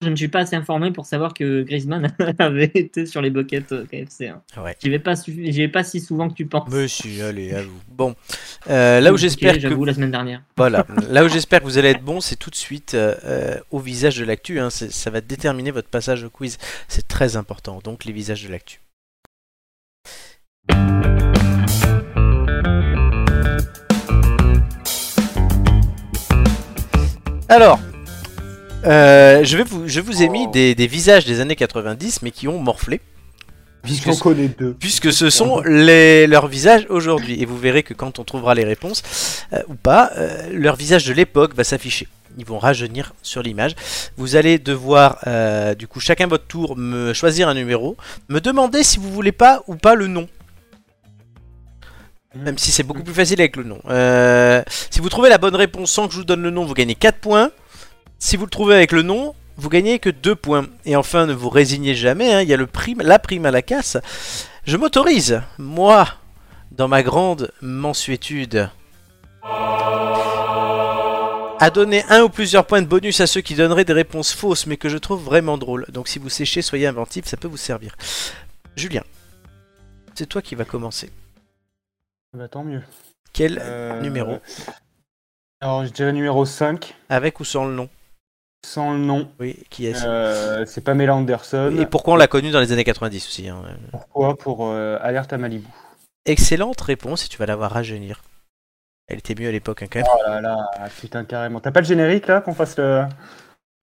C: je ne suis pas assez informé pour savoir que Griezmann avait été sur les buckets euh, KFC. hein.
A: Ouais.
C: J'y vais pas, su- j'y vais pas si souvent que tu penses.
A: Monsieur, allez, à vous. Bon, euh, là où
C: Ok,
A: j'espère que
C: J'avoue, la semaine dernière.
A: Voilà, là où j'espère que vous allez être bon, c'est tout de suite euh, euh, au visage de l'actu. hein. C'est- Ça va déterminer votre passage au quiz. C'est très important, donc les visages de l'actu. Alors, euh, je, vais vous, je vous ai mis des, des visages des années 90, mais qui ont morflé. Puisque
B: J'en connais deux.
A: puisque ce sont les, leurs visages aujourd'hui. Et vous verrez que quand on trouvera les réponses, euh, ou pas, euh, leur visage de l'époque va s'afficher. Ils vont rajeunir sur l'image. Vous allez devoir, euh, du coup, chacun votre tour, me choisir un numéro, me demander si vous voulez pas ou pas le nom. Même si c'est beaucoup plus facile avec le nom. Euh, si vous trouvez la bonne réponse sans que je vous donne le nom, vous gagnez 4 points. Si vous le trouvez avec le nom, vous gagnez que 2 points. Et enfin, ne vous résignez jamais, hein, il y a le prime, la prime à la casse. Je m'autorise, moi, dans ma grande mensuétude, à donner un ou plusieurs points de bonus à ceux qui donneraient des réponses fausses, mais que je trouve vraiment drôles. Donc si vous séchez, soyez inventif, ça peut vous servir. Julien, c'est toi qui vas commencer.
B: Bah, tant mieux.
A: Quel
B: Euh,
A: Bah, numéro
B: Alors, je dirais numéro 5,
A: Avec ou sans le nom
B: sans le nom.
A: Oui, qui est
B: Euh, c'est Pamela Anderson.
A: Et pourquoi on l'a connu dans les années 90 aussi hein.
B: Pourquoi Pour euh, Alerte à Malibu.
A: Excellente réponse et tu vas la voir rajeunir. Elle était mieux à l'époque hein, quand même.
B: Oh là là, putain, carrément. T'as pas le générique là qu'on fasse le.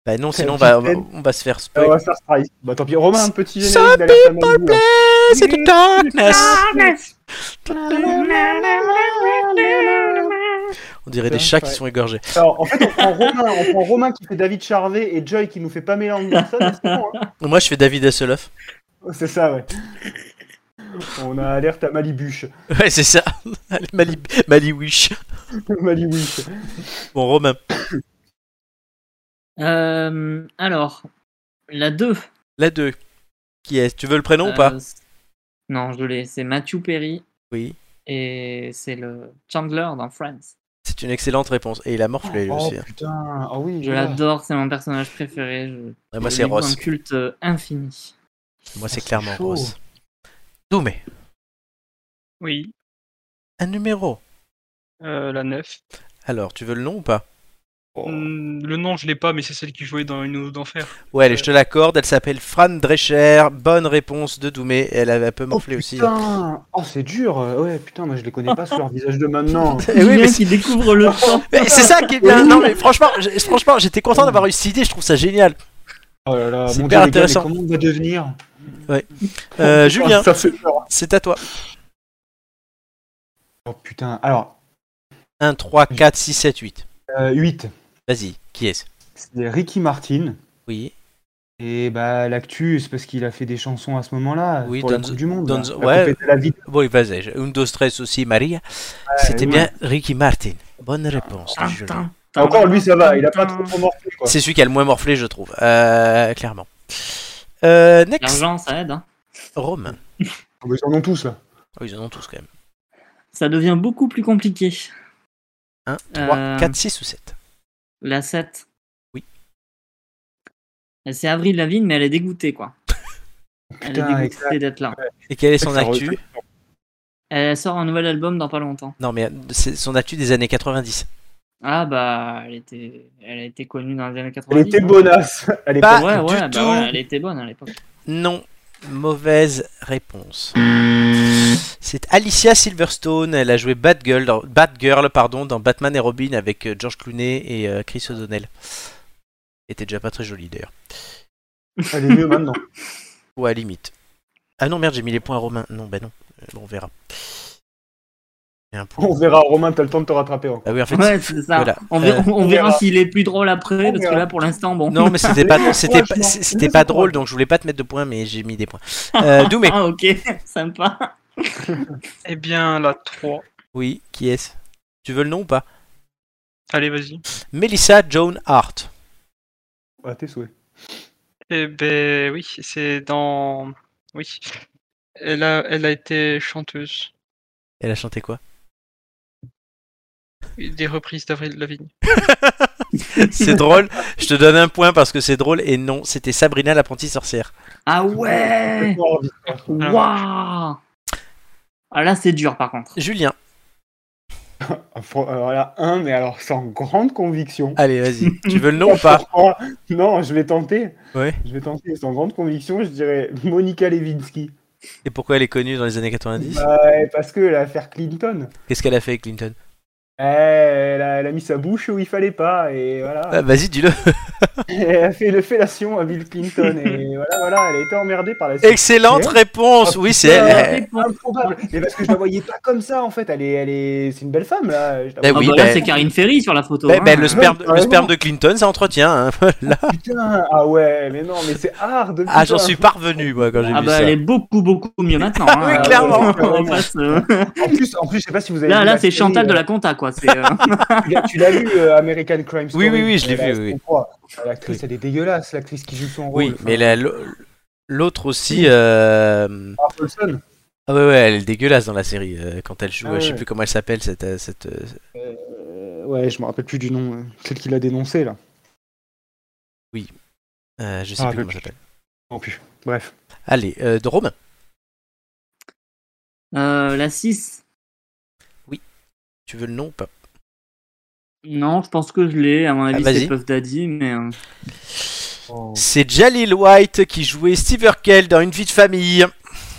A: Bah non, sinon on
B: Quelle
A: va, on va-
B: vitesse.
A: on va se faire
B: Ah,
A: spoil.
B: on va se faire strike. Bah tant pis, Romain, un petit
A: Some
B: générique d'Alerte à Malibu, hein. là.
A: C'est the darkness. On dirait des chats qui sont égorgés.
B: Alors, en fait, on prend, Romain, on prend Romain qui fait David Charvet et Joy qui nous fait Pamela Anderson. et c'est bon, hein.
A: Moi, je fais David Hasselhoff.
B: C'est ça, ouais. On a alerte à Malibuche.
A: Ouais, c'est ça. Mali, Mali Wish.
B: Malibuche.
A: Bon, Romain.
C: Euh, alors, la 2.
A: La 2. Qui est Tu veux le prénom ou
B: Euh,
A: pas
C: Non, je l'ai. C'est Matthew Perry
A: Oui.
C: et c'est le Chandler dans Friends.
A: C'est une excellente réponse. Et il a morflé, lui
B: Oh
A: aussi. hein.
B: putain, ah oui.
C: Je
B: là.
C: l'adore, c'est mon personnage préféré. je-
A: Oh. Ah, moi,
C: je
B: Oh,
A: c'est
C: lui dois
A: Ross.
C: Un culte euh, infini.
A: Moi, c'est
B: c'est
A: clairement
B: chaud.
A: Ross. Doumé.
D: Oui,
A: Un numéro.
D: euh, la 9.
A: Alors, tu veux le nom ou pas
D: Mm, Le nom, je l'ai pas, mais c'est celle qui jouait dans Une eau d'enfer.
A: Ouais, allez, je te l'accorde. Elle s'appelle Fran Drescher. Bonne réponse de Doumé. Elle avait un peu
B: Oh
A: morflé aussi.
B: putain, oh c'est dur. Ouais, putain, moi je les connais pas sur leur visage de maintenant.
A: Eh oui, mais
C: qui découvre le temps.
A: Mais c'est ça qui est bien. Non, mais franchement, j'ai- franchement, j'étais content d'avoir eu cette idée. Je trouve ça génial.
B: Oh là là,
A: C'est hyper
B: mon dieu, les gars, mais
A: intéressant.
B: comment on va devenir
A: Euh, Julien,
B: Oh, ça fait peur.
A: c'est à toi.
B: Oh putain, alors, euh,
A: 1, 3, 4, 6, 7, 8.
B: 8,
A: Vas-y, qui est-ce
B: c'est Ricky Martin.
A: Oui.
B: Et bah, l'actu, c'est parce qu'il a fait des chansons à ce moment-là
A: Oui,
B: pour la
A: Don's-
B: Coupe du Monde.
A: Don's-
B: là.
A: ouais.
B: La Coupe de la vie.
A: Oui, vas-y. j'ai- Un, deux, stress aussi, Maria. C'était
B: oui.
A: bien Ricky Martin. Bonne réponse.
C: Ah,
A: de Julien.
B: Encore lui, ça va, il a pas trop morflé quoi.
A: C'est celui qui a le moins morflé, je trouve. Euh, clairement. Euh, next,
C: L'argent, ça aide. hein.
A: Rome.
B: Ah, mais Ils en ont tous là.
A: Oh, ils en ont tous quand même.
C: Ça devient beaucoup plus compliqué.
A: 1, 3,
C: Euh,
A: 4, 6 ou 7.
C: La 7.
A: Oui.
C: Elle, C'est Avril Lavigne, mais elle est dégoûtée, quoi. elle
B: Putain,
C: est
B: exact.
C: dégoûtée d'être là.
A: Et quelle est son
B: Ça re-
A: actu
C: Elle sort un nouvel album dans pas longtemps.
A: Non, mais euh, c'est son actu des années 90.
C: Ah, bah, elle, était... elle a été connue dans les années 90.
B: Elle était Ah,
C: hein.
B: bonasse. Elle est
A: Bah,
C: Ouais, ouais,
A: du
C: bah,
A: tout.
C: voilà, elle était bonne à l'époque.
A: Non. Mauvaise réponse. C'est Alicia Silverstone. Elle a joué Batgirl dans, Batgirl, pardon, dans Batman et Robin avec euh, George Clooney et euh, Chris O'Donnell. Elle était déjà pas très jolie d'ailleurs.
B: Elle est mieux maintenant.
A: Ou à la limite. Ah non, merde, j'ai mis les points à Romain. Non, bah non. Euh, Bon, on verra. Et un point.
B: On verra, Romain, t'as le temps de te rattraper hein. encore.
A: Ah oui, en fait,
C: Ouais, c'est ça.
A: voilà.
C: On verra,
A: Euh,
C: on
B: on
C: verra
B: verra.
C: s'il est plus drôle après,
B: On
C: parce que
B: verra.
C: là, pour l'instant, bon.
A: Non, mais c'était pas, c'était pas,
B: Franchement,
A: c'était
B: laisse
A: pas
B: le
A: drôle, donc je voulais pas te mettre de points, mais j'ai mis des points. Euh, Doumé,
C: Ah, ok, sympa.
D: Eh bien, la 3.
A: oui, qui est-ce Tu veux le nom ou pas
D: Allez, vas-y.
A: Melissa Joan Hart.
B: Ah, tes souhaits.
D: Eh ben, oui, c'est dans. Oui. Elle a, elle a été chanteuse.
A: Elle a chanté quoi
D: Des reprises d'Avril Lavigne.
A: C'est drôle, je te donne un point parce que c'est drôle, et non, c'était Sabrina l'apprentie sorcière.
C: Ah ouais
B: Complètement hors de-
C: Waouh Ah là, c'est dur, par contre.
A: Julien,
B: Ah, fr- Alors là, un, mais alors sans grande conviction.
A: allez, vas-y. Tu veux le nom ou pas
B: Franchement, Non, je vais tenter.
A: Ouais.
B: Je vais tenter sans grande conviction, je dirais Monica Lewinsky.
A: Et pourquoi elle est connue dans les années 90
B: Ouais, parce que l'affaire Clinton,
A: Qu'est-ce qu'elle a fait avec Clinton
B: elle a, elle a mis sa bouche où il fallait pas, et voilà.
A: Ah, Vas-y, dis-le.
B: Elle a fait le fellation à Bill Clinton, et voilà, voilà, elle a été emmerdée par la suite.
A: Excellente réponse, Euh, oui, c'est
B: putain.
A: elle. Eh,
C: Après, pour-
B: Improbable. Mais parce que je la voyais pas comme ça en fait. Elle est, elle est, c'est une belle femme là. Je la
A: Eh
C: Ah
A: oui,
C: bah là,
A: ben-
C: c'est Karine Ferry sur la photo.
A: Ben,
C: hein.
A: ben, le, sperme,
B: Ouais,
A: le sperme de Clinton, ça entretient. hein. Là,
B: Putain, ah ouais, mais non, mais c'est hard.
A: ah, j'en
B: putain.
A: suis parvenu, moi, quand j'ai
C: Ah
A: vu
C: bah,
A: ça.
C: elle est beaucoup, beaucoup mieux maintenant. hein.
A: Oui,
C: Euh,
A: clairement.
C: on passe, euh,
B: En plus, en plus, je sais pas si vous avez.
C: Là,
B: vu
C: là,
B: la
C: c'est
B: série,
C: Chantal de
B: euh,
C: la Compta, quoi. c'est, euh,
B: Tu l'as- tu l'as vu euh, American Crime Story.
A: oui, oui, je l'ai
B: euh, la
A: vu,
B: saison
A: oui.
B: 3. Ah, L'actrice, elle est dégueulasse, l'actrice qui joue son rôle.
A: Oui,
B: Enfin,
A: mais la- l'autre aussi. euh,
B: Sarah Paulson,
A: Ah ouais, ouais, elle est dégueulasse dans la série euh, quand elle joue.
B: Ah
A: euh, Je sais
B: ouais.
A: plus comment elle s'appelle cette. euh, cette euh,
B: euh, ouais, je me rappelle plus du nom. euh, Celle qui l'a dénoncé là.
A: euh, je sais
B: Ah,
A: plus
B: le-
A: comment elle s'appelle.
B: Non plus. Bref.
A: Allez, euh, de Romain.
C: euh, la 6.
A: Tu veux le nom ou pas
C: Non, je pense que je l'ai. À mon avis,
A: Ah, vas-y.
C: c'est Puff Daddy, mais. euh,
A: C'est Jalil White qui jouait Steve Urkel dans Une vie de famille.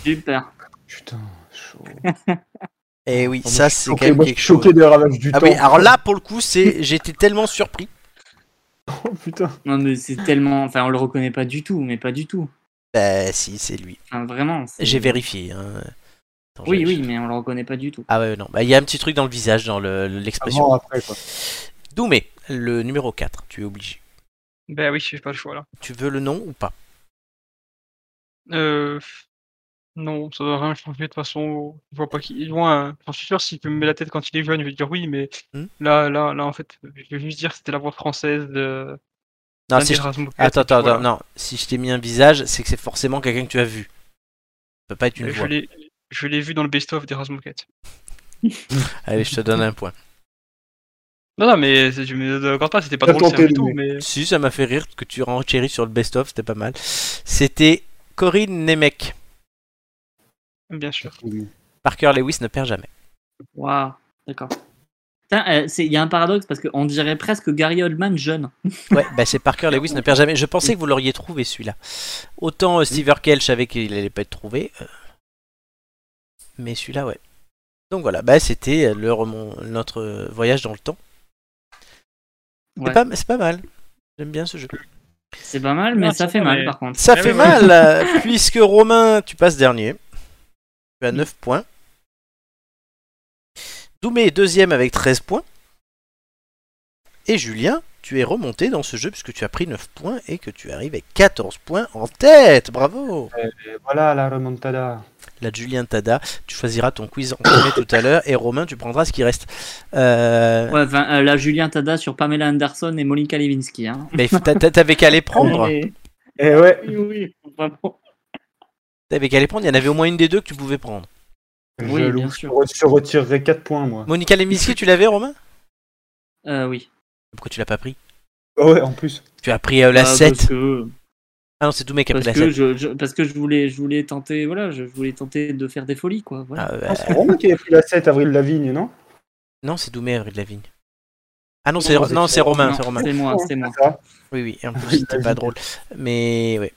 C: Super.
B: Putain, chaud.
A: Eh oui,
B: Oh, moi,
A: ça
B: je suis
A: c'est
B: choqué,
A: quand même
B: moi, je
A: quelque
B: suis
A: chose.
B: choqué des ravages du
A: Ah
B: temps.
A: oui, alors là pour le coup, c'est j'étais tellement surpris.
B: Oh, putain.
C: Non, mais c'est tellement. Enfin, on le reconnaît pas du tout, mais pas du tout.
A: Bah si, c'est lui.
C: Enfin, vraiment. c'est-
A: J'ai vérifié. hein. Attends,
C: Oui,
A: j'ai-
C: oui, mais on le reconnaît pas du tout.
A: Ah ouais, non. Bah, Il y a un petit truc dans le visage, dans le- l'expression.
B: Avant, après quoi.
A: Doumé, le numéro 4, tu es obligé.
D: Ben oui, j'ai pas le choix là.
A: Tu veux le nom ou pas
D: Euh... Non, ça doit rien changer de toute façon. Je vois pas qui. Loin, hein. J'en suis sûr, si tu me mets la tête quand il est jeune, je vais dire oui, mais
A: Hmm.
D: là, là, là, en fait, je vais juste dire que c'était la voix française de.
A: Non,
D: d'Andy
A: si je-
D: Rasmussen,
A: Attends,
D: et puis
A: attends,
D: voilà.
A: attends, non. Si je t'ai mis un visage, c'est que c'est forcément quelqu'un que tu as vu. Ça peut pas être une
D: Euh, Je
A: voix.
D: l'ai, je l'ai vu dans le best-of des Rasmoquettes.
A: Allez, je te donne un point.
D: Non, non, mais c'est- je me d'accord pas, c'était pas
B: T'as
D: drôle, c'est
B: tenté,
D: rien du tout,
B: Louis.
D: mais.
A: Si, ça m'a fait rire que tu renchéris sur le best-of, c'était pas mal. C'était Corinne Nemec.
D: Bien sûr.
A: Parker Lewis ne perd jamais.
C: Waouh. D'accord. Putain, euh, c'est- il y a un paradoxe parce qu'on dirait presque Gary Oldman jeune.
A: Ouais, bah c'est Parker Lewis ne perd jamais. Je pensais que vous l'auriez trouvé celui-là. Autant euh, Steve Urkel, je savais qu'il allait pas être trouvé. euh, Mais celui-là, ouais. Donc voilà, bah c'était euh, le remon- notre euh, voyage dans le temps. C'est
C: Ouais.
A: pas, c'est pas mal. J'aime bien ce jeu.
C: C'est pas mal, mais
D: Non,
C: ça
D: c'est
C: fait
D: pas
C: mal
D: mal.
C: par contre.
A: Ça
D: Ah
A: fait
D: oui,
A: mal, euh, puisque Romain, tu passes dernier. Tu as
D: Mm.
A: 9 points. Doumé est deuxième avec 13 points. Et Julien, tu es remonté dans ce jeu puisque tu as pris 9 points et que tu arrives avec 14 points en tête. Bravo
B: Et voilà la remontada.
A: La Julien Tada, tu choisiras ton quiz en premier tout à l'heure et Romain, tu prendras ce qui reste. Euh,
C: Ouais, enfin, euh, la Julien Tada sur Pamela Anderson et Monica Lewinsky. Hein.
A: mais faut- t'a- t'a- t'avais qu'à les prendre.
C: Mais-
B: Et Eh ouais,
C: Oui, oui, vraiment.
A: T'avais qu'à les prendre. Il y en avait au moins une des deux que tu pouvais prendre.
C: Oui,
B: je,
C: bien
B: loue,
C: sûr.
B: je re- je retirerai 4 points, moi.
A: Monica Leminski, tu l'avais, Romain
C: Euh, oui.
A: Pourquoi tu l'as pas pris
B: Ah ouais, en plus.
A: Tu as pris euh, la
C: Ah,
D: Bah,
C: parce
A: 7.
C: que-
A: Ah non, c'est tout mec qui a pris
C: Parce
A: la
C: que,
A: 7.
C: je, je- parce que je voulais, je voulais tenter, voilà, je voulais tenter de faire des folies, quoi. Voilà.
A: Ah, ouais.
B: Ah, c'est Romain qui avait pris la 7 avril Lavigne, non
A: Non, c'est Doumé, Avril de la Vigne. Ah non,
B: Non,
A: c'est
B: non, c'est-
A: non, c'est Romain,
C: Non,
A: c'est Romain.
C: c'est moi, c'est moi.
B: Ça.
A: Oui, oui, et en plus c'était pas drôle. Mais ouais,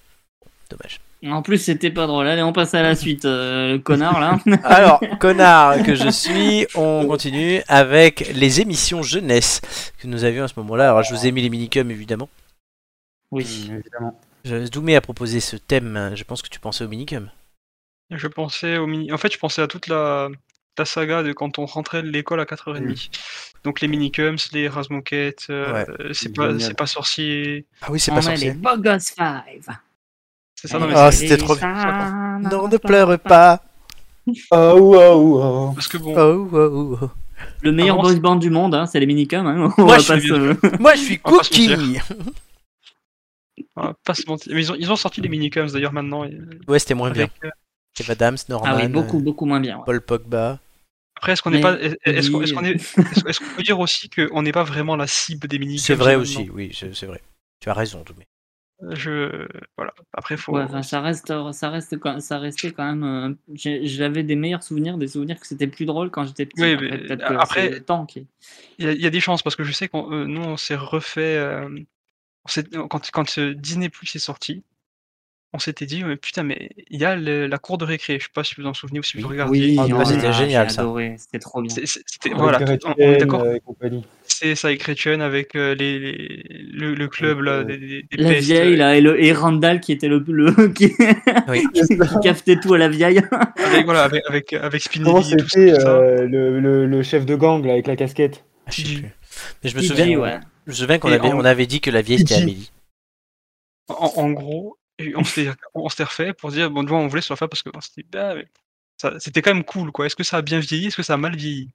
A: dommage.
C: En plus, c'était pas drôle. Allez, on passe à la suite, euh, le connard là.
A: Alors, connard que je suis, on continue avec les émissions jeunesse que nous avions à ce moment-là. Alors, je vous ai mis les minicums évidemment.
B: Mmh,
C: Oui.
B: Hmm, évidemment.
A: Je- Doumé a proposé ce thème, hein. je pense que tu pensais aux minicums.
D: Je pensais au mini. En fait, je pensais à toute la, la saga de quand on rentrait de l'école à 4h30.
A: Mm.
D: Donc les minicums, les Razmoquettes, euh, c'est pas,
B: Génial.
D: c'est pas sorcier.
A: Ah oui, c'est
C: On est les Bogos Five.
D: C'est ça, non, mais
A: Ah,
D: c'est-
A: c'était trop bien.
C: bien.
A: Non, ne pleure pas.
B: Oh, oh, oh.
D: Parce que bon,
A: Oh, oh, oh.
C: Le meilleur
D: Ah, bon,
C: boys band du monde, hein, c'est les minicums. Hein. On
A: Moi,
C: va
A: je
C: pas
D: suis
C: se-
A: Moi, je suis
D: On va pas se
A: cookie.
D: on va pas se mentir. Mais ils ont, ils ont sorti les minicums d'ailleurs maintenant. et-
A: Ouais, c'était moins bien.
D: avec, euh,
A: Kev Adams, Norman,
C: Ah oui, beaucoup,
A: euh,
C: beaucoup moins bien. ouais.
A: Paul Pogba.
D: Après, est-ce qu'on n'est
C: Mais-
D: pas. Est-ce qu'on
C: oui.
D: est-ce qu'on est- est-ce- est-ce qu'on peut dire aussi qu'on n'est pas vraiment la cible des minicums
A: C'est vrai
D: maintenant
A: aussi, oui, c'est c'est vrai. Tu as raison, Doumé.
D: Je. Voilà. Après, faut.
C: Ouais, enfin, ça reste, ça reste, quand- ça restait quand même. euh, j'ai- J'avais des meilleurs souvenirs, des souvenirs que c'était plus drôle quand j'étais petit.
D: Oui,
C: Après,
D: mais
C: peut-être que
D: après-
C: c'est le temps qui.
D: Il y, a- il y a des chances parce que je sais qu'on euh, nous on s'est refait euh, on s'est- euh, quand quand euh, Disney Plus est sorti, on s'était dit mais putain mais il y a le- la cour de récré, je sais pas si vous en souvenez ou si vous regardez.
C: Oui,
B: Ah,
C: oh
B: bah,
C: là
A: c'était
C: là,
A: génial,
C: j'ai
A: ça.
C: adoré, C'était trop bien.
D: C'est- c'est- C'était
B: Avec
D: voilà,
B: Gretchen,
D: on- on est d'accord,
B: euh, et compagnie.
D: c'est ça avec Gretchen, avec euh, les, les- le, le club là
B: euh,
D: des, des- des
C: La
D: pestes,
C: vieille
D: euh,
C: là et le et Randall qui était le, le qui, qui cafetait tout à la vieille.
D: euh, avec voilà avec avec, avec Spinelli
B: Comment
D: et tout ça,
B: c'était
D: tout ça.
B: euh, le, le- le chef de gang là, avec la casquette
A: Ah, je sais
D: Gigi.
A: plus. Mais je me
C: Gigi,
A: souviens,
C: ouais.
A: je me souviens qu'on
D: Et
A: avait,
D: en-
A: on avait dit que la vieille c'était
B: Gigi.
A: Amélie.
D: En, en gros, et on s'était on s'était refait pour dire bon tu vois, on voulait se refaire parce que bon, c'était bien, mais ça- c'était quand même cool quoi. Est-ce que ça a bien vieilli, est-ce que ça a mal vieilli?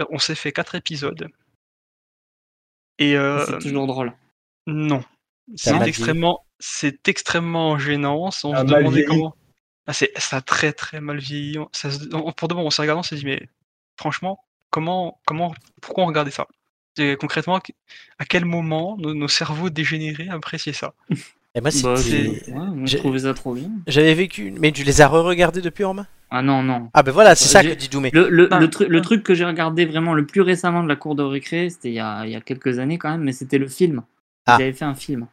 D: Euh, On s'est fait quatre épisodes. Et euh,
C: C'est toujours drôle.
D: non,
A: a
D: c'est
A: mal vieilli.
D: extrêmement c'est extrêmement gênant. On se
B: a mal
D: demandait
B: vieilli.
D: comment. Ah, c'est ça a très très mal vieilli. On- ça se- on- pour de bon, on s'est regardé, on s'est dit mais franchement comment comment pourquoi on regardait ça? Et concrètement, à quel moment nos, nos cerveaux dégénérés appréciaient ça?
A: Et moi,
C: Bah,
A: c'était-
C: c'est- ouais, moi, je
A: j'ai-
C: trouvais ça trop bien.
A: j'avais vécu. une- Mais tu les as re-regardés depuis en main
C: Ah non non.
A: Ah ben voilà, c'est ça
C: J'ai-
A: que dit Doumé.
C: Le, le,
D: Ah.
C: le, tru- le truc que j'ai regardé vraiment le plus récemment de la cour de récré, c'était il, y a- il y a quelques années quand même, mais c'était le film.
A: Ah.
C: Ils avaient fait un film.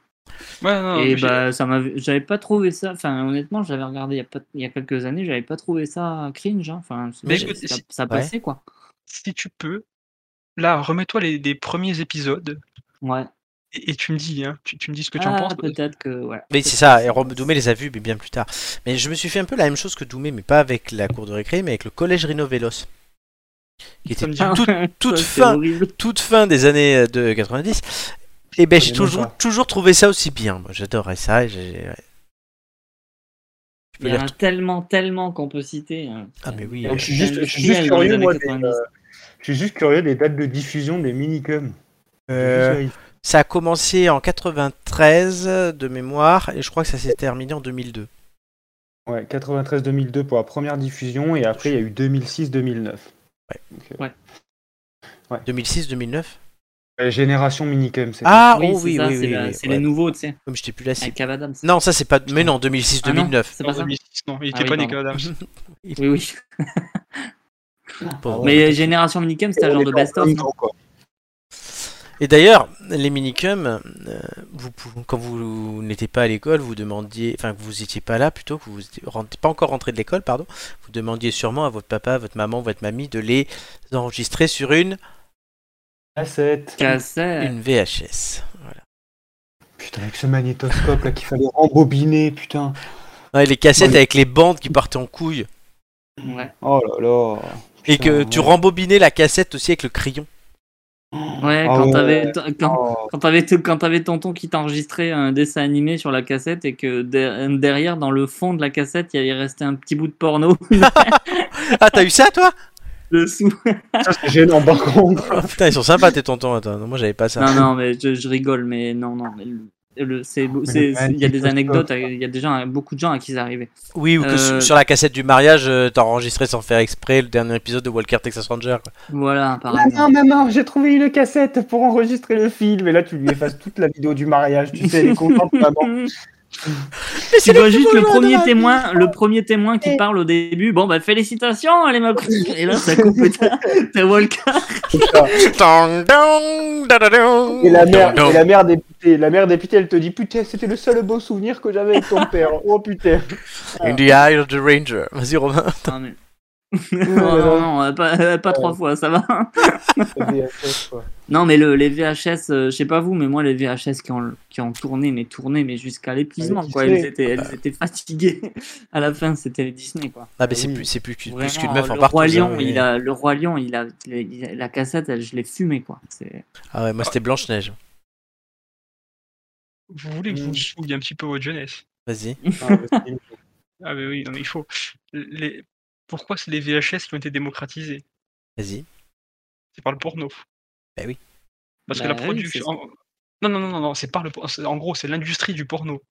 D: Ouais, non,
C: et
D: Ah, mais j'ai-
C: bah, ça m'avait- j'avais pas trouvé ça. Enfin, honnêtement, j'avais regardé il y, a pas- il y a quelques années, j'avais pas trouvé ça cringe. hein. Enfin, c'est-
D: Mais
C: c'est-
D: écoute,
C: ça,
D: si-
C: ça passait quoi.
D: si tu peux, là, remets-toi les, les premiers épisodes
C: Ouais.
D: et, et tu me dis, hein, tu, tu me dis ce que tu en
C: Ah,
D: penses.
C: peut-être que. Ouais.
A: Mais c'est ça, et Rob Doumé les a vus, mais bien plus tard. Mais je me suis fait un peu la même chose que Doumé, mais pas avec la cour de récré, mais avec le collège Rino Vélos. Qui était
D: Ça me dit-
A: tout, toute
C: Ça, c'est
A: fin.
C: horrible.
A: toute fin des années euh, de 90. Et ben
B: Je
A: j'ai
B: connais même
A: toujours,
B: pas.
A: toujours trouvé ça aussi bien. Moi, j'adorais ça. Et j'ai... ouais. Tu peux
C: Il y en
A: lire
C: a tellement, tellement qu'on peut citer. hein.
A: Ah, mais oui.
C: Il y a
A: Donc,
B: je
C: un
B: suis juste- je suis juste
C: industriel dans les
B: curieux,
C: années
B: moi, des,
C: 90.
B: euh, Je suis juste curieux des dates de diffusion des minicums.
A: Euh, Ça a commencé en 93 de mémoire et je crois que ça s'est terminé en 2002.
B: Ouais, 93-2002 pour la première diffusion et après il y a eu 2006-2009.
A: 2006-2009
B: Euh, Génération minicum, c'est
A: Ah
C: oui,
A: oh,
C: c'est
A: oui,
C: ça,
A: oui,
C: c'est
A: oui,
C: la-
A: oui,
C: c'est
A: ouais.
C: les nouveaux, tu sais,
A: Comme j'étais plus là, c'est...
C: avec Kev Adams.
A: Non, ça c'est pas... Mais non,
C: Ah
A: 2006-2009.
C: C'est pas ça.
D: Non, il
C: Ah
D: était
C: oui,
D: pas
C: pardon.
D: né, Kev Adams.
C: Oui, oui.
A: Pauvre.
C: Ah, Mais Génération Minicum, c'était un genre de best-of. non
A: Et d'ailleurs, les minicums, euh, vous, pou- quand vous n'étiez pas à l'école, vous demandiez, enfin que vous étiez pas là plutôt, que vous n'étiez pas encore rentré de l'école, pardon, vous demandiez sûrement à votre papa, votre maman, votre mamie de les enregistrer sur une,
B: Cassette.
C: Cassette.
A: une VHS. Voilà.
B: Putain, avec ce magnétoscope là qu'il fallait rembobiner, putain.
A: Ouais, les cassettes avec les bandes qui partaient en couille.
C: Ouais.
B: Oh là là.
A: et que
B: Putain,
A: tu
B: ouais.
A: rembobinais la cassette aussi avec le crayon.
C: Ouais,
B: Ah
C: quand
B: ouais.
C: t'avais t- quand,
B: Oh.
C: quand t'avais t- quand t'avais tonton qui t'enregistrait un dessin animé sur la cassette et que de- derrière, dans le fond de la cassette, il y avait resté un petit bout de porno
A: Ah, t'as eu ça, toi
C: dessous.
B: Ça, c'est gênant, par contre.
A: Oh, Putain, ils sont sympas, tes tontons. Attends, moi, j'avais pas ça.
C: Non, non, mais je, je rigole, mais non, non, mais le- le- c'est beau- c'est- c'est- il y a des anecdotes, il y a des gens, beaucoup de gens à qui ça arrivait.
A: Oui, ou que sur-
C: Euh,
A: sur la cassette du mariage, euh, t'as enregistré sans faire exprès le dernier épisode de Walker Texas Ranger. quoi.
C: Voilà, par exemple.
B: Maman, maman, j'ai trouvé une cassette pour enregistrer le film. Et là, tu lui effaces toute la vidéo du mariage. Tu sais, elle est contente, maman.
C: Tu dois juste le premier témoin, le premier témoin qui parle au début. Bon bah félicitations les mecs. Et là ça coupe. et T'as t'as Walker.
B: Putain.
A: Tang, dang, dadadong.
B: Et la mère,
A: Dang, dang.
B: et la mère députée, la mère députée, elle te dit putain, c'était le seul beau souvenir que j'avais avec ton père. Oh putain.
A: In the eye of the ranger. Vas-y, Romain.
C: Non, mais- non non, non, euh, pas, euh, pas trois fois, ça va.
B: Ça fait à chaque fois.
C: Non mais le, les VHS, euh, je sais pas vous, mais moi les VHS qui ont, qui ont tourné, mais tourné, mais jusqu'à l'épuisement quoi. Elles étaient, elles étaient fatiguées. À la fin c'était les Disney quoi.
A: Ah, mais c'est
B: oui.
A: plus, c'est plus, qu'une- plus
C: Vraiment,
A: qu'une meuf en
C: le roi
A: partout. hein. ça,
C: lion,
A: oui.
C: il a, le roi lion, il a, il a- la cassette, elle, je l'ai fumée quoi. C'est-
A: Ah ouais, moi, c'était Blanche-Neige.
D: Vous voulez
C: Mmh.
D: que je vous souvienne un petit peu votre jeunesse
A: Vas-y.
C: Mm.
B: Ah, mais c'est-
D: Ah, mais oui, non, mais il faut. Les... Pourquoi c'est les VHS qui ont été démocratisés
A: Vas-y.
D: C'est par le porno.
A: Bah oui.
D: Parce
C: Bah
D: que la
C: oui,
D: production. Non, non, non, non, non, c'est par le por- c'est- En gros, c'est l'industrie du porno.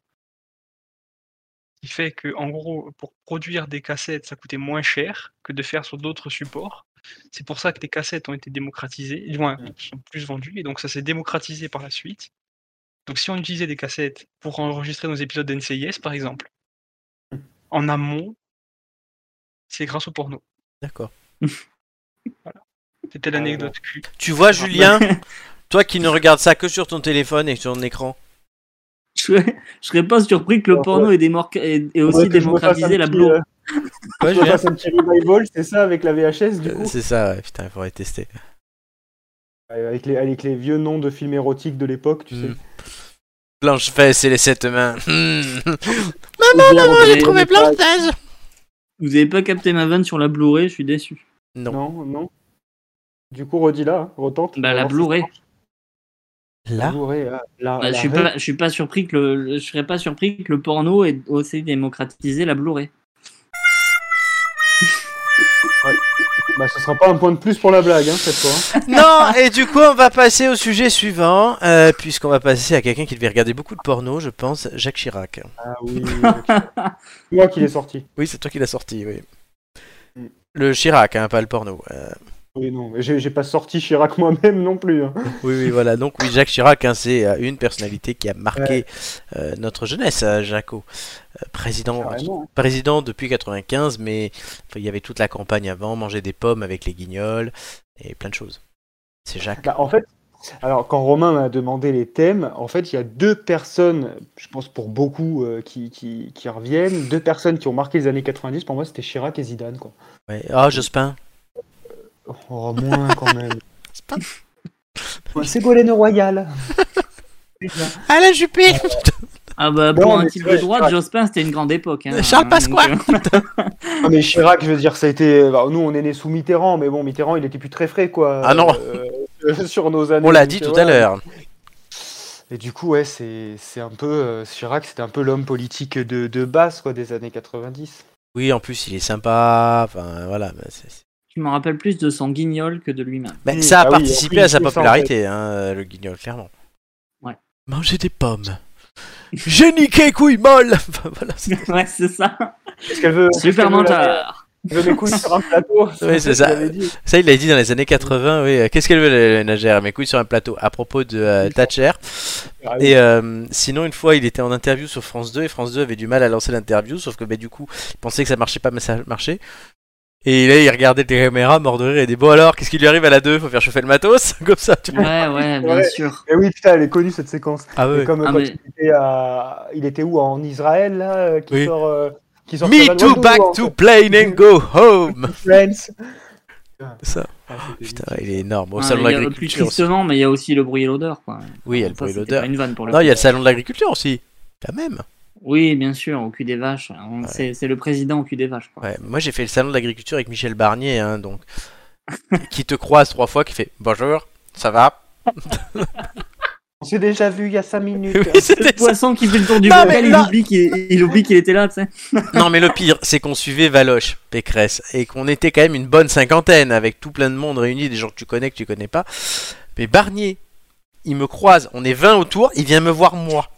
D: Qui fait que, en gros, pour produire des cassettes, ça coûtait moins cher que de faire sur d'autres supports. C'est pour ça que les cassettes ont été démocratisées, du moins, sont plus vendues, et donc ça s'est démocratisé par la suite. Donc si on utilisait des cassettes pour enregistrer nos épisodes d'NCIS, par exemple, en amont, c'est grâce au porno.
A: D'accord.
C: Ah
D: C'était l'anecdote cul.
A: Tu vois, Julien, toi qui ne regardes ça que sur ton téléphone et sur ton écran.
C: Je, je serais pas surpris que le
B: Ouais,
C: porno ait, démor- ait- ait
B: Faudrait
C: aussi
B: que je me fasse un
C: démocratisé la
B: petit,
C: blo-
B: euh,
A: Quoi,
B: Je me
A: Julien
B: fasse un petit revival, c'est ça, avec la VHS, du
A: Euh,
B: coup
A: C'est ça, ouais. Putain, il faudrait tester.
B: Ouais, avec les, avec les vieux noms de films érotiques de l'époque, tu sais.
A: Mm. Blanche fesse et les sept mains. Hmm. Oh,
C: Vous avez-
B: Oh, trouvé
A: Blanche-Neige
C: Vous avez pas capté ma vanne sur la Blu-ray, je suis déçu.
B: Non, non. Du coup, redis là, hein, retente.
C: Bah la
B: Alors,
C: Blu-ray.
B: La
A: Là
B: Blu-ray, là. Ah, la-
C: Bah,
B: la
C: je suis
B: ré-
C: pas, je suis pas surpris que le, le- je serais pas surpris que le porno ait aussi démocratisé la Blu-ray.
B: Bah, ce sera pas un point de plus pour la blague, hein, cette fois. hein.
A: Non, et du coup, on va passer au sujet suivant, euh, puisqu'on va passer à quelqu'un qui devait regarder beaucoup de porno, je pense, Jacques Chirac.
B: Ah oui. c'est moi qui l'ai sorti.
A: Oui, c'est toi qui l'as sorti, oui.
B: Mm.
A: Le Chirac, hein, pas le porno. euh.
B: Oui, non, mais j'ai j'ai pas sorti Chirac moi-même non plus. hein.
A: oui, oui, voilà. Donc, oui, Jacques Chirac, hein, c'est euh, une personnalité qui a marqué euh, notre jeunesse, euh, Jaco. Euh, président,
B: Carrément.
A: président depuis 95, mais enfin, il y avait toute la campagne avant, manger des pommes avec les guignols, et plein de choses. C'est Jacques.
B: Bah, en fait, alors quand Romain m'a demandé les thèmes, en fait, il y a deux personnes, je pense pour beaucoup, euh, qui, qui, qui reviennent, deux personnes qui ont marqué les années 90. Pour moi, c'était Chirac et Zidane, quoi.
A: Ouais. Ah, Jospin.
B: Oh, moins quand même.
F: Ségolène Royal.
A: Alain Juppé
C: Ah bah pour
B: Non,
C: un
B: mais
C: type
B: c'est vrai,
C: de droite,
B: Chirac.
C: Jospin c'était une grande époque. hein.
A: Charles Pasqua.
C: Donc,
B: Ah, mais Chirac, je veux dire, ça a été. bah, nous, on est né sous Mitterrand, mais bon, Mitterrand, il était plus très frais, quoi.
A: Ah non.
B: euh, sur nos années.
A: On l'a
B: donc,
A: dit
B: euh,
A: tout à
B: voilà.
A: l'heure.
B: Et du coup, ouais, c'est c'est un peu. euh, Chirac, c'était un peu l'homme politique de, de base, quoi, des années 90.
A: Oui, en plus, il est sympa. Enfin, voilà. mais c'est- c'est-
C: je me rappelle plus de son guignol que de lui-même.
A: Mais
B: Oui,
A: ça a
B: bah oui,
A: participé
B: en plus,
A: à sa
B: il est sympa,
A: popularité, hein, le guignol, clairement.
C: Ouais.
A: Manger des pommes. J'ai niqué couilles molles Enfin, voilà, c'est-
C: ouais c'est ça.
B: Est-ce qu'elle veut. est-ce
C: Super
B: qu'elle veut la-
C: menteur.
B: Je veux mes couilles sur un plateau.
A: Oui, c'est
B: ce que
A: ça.
B: j'avais dit.
A: Ça, il l'a dit dans les années 80. Oui. euh, Qu'est-ce qu'elle veut, la la nagère Mes couilles sur un plateau. À propos de euh, Thatcher.
B: Ah oui.
A: Et euh, sinon, une fois, il était en interview sur France 2 et France 2 avait du mal à lancer l'interview, sauf que bah, du coup, il pensait que ça marchait pas, mais ça marchait. Et là, il regardait les caméras, mort de rire, et il dit Bon alors, qu'est-ce qui lui arrive à la 2 Faut faire chauffer le matos Comme ça, tu vois.
C: Ouais ouais bien
B: Ouais.
C: sûr.
B: Eh oui, putain, elle est connue cette séquence.
A: Ah
B: Et
A: ouais.
B: Comme
C: Ah,
B: quand
C: mais-
B: il, était à- il était où En Israël, là euh, Qui
A: Oui.
B: sort. euh, qui sort
A: Me
B: Savane
A: too
B: Wando,
A: back
B: en-
A: to plane and go home
B: Friends.
A: Ça,
B: Ah, c'était
A: putain, il est énorme. Au
C: Ouais,
A: salon de
C: Ah, mais il y a- plus
A: l'agriculture aussi.
C: tristement, mais il y a aussi le bruit et l'odeur quoi.
A: Oui, il y a le
C: Ça,
A: bruit et
C: c'était
A: l'odeur.
C: pas une vanne pour le
A: Non,
C: coup.
A: il y a le salon de l'agriculture aussi. Quand même.
C: Oui, bien sûr, au cul des vaches. On- C'est c'est le président au cul des vaches. Quoi.
A: Ouais, moi, j'ai fait le salon de l'agriculture avec Michel Barnier, hein, donc. qui te croise trois fois, qui fait Bonjour. Ça va
F: On s'est déjà vu il y a 5 minutes.
A: Oui, c'était
C: Le poisson qui fait le tour du
A: Non,
C: bocal,
A: mais
C: il
A: là-
C: oublie qu'il il oublie qu'il était là, tu sais.
A: Non, mais le pire, c'est qu'on suivait Valoche, Pécresse, et qu'on était quand même une bonne cinquantaine, avec tout plein de monde réuni, des gens que tu connais, que tu connais pas. Mais Barnier, il me croise, on est 20 autour, il vient me voir moi.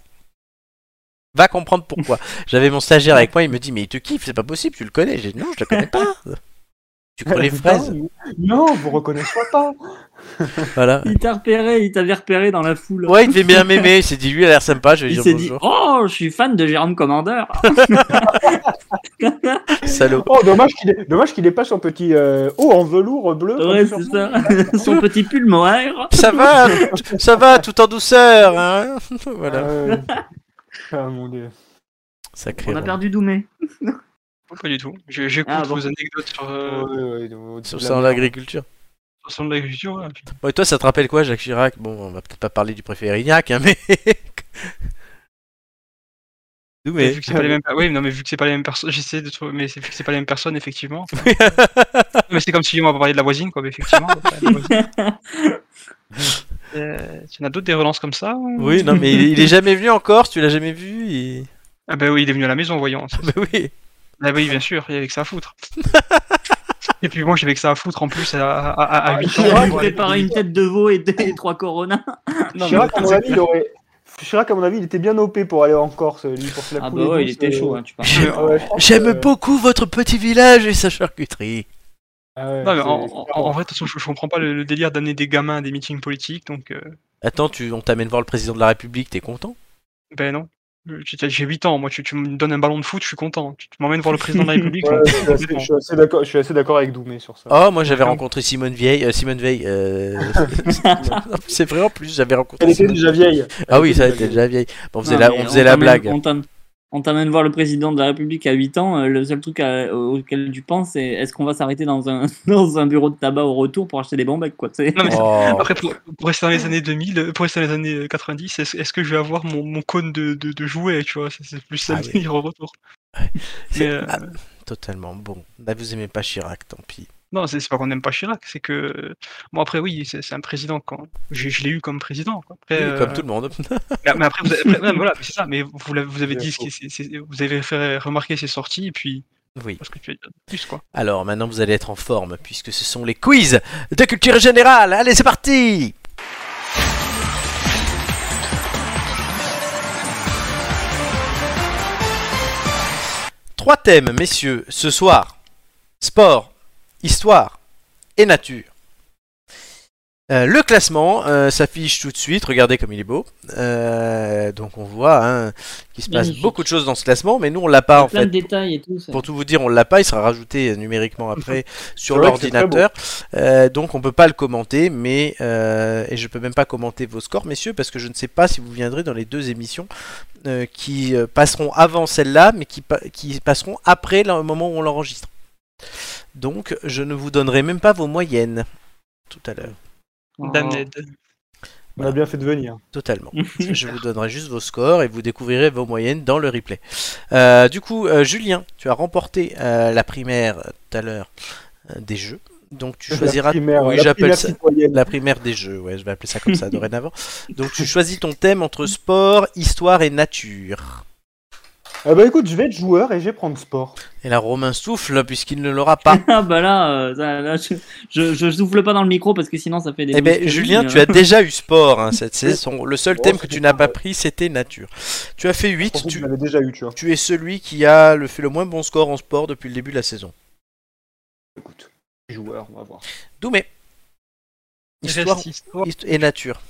A: Va comprendre pourquoi. J'avais mon stagiaire avec moi, il me dit Mais il te kiffe, c'est pas possible, tu le connais. J'ai dit Non, je le connais pas. Tu crois les fraises
B: Non, vous reconnaissez pas.
A: Voilà.
C: Il t'a repéré, il t'avait repéré dans la foule.
A: Ouais, il devait bien m'aimer, il s'est dit Lui, il a l'air sympa, je vais
C: il
A: lui
C: s'est
A: dire
C: dit
A: bonjour.
C: Oh, je suis fan de Jérôme Commandeur.
A: Salaud.
B: Oh, dommage qu'il ait, dommage qu'il ait pas son petit euh, haut en velours bleu. comme
C: ouais,
B: sur
C: c'est
B: son-
C: ça. Son petit pull mohair.
A: Ça va, ça va, tout en douceur. hein voilà.
B: Euh, Ah mon dieu.
A: Sacré.
C: On a
A: Romain.
C: perdu Doumé.
D: Non, Pas du tout. Je- J'écoute
C: Ah, bon.
D: vos anecdotes sur, euh,
B: Ouais, ouais, ouais,
A: Sur
B: de
A: ça, en
B: merde.
A: l'agriculture.
D: sur son agriculture. ouais, puis-
A: Bon, et toi, ça te rappelle quoi, Jacques Chirac Bon, on va peut-être pas parler du préfet Erignac, hein, mais.
D: Mais
A: Doumé.
D: vu que c'est pas les mêmes. Oui, non, mais vu que c'est pas les mêmes personnes, j'essaie de trouver. Mais c'est vu que c'est pas les mêmes personnes, effectivement. Non, mais c'est comme si on va parler de la voisine, quoi. Mais effectivement. on va parler de la voisine. Euh, tu en as d'autres des relances comme ça ou-
A: Oui, non, mais il, il est jamais venu en Corse, tu l'as jamais vu il-
D: Ah bah oui, il est venu à la maison, voyons.
A: Bah oui.
D: Ah oui, bien sûr, il y avait que ça à foutre. Et puis moi, j'avais que ça à foutre en plus à, à, à,
B: Ah,
D: 8
B: Chirac,
D: ans.
C: Il préparait une tête de veau et, deux- et trois coronas.
B: Chirac, à mon avis, il aurait. Chirac, à mon avis, il était bien OP pour aller en Corse, lui, pour se la
C: Ah bah
B: couler
C: ouais, il
B: douce,
C: était
B: euh,
C: chaud, hein, tu parles.
A: J'aime-
B: ah ouais, je pense
A: J'aime
B: que-
A: beaucoup votre petit village et sa charcuterie.
B: Ah ouais,
D: Non, mais en,
B: c'est-
D: en- en vrai, de toute façon, je, je comprends pas le, le délire d'amener des gamins à des meetings politiques, donc euh,
A: Attends, tu, on t'amène voir le président de la République, t'es content
D: ben non. J'ai j'ai 8 ans, moi, tu, tu me donnes un ballon de foot, je suis content. Tu, tu m'emmènes voir le président de la République.
B: Ouais,
D: donc,
B: je suis assez- je suis assez d'accord- je suis assez d'accord avec Doumé sur ça.
A: Oh, moi j'avais
D: Non.
A: rencontré Simone Veil. euh, Simone Veil. euh, C'est vrai en plus, j'avais rencontré.
B: Elle était
A: Simone-
B: déjà vieille.
A: Ah oui, ça était déjà vieille. Bon, on faisait
C: Non,
A: la,
C: mais
A: on faisait la
C: t'amène-
A: blague.
C: on t'am- On t'amène voir le président de la République à 8 ans. euh, Le seul truc à- au- auquel tu penses, c'est est-ce qu'on va s'arrêter dans un, dans un bureau de tabac au retour pour acheter des bons becs, quoi. tu sais.
D: Non, mais-
A: Oh.
D: Après, pour, pour rester dans les années 2000, euh, pour rester dans les années euh, 90, est-ce est-ce que je vais avoir mon, mon cône de, de, de jouet, tu vois C'est c'est plus ça
A: Ah
D: le
A: oui.
D: délire au retour.
A: C'est-
D: Mais, euh,
A: ah, totalement bon. Bah, vous aimez pas Chirac, tant pis.
D: Non, c'est c'est pas qu'on n'aime pas Chirac, c'est que. Bon, après, oui, c'est c'est un président quand. Je, je l'ai eu comme président. quoi. Après,
A: Oui, Comme
D: euh,
A: tout le monde.
D: Mais, mais après, vous avez, après- non, mais voilà, mais c'est ça. Mais vous, l'avez- vous avez
B: Bien
D: dit ce qui, c'est- c'est- vous avez fait remarquer ses sorties, et puis
A: Oui.
D: parce que tu as dit plus quoi.
A: Alors maintenant vous allez être en forme puisque ce sont les quiz de culture générale. Allez c'est parti Trois thèmes messieurs ce soir. Sport, histoire et nature. Euh, le classement euh, s'affiche tout de suite, regardez comme il est beau. Euh, donc on voit hein, qu'il se passe
C: Magnifique.
A: beaucoup de choses dans ce classement, mais nous on l'a pas en
C: Plein
A: fait.
C: de détails et tout. ça.
A: Pour tout vous dire, on l'a pas, il sera rajouté numériquement après sur
B: C'est vrai que c'est
A: l'ordinateur. Euh, donc on peut pas le commenter, mais euh, et je peux même pas commenter vos scores, messieurs, parce que je ne sais pas si vous viendrez dans les deux émissions euh, qui euh, passeront avant celle-là, mais qui, pa- qui passeront après le moment où on l'enregistre. Donc je ne vous donnerai même pas vos moyennes tout à l'heure,
C: Oh.
D: Damned.
B: On a bien fait de venir.
A: totalement. je vous donnerai juste vos scores et vous découvrirez vos moyennes dans le replay. Euh, du coup, euh, Julien, tu as remporté euh, la primaire euh, tout à l'heure euh, des jeux. Donc tu choisiras.
B: La primaire,
A: oui,
B: la
A: j'appelle
B: primaire
A: ça
B: citoyenne.
A: la primaire des jeux. Ouais, je vais appeler ça comme ça dorénavant. Donc tu choisis ton thème entre sport, histoire et nature.
B: Ah bah écoute, je vais être joueur et je vais prendre sport.
A: Et là, Romain souffle puisqu'il ne l'aura pas.
C: Ah bah là, euh, ça- là, je, je, je souffle pas dans le micro parce que sinon ça fait des. euh.
A: Eh ben,
C: hein.
A: Julien, tu as déjà eu sport hein, cette saison. Le seul
B: Bon,
A: thème
B: c'est
A: que tu
B: bon,
A: n'as pas
B: ouais.
A: pris, c'était nature. Tu as fait 8.
B: Tu
A: Tu,
B: l'avais déjà eu, tu vois.
A: tu es celui qui a le, fait le moins bon score en sport depuis le début de la saison.
B: Écoute, joueur, on va voir.
A: Doumé. Histoire
D: Reste histoire.
A: hist- et nature.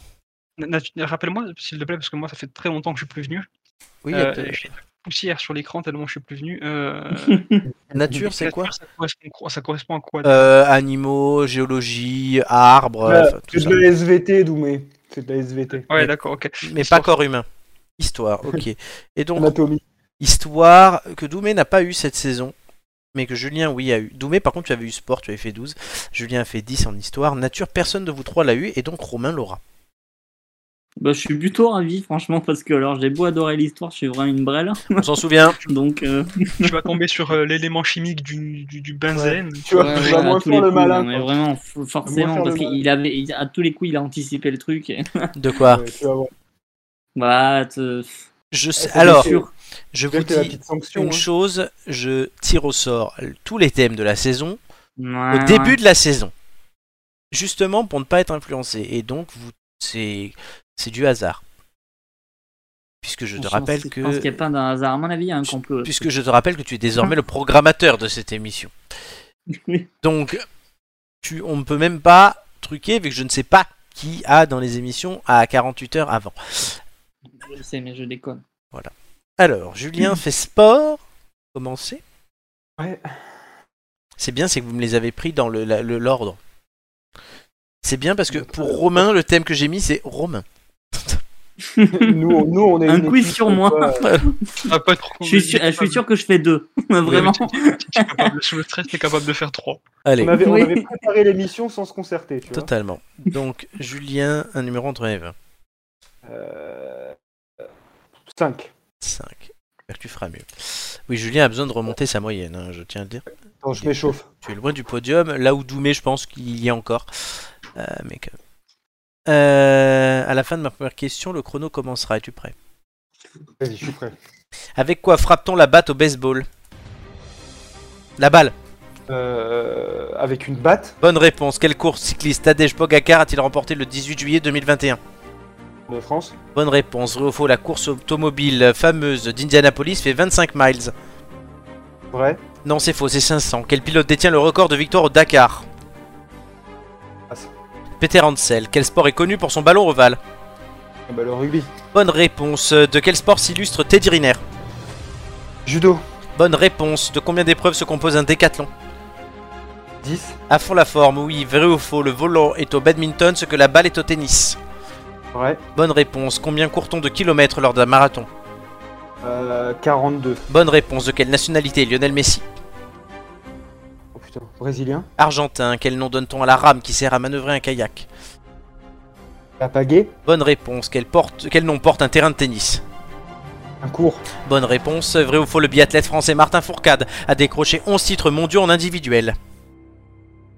D: Na- na- Rappelle-moi s'il te plaît, parce que moi ça fait très longtemps que je suis plus venu.
A: Oui,
D: Euh,
A: euh,
D: j'ai de la poussière sur l'écran tellement je suis plus venu. Euh,
A: nature, c'est quoi
D: ça correspond, ça correspond à quoi
A: Euh, Animaux, géologie, arbres,
B: Ouais,
A: enfin, tout
B: Bah, C'est
A: ça.
B: de la SVT, Doumé. C'est de la SVT.
D: Ouais, d'accord, ok.
A: Mais
D: Histoire.
A: pas corps humain. Histoire, ok. Et donc,
B: Anatomie.
A: histoire que Doumé n'a pas eu cette saison, mais que Julien, oui, a eu. Doumé, par contre, tu avais eu sport, tu avais fait 12. Julien a fait 10 en histoire. Nature, personne de vous trois l'a eu, et donc Romain l'aura.
C: Bah, je suis plutôt ravi, franchement, parce que alors j'ai beau adorer l'histoire, je suis vraiment une brêle.
A: On s'en souvient.
C: Donc, euh,
D: Tu vas tomber sur euh, l'élément chimique du, du, du benzène. euh,
B: Tu vois,
C: ouais,
B: tu
C: ouais,
B: vas
C: à
B: moins
C: tous les
B: faire le
C: coups,
B: malin.
C: non, mais
B: quoi.
C: vraiment, f-
B: Moins
C: forcément,
B: faire
C: parce
B: le malin.
C: qu'il avait, il- à tous les coups, il a anticipé le truc. et-
A: De quoi
B: Ouais, tu vas voir.
C: Bah, te-
A: Je sais-
B: Ah, ça,
A: Alors,
B: c'est sûr.
A: je vous
B: Peut-être la
A: dis
B: petite sanction.
A: une
B: hein.
A: chose, je tire au sort tous les thèmes de la saison
C: ouais,
A: au
C: ouais.
A: début de la saison. Justement pour ne pas être influencé. Et donc, vous- c'est c'est du hasard. Puisque je te
C: Franchement,
A: rappelle
C: Je pense
A: que.
C: qu'il n'y a pas d'un hasard. À mon avis, il y a un
A: Pu-
C: complot.
A: Puisque je te rappelle que tu es désormais le programmateur de cette émission.
C: Oui.
A: Donc, tu, on ne peut même pas truquer, vu que je ne sais pas qui a dans les émissions à 48 heures avant.
C: Je sais, mais je déconne.
A: Alors, Julien fait sport. Commencez.
B: Ouais.
A: C'est bien, c'est que vous me les avez pris dans le- la- le- l'ordre. C'est bien parce que pour Romain, le thème que j'ai mis, c'est Romain.
B: Nous, on- nous, on est
C: Un
B: une
C: quiz
B: équipe,
C: sur
B: donc,
C: moi.
B: euh,
D: Ah, pas trop.
C: Je suis, sûr, je suis sûr que je fais deux. Vraiment.
D: T'es capable- Sous le stress, t'es capable de faire 3.
A: Allez,
B: on, avait, on
C: Oui.
B: avait préparé l'émission sans se concerter. Tu vois.
A: totalement. Donc, Julien, un numéro entre Eve.
B: 5.
A: 5. J'espère que tu feras mieux. Oui, Julien a besoin de remonter sa moyenne, hein, je tiens à le dire.
B: Attends, je m'échauffe.
A: Tu es loin du podium, là où Doumé, je pense qu'il y est encore. Euh, mais que- Euh, à la fin de ma première question, le chrono commencera. Es-tu prêt
B: Vas-y, je suis prêt.
A: Avec quoi frappe-t-on la batte au baseball La balle.
B: Euh, avec une batte,
A: Bonne réponse. Quelle course cycliste Tadej Pogacar a-t-il remporté le 18 juillet 2021
B: de France,
A: Bonne réponse. Vrai ou faux, la course automobile fameuse d'Indianapolis fait 25 miles.
B: vrai,
A: Non, c'est faux, c'est 500. Quel pilote détient le record de victoire au Dakar
B: Passe.
A: Peter Hansel. Quel sport est connu pour son ballon ovale
B: Ah bah, le rugby,
A: Bonne réponse. De quel sport s'illustre Teddy Riner
B: judo,
A: Bonne réponse. De combien d'épreuves se compose un décathlon
B: 10,
A: À fond la forme, oui, vrai ou faux, le volant est au badminton ce que la balle est au tennis.
B: vrai,
A: Bonne réponse. Combien court-on de kilomètres lors d'un marathon
B: euh, 42.
A: Bonne réponse. De quelle nationalité est Lionel Messi
B: Oh putain, brésilien,
A: Argentin. Quel nom donne-t-on à la rame qui sert à manœuvrer un kayak
B: la pagaie,
A: Bonne réponse. Quel, porte... Quel nom porte un terrain de tennis
B: un cours,
A: Bonne réponse. Vrai ou faux, le biathlète français Martin Fourcade a décroché 11 titres mondiaux en individuel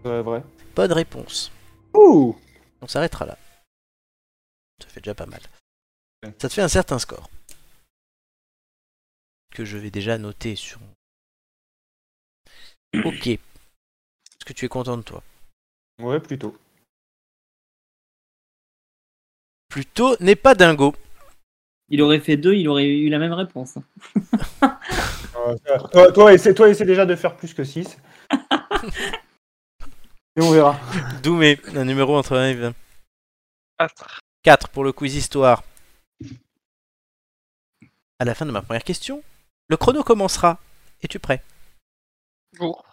B: euh, vrai.
A: Bonne réponse.
B: Ouh
A: On s'arrêtera là. Ça fait déjà pas mal. Ça te fait un certain score. Que je vais déjà noter sur. Ok. Est-ce que tu es content de toi
B: Ouais, plutôt.
A: Plutôt n'est pas dingo.
C: Il aurait fait deux, il aurait eu la même réponse.
B: Euh, toi, toi, essaie, toi, essaie déjà de faire plus que 6. Et on verra.
A: Doumé, un numéro entre 1 et 20.
D: Ah,
A: 4 pour le quiz histoire. À la fin de ma première question, le chrono commencera. Es-tu prêt
D: Pour.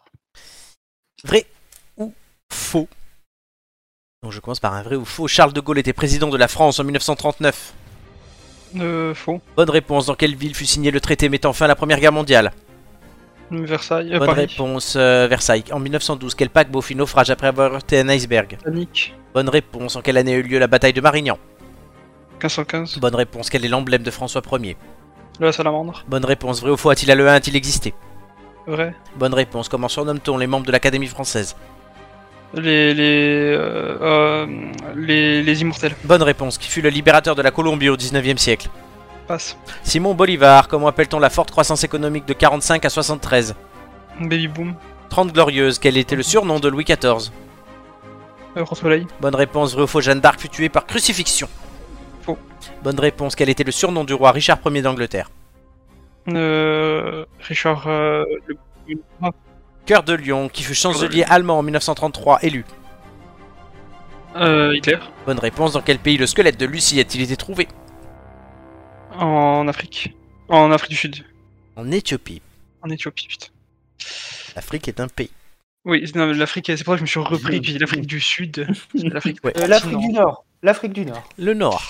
A: Vrai ou faux Donc je commence par un vrai ou faux. Charles de Gaulle était président de la France en 1939.
D: Euh, faux.
A: Bonne réponse. Dans quelle ville fut signé le traité mettant fin à la Première Guerre mondiale
D: Versailles. euh,
A: Bonne
D: Paris.
A: réponse. euh, Versailles. En 1912, quel paquebot fit naufrage après avoir heurté un iceberg
D: Panique.
A: Bonne réponse. En quelle année a eu lieu la bataille de Marignan
D: 1515.
A: Bonne réponse. Quel est l'emblème de François 1er
D: La salamandre.
A: Bonne réponse. Vrai ou faux A-t-il à le 1 A-t-il existé
D: Vrai.
A: Bonne réponse. Comment surnomme-t-on les membres de l'Académie française
D: Les. Les. euh, euh, les, les immortels.
A: Bonne réponse. Qui fut le libérateur de la Colombie au 19e siècle
D: Passe.
A: Simon Bolivar. Comment appelle-t-on la forte croissance économique de 45 à 73
D: Baby boom.
A: 30 glorieuses. Quel était le surnom de Louis XIV
D: Euh, Roi Soleil.
A: Bonne réponse. Vrai ou faux Jeanne d'Arc fut tuée par crucifixion
D: Faux.
A: Bonne réponse. Quel était le surnom du roi Richard Ier d'Angleterre
D: Euh, Richard. euh, le... Ah,
A: Cœur de Lion, qui fut chancelier allemand en 1933, élu.
D: euh, Hitler.
A: Bonne réponse. Dans quel pays le squelette de Lucie a-t-il été trouvé
D: En Afrique. En Afrique du Sud.
A: En Éthiopie.
D: En Éthiopie, putain.
A: L'Afrique est un pays.
D: Oui, c'est- non, mais l'Afrique, c'est pour ça que je me suis repris, que j'ai dit l'Afrique du Sud. L'Afrique
A: Ouais.
F: Euh, L'Afrique du Nord. L'Afrique du Nord.
A: Le Nord.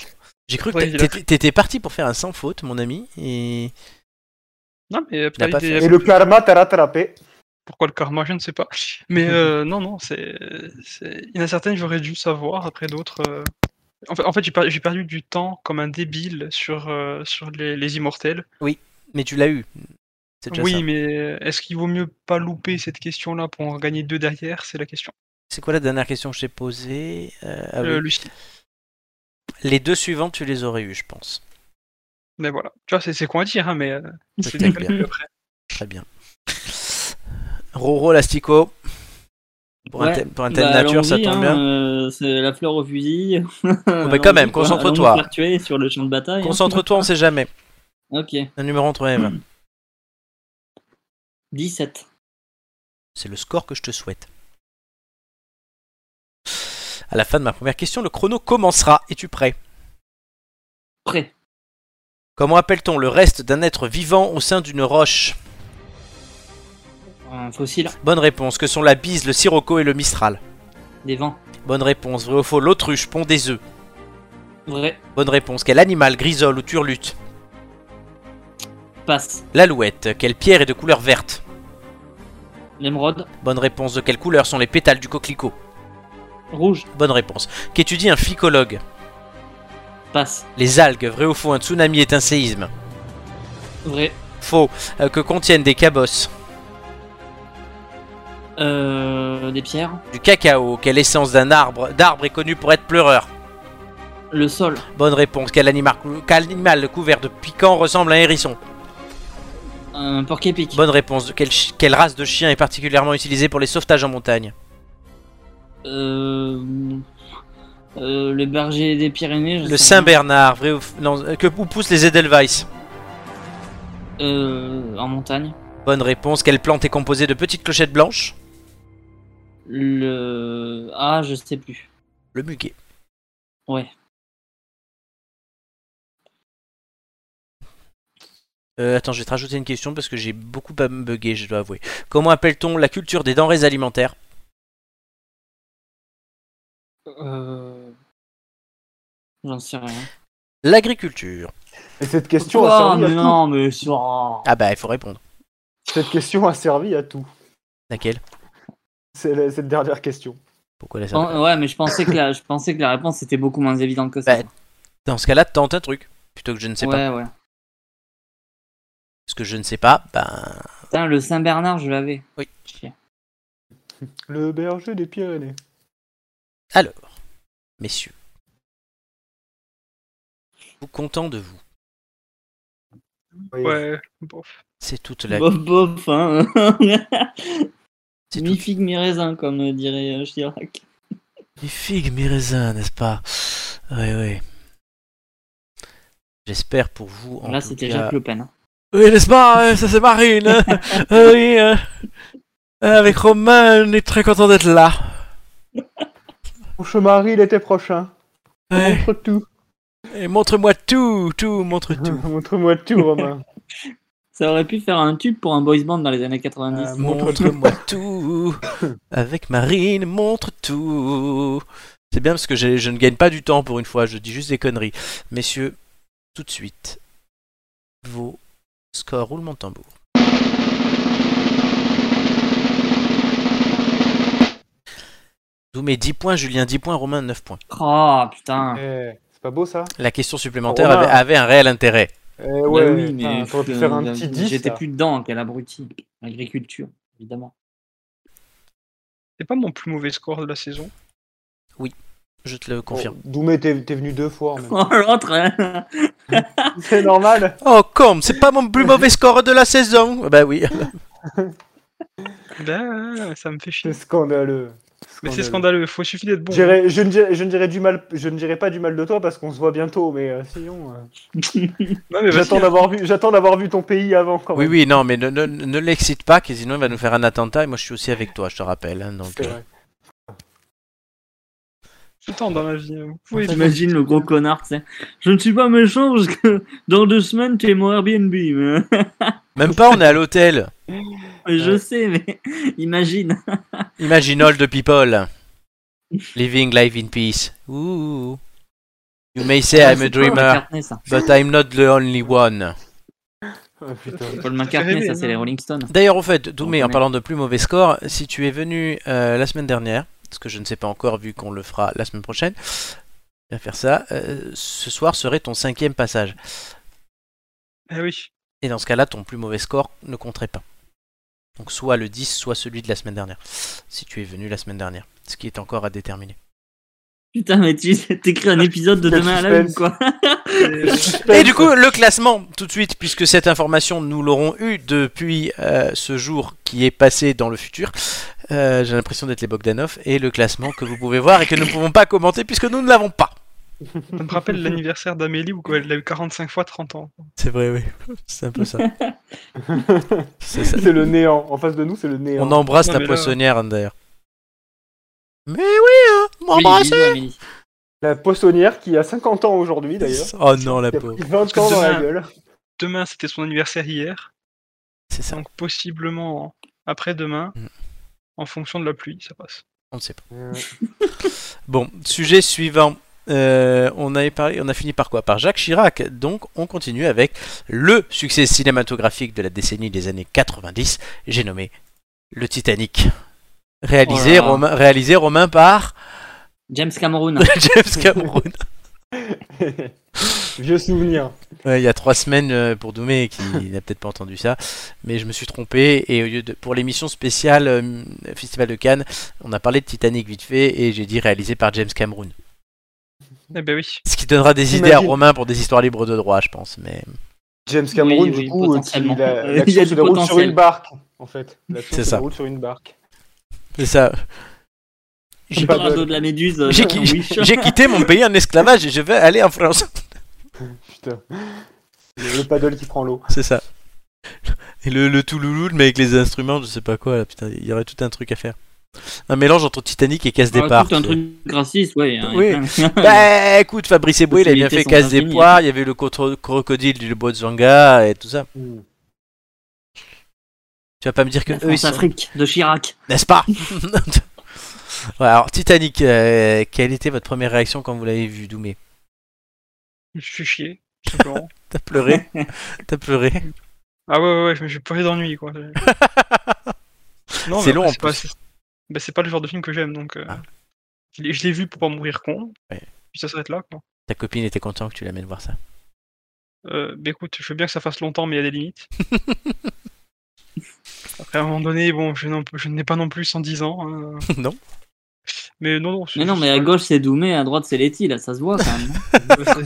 A: J'ai cru que
D: Ouais,
A: t'a-
D: il a-
A: t'étais- t'étais parti pour faire un sans faute, mon ami, et
D: Non, mais
A: l'as
D: pas
A: pas
D: idée-
B: Et le karma t'a rattrapé.
D: pourquoi le karma, je ne sais pas. Mais euh, non, non, c'est. c'est- Il y en a certaines, j'aurais dû savoir, après d'autres. euh, En fait, en fait, j'ai per- j'ai perdu du temps comme un débile sur, euh, sur les, les immortels.
A: Mais tu l'as eu. C'est déjà
D: Oui,
A: ça.
D: mais euh, est-ce qu'il vaut mieux pas louper cette question-là pour en gagner deux derrière C'est la question.
A: C'est quoi la dernière question que je t'ai posée Euh, ah oui.
D: Euh, Lucie.
A: Les deux suivants, tu les aurais eu, je pense.
D: Mais voilà. Tu vois, c'est- c'est quoi à dire, hein, mais euh,
A: Je
D: c'est
A: t'ai
D: des
A: bien.
D: calculs après.
A: Très bien. Roro Lastico. Pour, un
C: Ouais,
A: thème, pour un thème
C: Bah,
A: nature, ça
C: allons-y,
A: tombe
C: hein,
A: bien.
C: euh, c'est la fleur au fusil.
A: mais quand même,
C: Allons-y, quoi.
A: concentre-toi.
C: Allons nous faire tuer sur le champ de bataille. hein.
A: Concentre-toi, on sait jamais.
C: Ok,
A: Un numéro entre Eve.
C: 17.
A: C'est le score que je te souhaite. À la fin de ma première question, le chrono commencera. Es-tu prêt
C: Prêt.
A: Comment appelle-t-on le reste d'un être vivant au sein d'une roche
C: Un fossile,
A: Bonne réponse. Que sont la bise, le sirocco et le mistral
C: des vents.
A: Bonne réponse. Vrai ou faux L'autruche pond des œufs.
C: Vrai,
A: Bonne réponse. Quel animal grisole ou turlute
C: passe.
A: L'alouette. Quelle pierre est de couleur verte
C: L'émeraude,
A: Bonne réponse. De quelle couleur sont les pétales du coquelicot
C: rouge,
A: Bonne réponse. Qu'étudie un phycologue
C: passe.
A: Les algues. Vrai ou faux Un tsunami est un séisme.
C: Vrai,
A: Faux. Euh, que contiennent des cabosses
C: euh, des pierres.
A: Du cacao, quelle essence d'un arbre d'arbre est connue pour être pleureur
C: Le sol,
A: Bonne réponse, quel animal, cou- quel animal couvert de piquants ressemble à un hérisson
C: un porc épic.
A: Bonne réponse, de quelle, chi- quelle race de chien est particulièrement utilisée pour les sauvetages en montagne
C: Euh, euh, le berger des Pyrénées. je
A: Le
C: sais
A: Saint-Bernard, vrai ou f- non, euh, que où poussent les Edelweiss
C: rien. Euh, en montagne.
A: Bonne réponse, quelle plante est composée de petites clochettes blanches
C: Le. Ah, je sais plus.
A: Le muguet.
C: Ouais.
A: Euh, attends, je vais te rajouter une question parce que j'ai beaucoup à me bugger, je dois avouer. Comment appelle-t-on la culture des denrées alimentaires
C: Euh... J'en sais rien.
A: L'agriculture.
B: Et cette question, a
C: Oh,
B: servi à
C: mais
B: tout.
C: non, mais sur.
A: Ah bah, il faut répondre.
B: cette question a servi à tout.
A: Laquelle
B: C'est la- cette dernière question.
A: Pourquoi la
C: Je pen- Ouais, mais je pensais que la, je pensais que la réponse était beaucoup moins évidente que ça.
A: Bah, Dans ce cas-là, tente un truc. Plutôt que je ne sais pas.
C: ouais, ouais.
A: Parce que je ne sais pas, ben.
C: Putain, le Saint Bernard, je l'avais.
A: Oui.
C: Chier.
B: Le berger des Pyrénées.
A: Alors, messieurs. Vous content de vous.
B: Oui.
D: Ouais, bof.
A: C'est toute la.
C: Bof, bof, hein.
A: C'est
C: mi
A: toute...
C: figue, mi raisin, comme euh, dirait euh, Chirac.
A: Mes figues, mes raisins, n'est-ce pas Oui, oui. J'espère pour vous. En
C: Là,
A: tout
C: c'était
A: cas-
C: Jacques Le Pen. hein.
A: Oui, n'est-ce pas euh, Ça c'est Marine. hein Euh, oui, euh, Avec Romain, on est très content d'être là.
B: Mon chemari l'été prochain.
A: Ouais.
B: Montre tout.
A: Et montre-moi tout, tout, montre
B: Ah.
A: tout.
B: Montre-moi tout, Romain.
C: Ça aurait pu faire un tube pour un boys band dans les années 90.
B: Euh,
A: Montre-moi tout. Avec Marine, montre tout. C'est bien parce que j'ai- je ne gagne pas du temps pour une fois, je dis juste des conneries. Messieurs, tout de suite, vos scores roulement de tambour. Doumé 10 points, Julien 10 points, Romain 9 points.
C: Oh putain.
B: Eh, c'est pas beau ça
A: La question supplémentaire
B: Romain.
A: avait, avait un réel intérêt.
B: Eh ouais,
C: Bah oui, mais
B: putain, t'aurais pu
C: putain,
B: faire un
C: j'avais-
B: petit 10.
C: J'étais
B: là.
C: plus dedans, quel abruti. Agriculture, évidemment.
D: C'est pas mon plus mauvais score de la saison.
A: Je te le confirme.
B: Oh, Doumé, t'es t'es venu deux fois. en même
C: Oh, l'autre, hein.
B: temps. C'est normal.
A: Oh, comme, c'est pas mon plus mauvais score de la saison. Bah oui.
D: Ben, ça me fait chier.
B: C'est scandaleux.
D: Mais c'est scandaleux, faut suffit d'être bon.
B: J'irai- Je ne dirai, je ne dirai du mal, je ne dirai pas du mal de toi parce qu'on se voit bientôt, mais euh, sinon, euh,
D: Non, mais vas-y, hein.
B: j'attends d'avoir vu, j'attends d'avoir vu ton pays avant. Quand
A: Oui,
B: même.
A: oui, non, mais ne, ne- ne l'excite pas, que sinon il va nous faire un attentat. Et moi, je suis aussi avec toi, je te rappelle. hein, donc,
B: C'est
A: euh,
B: vrai.
D: tout le temps dans la vie. hein. Vous pouvez être-
C: T'imagines le gros connard, tu sais. Je ne suis pas méchant parce que dans deux semaines, tu es mon Airbnb. Mais...
A: Même pas, on est à l'hôtel.
C: Mais Je sais, mais imagine.
A: Imagine all the people. Living life in peace. Ooh. You may say I'm a
C: C'est Paul
A: dreamer,
C: McCartney, ça.
A: but I'm not the only one.
B: Ah, putain.
C: Paul
D: Ça fait
C: McCartney,
D: rêver,
C: ça, c'est
D: non
C: les Rolling Stones.
A: D'ailleurs, au fait, Doumé, en
C: On connaît.
A: parlant de plus mauvais score, si tu es venu euh, la semaine dernière, ce que je ne sais pas encore vu qu'on le fera la semaine prochaine, bien faire ça. Euh, ce soir serait ton cinquième passage.
D: Ah oui.
A: Et dans ce cas-là, ton plus mauvais score ne compterait pas. Donc soit le 10, soit celui de la semaine dernière. Si tu es venu la semaine dernière. Ce qui est encore à déterminer.
C: Putain, mais tu t'écris un épisode de
B: Quel
C: demain à la une,
B: suspense.
C: quoi.
A: Et du coup, le classement, tout de suite, puisque cette information, nous l'aurons eue depuis euh, ce jour qui est passé dans le futur. Euh, J'ai l'impression d'être les Bogdanov. Et le classement que vous pouvez voir et que nous ne pouvons pas commenter puisque nous ne l'avons pas.
D: Ça me rappelle l'anniversaire d'Amélie où elle l'a eu 45 fois 30 ans.
A: C'est vrai, oui. C'est un peu ça. C'est ça.
B: C'est le néant. En face de nous, c'est le néant.
A: On embrasse
D: Non,
A: ta
D: mais là-
A: poissonnière, hein, d'ailleurs. Mais oui, hein, m'embrasser.
C: Oui, bisous, Amélie.
B: La poissonnière qui a 50 ans aujourd'hui d'ailleurs.
A: Oh non, la
B: Qui a
A: pauvre.
B: pris 20
D: que
B: ans dans la
D: demain-
B: gueule.
D: Demain, c'était son anniversaire hier.
A: C'est ça,
D: Donc, possiblement après-demain,
A: Mm.
D: en fonction de la pluie, ça passe.
A: on ne sait pas. Bon, sujet suivant. Euh, on, avait parlé, on a fini par quoi Par Jacques Chirac. Donc, on continue avec le succès cinématographique de la décennie des années 90. J'ai nommé Le Titanic. Réalisé,
C: Oh là là.
A: Romain, réalisé Romain par
C: James Cameroun.
A: James Cameron.
B: Vieux souvenir.
A: Ouais, il y a trois semaines euh, pour Doumé qui n'a peut-être pas entendu ça, mais je me suis trompé et au lieu de pour l'émission spéciale euh, Festival de Cannes, on a parlé de Titanic vite fait et j'ai dit réalisé par James Cameron.
D: Eh ben oui.
A: Ce qui donnera des idées à
B: T'imagines.
A: Romain pour des histoires libres de droit, je pense. Mais
B: James Cameron,
C: Oui,
B: du
C: oui,
B: coup, euh, qui-
C: potentiellement.
B: la-
C: Euh, il y
B: l'action
C: a
B: se
C: du
B: déroule sur
C: potentiel.
B: une barque, en fait. L'action
A: C'est
B: se
A: ça.
B: déroule sur une barque.
A: c'est ça.
C: J'ai
A: J'ai
C: pas
B: pas
C: le
B: de-
C: dos de la méduse. euh,
A: j'ai
C: dans
A: qui-
C: Wish.
A: j'ai quitté mon pays en esclavage et je vais aller en France.
B: Putain. Le le paddle qui prend l'eau.
A: C'est ça. Et le, le tout louloune, mais avec les instruments, je sais pas quoi. là, putain, il y aurait tout un truc à faire. Un mélange entre Titanic et Casse
C: Ah,
A: Départ.
C: tout un
A: tu vois.
C: truc raciste, ouais. hein,
A: Oui.
C: et plein-
A: Bah écoute, Fabrice Eboué, il a bien fait
C: Possibilités sont
A: casse des
C: infinies.
A: poires, il y avait le cotro- crocodile du Botswana et tout ça.
B: Mm.
A: Tu vas pas me dire que
C: La
A: eux ils sont...
C: France-Afrique de Chirac.
A: N'est-ce pas Ouais, Alors Titanic, euh, quelle était votre première réaction quand vous l'avez vu, Doumé
D: Je me suis chié, tout simplement.
A: T'as pleuré T'as pleuré
D: ah ouais, ouais, ouais, je me suis pleuré d'ennui, quoi. Non, mais
A: C'est long,
D: après,
A: en
D: c'est pas-
A: plus.
D: c'est- bah, c'est pas le genre de film que j'aime, donc. euh,
A: Ah.
D: Je l'ai je l'ai vu pour pas mourir con.
A: Ouais.
D: Puis ça s'arrête là, quoi.
A: Ta copine était contente que tu l'amènes voir ça.
D: Euh, bah écoute, je veux bien que ça fasse longtemps, mais il y a des limites. Après, à un moment donné, bon, je n'en peux- je n'ai pas non plus 110 ans. hein.
A: non
D: Mais non, non. c'est-
C: Mais non, mais à gauche c'est Doumé, à droite c'est Letty, là ça se voit quand même.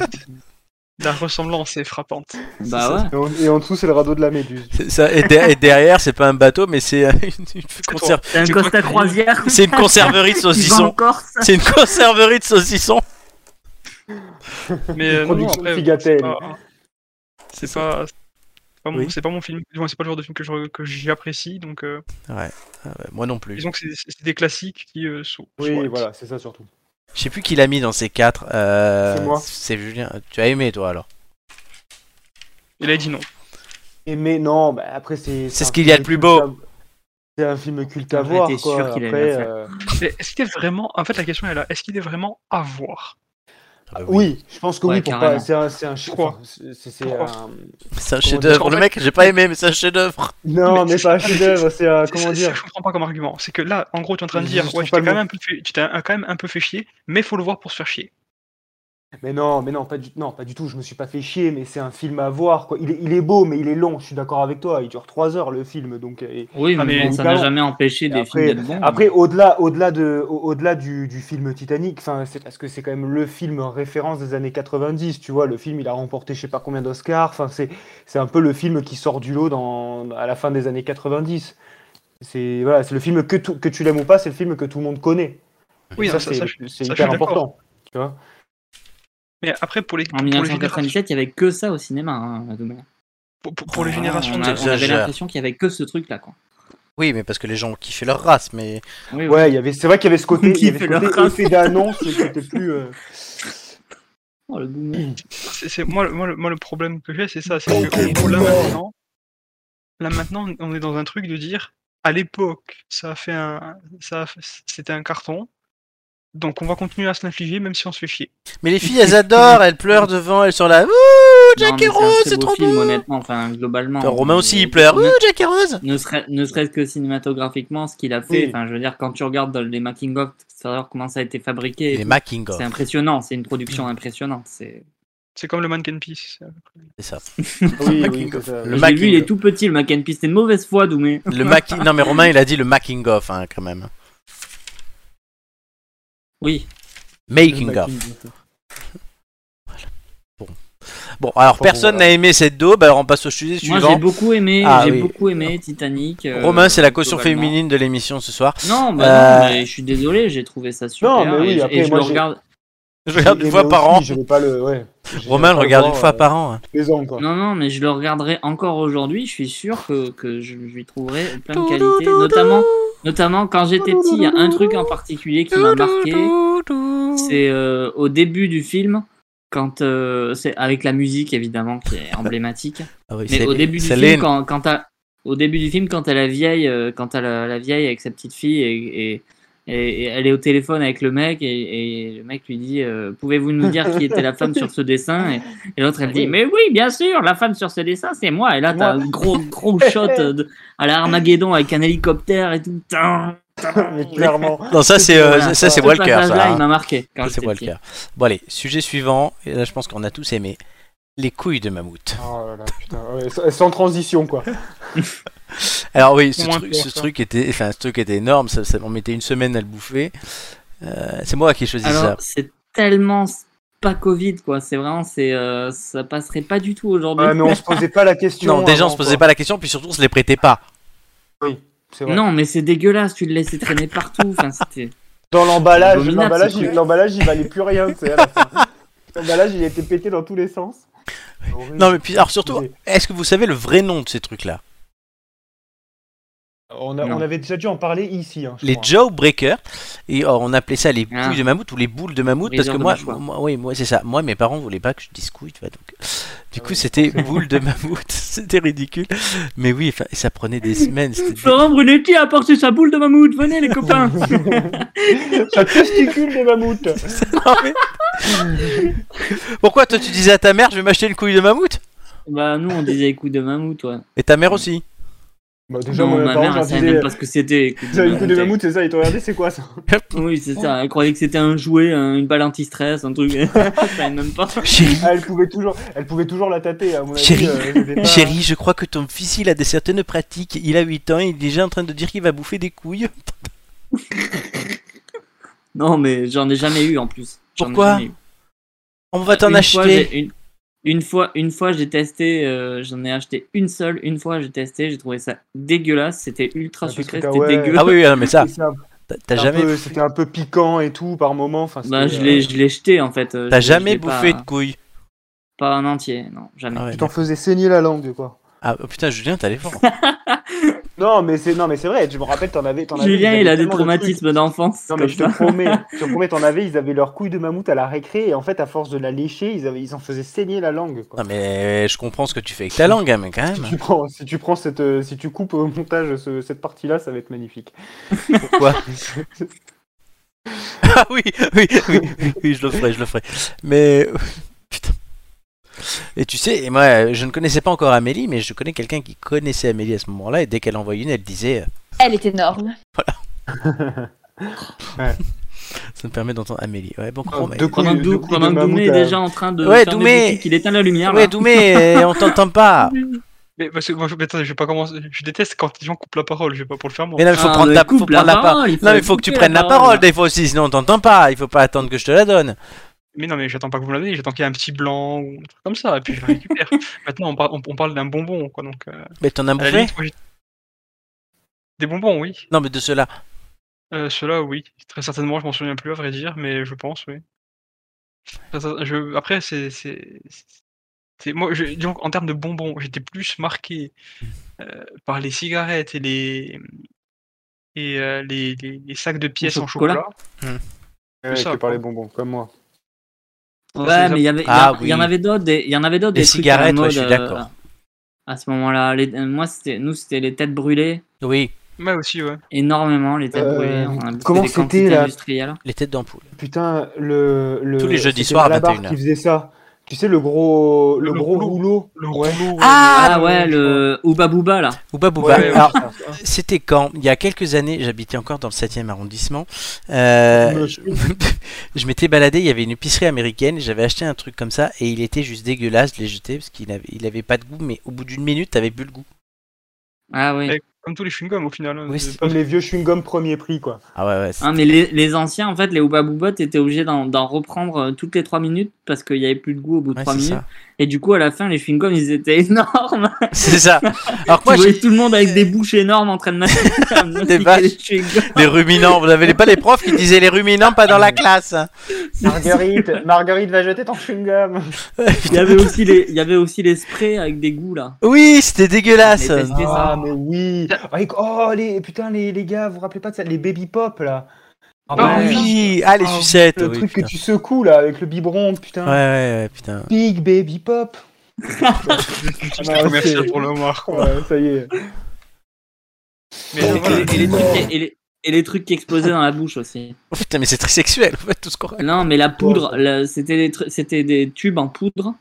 D: La ressemblance est frappante.
C: bah ouais.
B: Et en, et en dessous, c'est le radeau de la méduse.
A: C'est ça, et, der- et derrière, c'est pas un bateau, mais c'est euh, une, une conserve-
C: C'est un
D: Tu crois
C: Costa
D: que-
C: Croisière.
A: c'est une conserverie de
C: Ils vont en
A: saucissons.
C: Corse.
A: C'est une conserverie de saucissons.
D: Mais euh, non, non,
B: Production
D: après,
B: Figatelle.
D: c'est pas- c'est pas, c'est pas mon-
A: Oui.
D: c'est pas mon film, du moins, c'est pas le genre de film que je- que j'apprécie, donc euh,
A: Ah ouais, moi non plus.
D: disons que c'est c'est des classiques qui euh, sont.
B: Oui,
D: sont-
B: voilà, c'est ça surtout.
A: Je sais plus qui l'a mis dans ces quatre. euh,
B: C'est moi.
A: C'est Julien. Tu as aimé toi alors
D: Il a dit non.
B: Et mais non, bah, après, c'est.
A: C'est
B: un
A: ce qu'il y a de
B: film
A: plus
B: culte
A: beau.
B: à- C'est un film culte à
C: J'étais
B: voir.
C: sûr
B: quoi.
C: qu'il allait
B: Après,
C: bien faire.
B: euh,
D: Mais Est-ce qu'il est vraiment. En fait, la question est là. Est-ce qu'il est vraiment à voir
A: Ah bah
B: Oui, je pense que
C: Ouais,
B: oui. Pour
C: carrément.
B: pas... C'est un. C'est un...
D: crois.
B: enfin, c'est- c'est- euh, c'est
D: crois.
B: un-
A: C'est un
D: Parce
A: chef-d'œuvre.
D: qu'en
A: Le mec, j'ai pas aimé, mais c'est un chef-d'œuvre.
B: Non,
D: Mais
B: mais
D: c'est-
B: pas un chef-d'œuvre, c'est un. Ah,
D: C'est-
B: Comment
D: c'est-
B: dire
D: Je comprends pas comme argument. C'est que là, en gros, tu es en train de
B: Je-
D: dire
B: je
D: Ouais,
B: trouve
D: tu
B: pas
D: t'es
B: le
D: quand,
B: mot.
D: même un peu fait- tu t'es un- quand même un peu fait chier, mais faut le voir pour se faire chier.
B: Mais non, mais non, pas du, non, pas du tout. Je me suis pas fait chier, mais c'est un film à voir. Quoi. Il, est, il est beau, mais il est long. Je suis d'accord avec toi. Il dure 3 heures le film, donc. et-
C: Oui,
D: Ah,
C: mais
D: mais
C: bon, ça
B: évidemment.
C: n'a jamais empêché
B: et
C: des
B: après,
C: films d'être bons.
B: après au-delà, au-delà de, au- au-delà du, du film Titanic, enfin, c'est parce que c'est quand même le film référence des années 90. Tu vois, le film, il a remporté, je sais pas combien d'Oscars. Enfin, c'est, c'est un peu le film qui sort du lot dans, à la fin des années 90. C'est voilà, c'est le film que, tout- que tu l'aimes ou pas, c'est le film que tout le monde connaît.
D: Oui,
B: Et
D: non,
B: ça,
D: ça,
B: c'est,
D: ça, je-
B: c'est hyper
D: ça, je suis d'accord.
B: important.
D: Mais après, pour les,
C: En
D: pour les générations,
C: 1997, il n'y avait que ça au cinéma, hein, à Doumé.
D: pour, pour- pour les
C: Ah,
D: générations
C: on, a-
D: de-
C: on avait
A: Exagère.
C: l'impression qu'il n'y avait que ce truc-là, quoi.
A: Oui, mais parce que les gens ont kiffé leur race, mais
C: Oui, oui.
B: Ouais, il y avait, c'est vrai qu'il y avait ce côté, il y
C: Qui fait
B: avait ce
C: leur
B: côté
C: race.
B: effet d'annonce qui était plus. euh,
C: Oh, le Doumé.
D: C'est- c'est- moi, le- moi, le, moi, le problème que j'ai, c'est ça. C'est que on- là maintenant, là maintenant, on est dans un truc de dire à l'époque, ça a fait un, ça, a fait- c'était un carton, donc on va continuer à se l'infliger même si on se fait chier.
A: mais les filles, elles adorent, elles pleurent devant, elles sont là. Ouh,
C: Non,
A: Jack
C: mais
A: et Rose,
C: un très
A: c'est
C: beau
A: trop
C: film,
A: beau.
C: honnêtement, enfin, globalement. hein,
A: Enfin, Romain aussi, il
C: Ne-
A: pleure.
C: Ne,
A: Euh, Jack et Rose
C: ne serait- ne serait-ce que cinématographiquement, ce qu'il a
B: Oui.
C: fait. Enfin, je veux dire, quand tu regardes dans les making-of, savoir comment ça a été fabriqué,
A: Les making of,
C: c'est impressionnant. C'est une production impressionnante. C'est.
D: C'est comme le Mannequin Peace.
A: c'est ça.
B: Oui,
A: Making
B: oui,
A: of.
B: c'est ça.
A: Le
C: Je l'ai vu, il
A: making
C: est tout petit, le Mac and Peace. C'est une mauvaise foi, Doumé.
A: Le maki- Non, mais Romain, il a dit le making of, hein, quand même.
C: Oui.
A: Making of. Bon, alors
B: Enfin, bon,
A: personne
B: voilà.
A: n'a aimé cette daube, alors on passe au sujet
C: Moi,
A: suivant.
C: j'ai beaucoup aimé.
A: Ah,
C: j'ai
A: oui.
C: beaucoup aimé Titanic. euh,
A: Romain, c'est la caution
C: globalement.
A: féminine de l'émission ce soir.
C: Non, bah
A: Euh,
C: non, mais je suis désolé, j'ai trouvé ça super.
B: Non, mais oui,
C: et, je-
B: après,
C: et je
B: moi,
C: le
B: j'ai-
C: regarde.
A: Je regarde
B: Mais
A: une fois
B: moi
A: par
B: aussi,
A: an.
B: je vais pas le- ouais. Je
A: Romain
B: vais
A: le
B: pas
A: regarde
B: voir,
A: une fois
B: euh,
A: par an. hein.
B: tous les ans, quoi.
C: Non, non, mais je le regarderai encore aujourd'hui. Je suis sûr que, que je lui trouverai plein de qualités. Notamment, notamment quand j'étais petit, il y a un truc en particulier qui m'a marqué. C'est euh, au début du film, quand euh, c'est avec la musique évidemment qui est emblématique.
A: Ah oui,
C: Mais
A: c'est-
C: au début du
A: c'est
C: film,
A: Lynn.
C: quand, quand t'as- au début du film, quand elle la vieille, euh, quand elle la, la vieille avec sa petite fille et, et- et- et elle est au téléphone avec le mec et, et le mec lui dit euh, pouvez-vous nous dire qui était la femme sur ce dessin et, et l'autre elle dit mais oui bien sûr la femme sur ce dessin c'est moi et là t'as un gros gros shot euh, de- à la Armageddon avec un hélicoptère et tout. Tain, tain.
B: Mais clairement.
A: Non, ça c'est euh,
C: Voilà,
A: ça, ça, c'est
C: ce
A: Walker.
C: passage-là,
A: Ça,
C: il
A: hein.
C: m'a marqué quand
A: Ça, c'est
C: j'étais petit.
A: Walker. Bon allez, sujet suivant. Et là, je pense qu'on a tous aimé les couilles de mammouth.
B: Oh là là, putain, ouais, sans- sans transition, quoi.
A: Alors oui, ce,
D: Moins
A: truc,
D: pour
A: ce
D: ça.
A: truc était, enfin, ce truc était énorme. Ça, ça- on mettait une semaine à le bouffer. Euh, c'est moi qui choisis ça.
C: Alors, c'est tellement pas Covid, quoi. C'est vraiment, c'est, euh, ça passerait pas du tout aujourd'hui.
B: Ouais, mais Ah on se posait pas la question. hein,
A: Non, déjà on
B: avant,
A: se posait
B: quoi.
A: pas la question, puis surtout on se les prêtait pas.
B: C'est vrai.
C: non, mais c'est dégueulasse. Tu le laissais traîner partout. Enfin, c'était.
B: Dans l'emballage,
C: Abominable,
B: l'emballage,
C: ce
B: il,
C: truc.
B: l'emballage, il valait plus rien. tu sais, à la fin. L'emballage, il a été pété dans tous les sens. Euh,
A: Non mais puis alors surtout,
B: Oui.
A: est-ce que vous savez le vrai nom de ces trucs-là
B: On, a-
C: Non.
B: on avait déjà dû en parler ici. hein, je
A: Les
B: crois.
A: jawbreakers. Et or, on appelait ça les
C: Ah.
A: couilles de mammouth ou les boules de mammouth parce
C: Briseurs
A: que
C: de
A: moi,
C: mâchoire.
A: moi- oui, moi c'est ça. Moi, mes parents voulaient pas que je dise couilles, tu vois, donc. Du coup,
B: oui,
A: c'était
B: forcément.
A: boules de mammouth, c'était ridicule. Mais oui, enfin, ça prenait des semaines. c'était-
C: Florent Brunetti a apporté sa boule de mammouth. Venez, les copains.
B: Ça testicule de mammouth.
A: Non, mais- Pourquoi toi tu disais à ta mère, je vais m'acheter une couille de mammouth
C: bah, nous, on disait écoute de mammouth, ouais.
A: Et ta mère aussi.
B: Bah, déjà,
C: Non,
B: moi, mes
C: ma
B: parents,
C: mère,
B: j'en
C: elle savait
B: disais.
C: même pas ce que c'était. écoute
B: Vous avez une couille de
C: mammouth.
B: mammouth, c'est ça, ils t'ont regardé, c'est quoi ça
C: Oui, c'est ça. Elle croyait que c'était un jouet, un- une balle anti-stress, un truc. Elle savait même pas.
A: Chérie,
B: Ah, elle, pouvait toujours, elle pouvait toujours la tâter, à mon avis.
A: Chérie,
B: euh, c'était pas-
A: chérie, je crois que ton fils il a des certaines pratiques. Il a 8 ans, il est déjà en train de dire qu'il va bouffer des couilles.
C: Non, mais j'en ai jamais eu en plus. J'en ai
A: Pourquoi
C: jamais eu.
A: On va t'en
C: Une fois,
A: acheter.
C: j'ai- une, une fois, une fois, j'ai testé. euh, J'en ai acheté une seule. Une fois, j'ai testé. J'ai trouvé ça dégueulasse. C'était ultra
B: Ah, parce
C: sucré.
B: que t'as-
C: C'était
B: ouais.
C: dégueu.
A: Ah oui, oui, non, mais ça,
B: C'est un-
A: t'as- t'as
B: un
A: jamais,
B: peu- C'était un peu piquant et tout par moment. Enfin,
C: Bah,
B: c'était,
C: je
B: euh,
C: l'ai, je l'ai jeté en fait. euh,
A: t'as
C: je l'ai- je
A: jamais
C: l'ai
A: bouffé
C: pas,
A: de couilles.
C: Pas en entier, non, jamais.
A: Ah ouais,
B: Tu t'en faisais saigner la langue, quoi.
A: Ah oh putain, Julien, t'as les forts.
B: Non, mais c'est non, mais c'est vrai. Je me rappelle, t'en avais, t'en avais.
C: Julien,
B: ils
C: il a
B: avaient
C: des
B: tellement de trucs.
C: traumatismes d'enfance.
B: Non,
C: comme
B: mais je te
C: ça.
B: promets, je te promets, t'en avais. Ils avaient leur couille de mammouth à la récré et en fait, à force de la lécher, ils avaient, ils en faisaient saigner la langue. Quoi.
A: Non mais je comprends ce que tu fais avec ta langue, hein, mais quand
B: Si
A: même.
B: tu prends, si tu prends cette, euh, si tu coupes au montage ce- cette partie-là, ça va être magnifique.
A: Pourquoi Ah oui, oui, oui, oui, oui, je le ferai, je le ferai. Mais putain. Et tu sais, et moi, je ne connaissais pas encore Amélie, mais je connais quelqu'un qui connaissait Amélie à ce moment-là, et dès qu'elle envoyait une, elle disait, euh,
G: Elle est énorme.
A: ça me permet d'entendre Amélie. Ouais,
C: Ah,
A: bon,
B: Oh,
A: Romain-
B: deux couilles-
C: Pendant que
B: deux
C: Dou-
B: couilles de
C: pendant que
B: mammouth
C: Doumé est
B: à-
C: déjà en train de.
A: Ouais,
C: faire des
A: Doumé.
C: boutiques, Il éteint la lumière.
A: Ouais,
C: là.
A: Doumé, euh, on t'entend pas.
D: Mais parce que moi, je, mais attendez, je vais pas commencer. Je déteste quand les gens coupent la parole. Je vais pas pour le faire moi.
A: Mais non, il faut
C: Ah,
A: prendre
C: mais
A: la,
C: coupe
A: faut prendre la parole.
C: il
A: Non, mais faut que tu
C: couper
A: prennes la parole des fois aussi, sinon on t'entend pas. Il faut pas attendre que je te la donne.
D: Mais non, mais j'attends pas que vous me la donniez, j'attends qu'il y ait un petit blanc ou un truc comme ça, et puis je la récupère. Maintenant, on, par- on- on parle d'un bonbon, quoi, donc euh,
A: Mais t'en as
D: à la
A: bouffé
D: limite, moi, j'ai- Des bonbons, oui.
A: Non, mais de cela.
D: Euh, Ceux-là, oui. Très certainement, je m'en souviens plus, à vrai dire, mais je pense, oui. Ça, ça- je- Après, c'est. c'est- c'est- c'est- Moi, je... disons qu'en termes de bonbons, j'étais plus marqué euh, par les cigarettes et les. Et euh, les, les- les sacs de pièces en
C: chocolat.
D: chocolat.
B: Ouais,
D: ça,
B: que par
D: quoi.
B: les bonbons, comme moi.
C: Ouais, mais il y avait, il y en-
A: Ah,
C: il y en
A: oui.
C: avait d'autres, des- il y en avait d'autres.
A: Les
C: des trucs à la
A: cigarettes, ouais, je
C: mode,
A: suis
C: euh,
A: d'accord.
C: À ce moment-là, les- euh, moi, c'était, nous, c'était les têtes brûlées,
A: Oui,
D: Moi aussi, ouais.
C: énormément les têtes
B: Euh,
C: brûlées. On a bouffé
B: comment
C: des
B: c'était,
C: quantités
B: là
C: industrielles.
A: les têtes d'ampoule.
B: Putain, le, le
A: Tous les jeudis
B: c'était
A: soirs à
B: Malabar
A: 21h.
B: qui faisait ça. Tu sais, le gros, le
D: Le
B: gros
D: rouleau.
B: rouleau.
D: Le
B: Ouais.
D: rouleau, ouais.
A: Ah,
C: Ah ouais, le Ouba Booba là.
A: Ouba Booba.
D: Ouais, ouais,
A: Alors,
D: putain, ça.
A: c'était quand Il y a quelques années, j'habitais encore dans le 7e arrondissement. Euh,
B: Monsieur.
A: je m'étais baladé, il y avait une épicerie américaine, j'avais acheté un truc comme ça et il était juste dégueulasse, je l'ai jeté parce qu'il avait, il avait pas de goût, mais au bout d'une minute, t'avais plus le goût.
C: Ah oui.
D: Ouais. Comme tous les chewing-gums au final. hein,
A: Oui,
D: c'est
A: c'est-
D: pas-
B: Comme les vieux chewing-gum premier prix, quoi.
A: Ah ouais, ouais. c'est-
C: Hein, mais les, les anciens, en fait, les Ouba Booba, t'étais obligé d'en d'en reprendre euh, toutes les 3 minutes parce qu'il n'y avait plus de goût au bout de
A: ouais,
C: 3
A: c'est
C: minutes.
A: ça.
C: Et du coup, à la fin, les chewing-gums, ils étaient énormes.
A: C'est ça. Alors que
C: Tu
A: moi,
C: voyais
A: j'ai-
C: tout le monde avec des bouches énormes en train de mastiquer
A: Des vaches.
C: les chewing-gums.
A: les ruminants, vous n'avez pas les profs qui disaient les ruminants pas dans la classe. hein.
B: Marguerite, Marguerite va jeter ton chewing-gum.
C: Il y avait aussi les, il y avait aussi les sprays avec des goûts là.
A: Oui, c'était dégueulasse.
C: On les testait.
B: Ah, mais oui. Avec- Oh, les, putain, les, les gars, vous vous rappelez pas de ça Les baby pop, là.
C: Ah
A: Ah
C: ouais.
A: oui, ah les
B: Ah,
A: sucettes.
B: Le
A: oui,
B: truc
A: putain.
B: que tu secoues, là, avec le biberon,
A: Ouais,
B: putain.
A: ouais, ouais, putain.
B: Big baby pop.
D: C'est
B: Ah,
D: commercial
B: c'est-
D: pour le noir. quoi.
B: Ouais, ça y est.
D: Mais
C: Et,
A: Oh,
D: voilà.
C: les- et les trucs, qui- et les- et les trucs qui explosaient dans la bouche aussi.
A: Oh, putain, mais c'est très sexuel, en fait, tout ce qu'on raconte.
C: Non, mais la poudre, la- c'était des, tru- c'était des tubes en poudre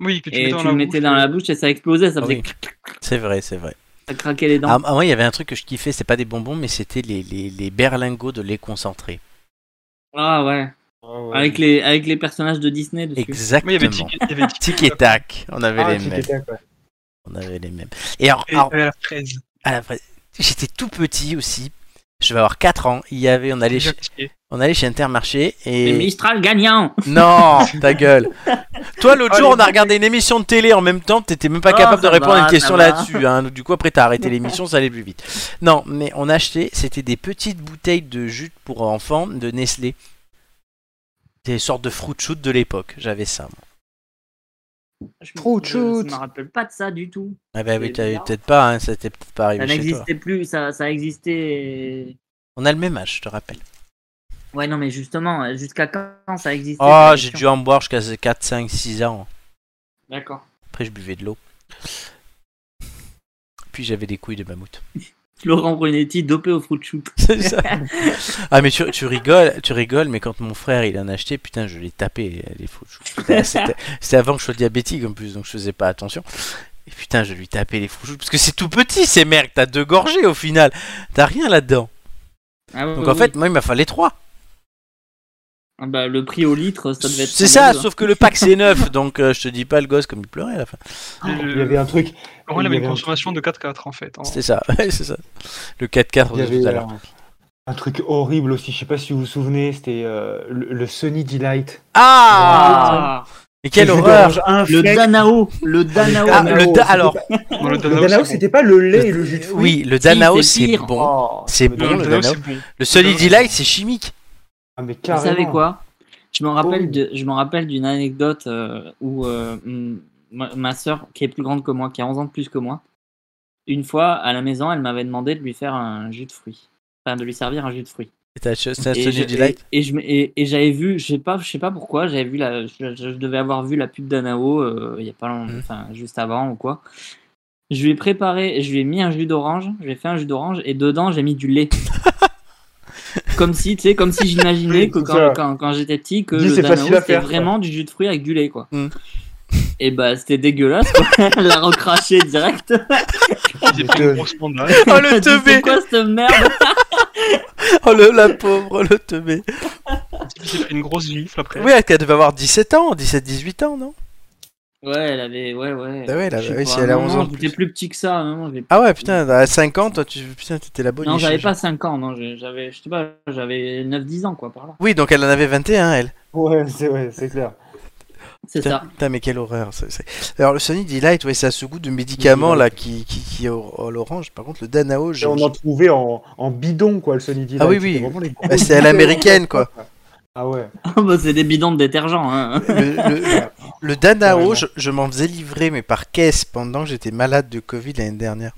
D: Oui, que tu
C: et
D: mets
C: tu
D: dans
C: le
D: la
C: mettais
D: bouche,
C: dans
D: euh,
C: la bouche et ça explosait, ça
A: Ah
C: faisait
A: oui.
C: clic,
A: C'est vrai, c'est vrai.
C: ça craquait les dents.
A: Ah, ah, moi, il y avait un truc que je kiffais, c'était pas des bonbons, mais c'était les, les, les berlingots de lait concentré.
C: Ah ouais. Avec les, avec les personnages de Disney dessus.
D: Oui, il y avait
A: Exactement.
D: Tic il y avait Tic-
A: Tic et tac, on avait
B: Ah,
A: les
B: tu
A: mêmes.
B: t'étais, quoi.
A: On avait les mêmes. Et alors,
D: et euh, il y
A: alors,
D: avait la fraise.
A: à la vraie- j'étais tout petit aussi. Je vais avoir 4 ans. Il y avait, on allait, chez, on allait chez Intermarché
C: Mais
A: et
C: Mistral gagnant
A: non, ta gueule. Toi, l'autre jour, on a regardé une émission de télé en même temps. T'étais même pas
C: Oh,
A: capable de
C: ça
A: répondre à
C: va,
A: une
C: ça
A: question
C: va.
A: là-dessus. hein. Du coup, après, t'as arrêté l'émission, ça allait plus vite. Non, mais on achetait. C'était des petites bouteilles de jus pour enfants de Nestlé. Des sortes de fruit shoot de l'époque. J'avais ça. moi.
C: je,
B: Trop de
C: je-
B: choses.
C: Je me rappelle pas de ça du tout.
A: Ah bah oui,
C: C'est
A: t'avais
C: bizarre.
A: peut-être pas. hein, C'était peut-être pas arrivé
C: Ça
A: chez toi.
C: n'existait plus, ça, ça existait.
A: On a le même âge, je te rappelle.
C: Ouais, non, mais justement, euh, jusqu'à quand ça existait
A: Oh,
C: cette
A: j'ai
C: question
A: dû en boire jusqu'à 4, 5, 6 ans.
C: D'accord.
A: Après, je buvais de l'eau. Puis j'avais des couilles de mammouth.
C: Laurent Brunetti dopé au fruit shoot.
A: C'est ça. ah, mais tu, tu rigoles, tu rigoles, mais quand mon frère il en a acheté, putain, je l'ai tapé, les faux shoots. C'était- C'était c'était avant que je sois diabétique en plus, donc je faisais pas attention. Et putain, je lui tapais les faux shoots. Parce que c'est tout petit ces merdes, t'as deux gorgées au final. T'as rien là-dedans.
C: Ah oui,
A: Donc
C: oui,
A: en fait,
C: oui.
A: moi il m'a fallu trois.
C: Ah bah, le prix au litre, ça devait être. hein.
A: C'est ça, sauf que le pack c'est neuf, donc euh, je te dis pas le gosse comme il pleurait à la fin.
B: Il y avait un truc.
D: Laurent,
B: il
D: il
B: y
D: avait une
B: avait un
D: consommation de 4-4 en
C: Oh.
D: fait. hein.
A: C'était ça, ouais, c'est ça. Le 4-4
B: Il y
A: de
B: avait euh,
A: tout à l'heure.
B: un, un truc horrible aussi. Je sais pas si vous vous souvenez. C'était euh, le, le Sunny Delight.
A: Ah Mais quelle
B: Le jus
A: horreur
B: d'orange infect.
C: Le Danao Le Danao
A: Ah, le da-
B: c'était
A: alors,
D: Dans le
B: Le
D: Danao,
B: Danao,
D: c'est bon.
B: c'était pas le lait et le jus de fruits.
A: oui, le
C: c'est
A: Danao, c'est
C: pire.
A: bon.
B: Oh,
A: c'est
B: mais
A: bon,
D: Dans
A: le
D: le
A: Danao.
D: Danao, c'est bon.
A: Le Sunny Delight, c'est chimique.
B: Ah, mais
C: Vous
B: carrément.
C: savez quoi Je me rappelle
B: Oh.
C: de, je me rappelle d'une anecdote euh, où euh, mm, ma, ma soeur, qui est plus grande que moi, qui a 11 ans de plus que moi, une fois à la maison, elle m'avait demandé de lui faire un jus de fruits. Enfin, de lui servir un jus de fruits.
A: C'est un c'est un
C: et
A: Sunny
C: je-
A: Delight.
C: et- et je m- et- et j'avais vu, je sais pas, je sais pas pourquoi, j'avais vu la, je, je devais avoir vu la pub d'Anao euh, il y a pas longtemps,
A: Mhm.
C: enfin juste avant ou quoi. Je lui ai préparé, je lui ai mis un jus d'orange, je lui ai fait un jus d'orange et dedans j'ai mis du lait. comme si, tu sais, comme si j'imaginais
B: Oui,
C: que
B: c'est
C: quand,
B: ça.
C: quand, quand j'étais petit que
B: Dis,
C: le
B: c'est
C: Danao
B: facile à
C: c'était
B: faire, quoi.
C: vraiment du jus de fruits avec du lait quoi.
A: Mhm.
C: Et bah c'était dégueulasse, quoi. elle l'a recraché direct.
B: Ah,
D: J'ai pris une grosse mandale.
A: Oh le
C: Dis, C'est
A: teubé
C: quoi cette merde
A: Oh le, la pauvre, le teubé
D: J'ai pris une grosse gifle après.
A: Oui, elle devait avoir 17 ans, 17-18 ans, non
C: Ouais, elle avait, ouais, ouais.
A: Ah ouais, elle
C: Je sais
A: avait- si
C: pas,
A: elle a
C: non,
A: 11
C: non,
A: ans de
C: j'étais
A: plus.
C: plus petit que ça, hein, non, j'ai
A: Ah ouais, putain, à 50 toi, tu putain, t'étais la bonne.
C: Non,
A: niche.
C: j'avais pas 5 ans, non, j'ai- j'avais, je sais pas, j'avais 9-10 ans, quoi, par là.
A: Oui, donc elle en avait 21, elle.
B: Ouais, c'est ouais, c'est clair.
C: C'est
A: Putain,
C: ça.
A: putain, mais quelle horreur. c'est- c'est- Alors, le Sunny Delight, ouais, ça a ce goût de médicament, là, qui, qui, qui est au- à l'orange. Par contre, le Danao,
B: Et
A: je...
B: on en trouvait en, en bidon, quoi, le Sunny Delight.
A: Ah oui, oui.
B: C'était vraiment les gros
A: Bah, c'était à l'américaine,
B: bidons.
A: quoi.
B: Ah ouais.
C: Ah bah, c'est des bidons de détergent, hein.
A: Le, le- le Danao, je, je m'en faisais livrer, mais par caisse, pendant que j'étais malade de Covid l'année dernière.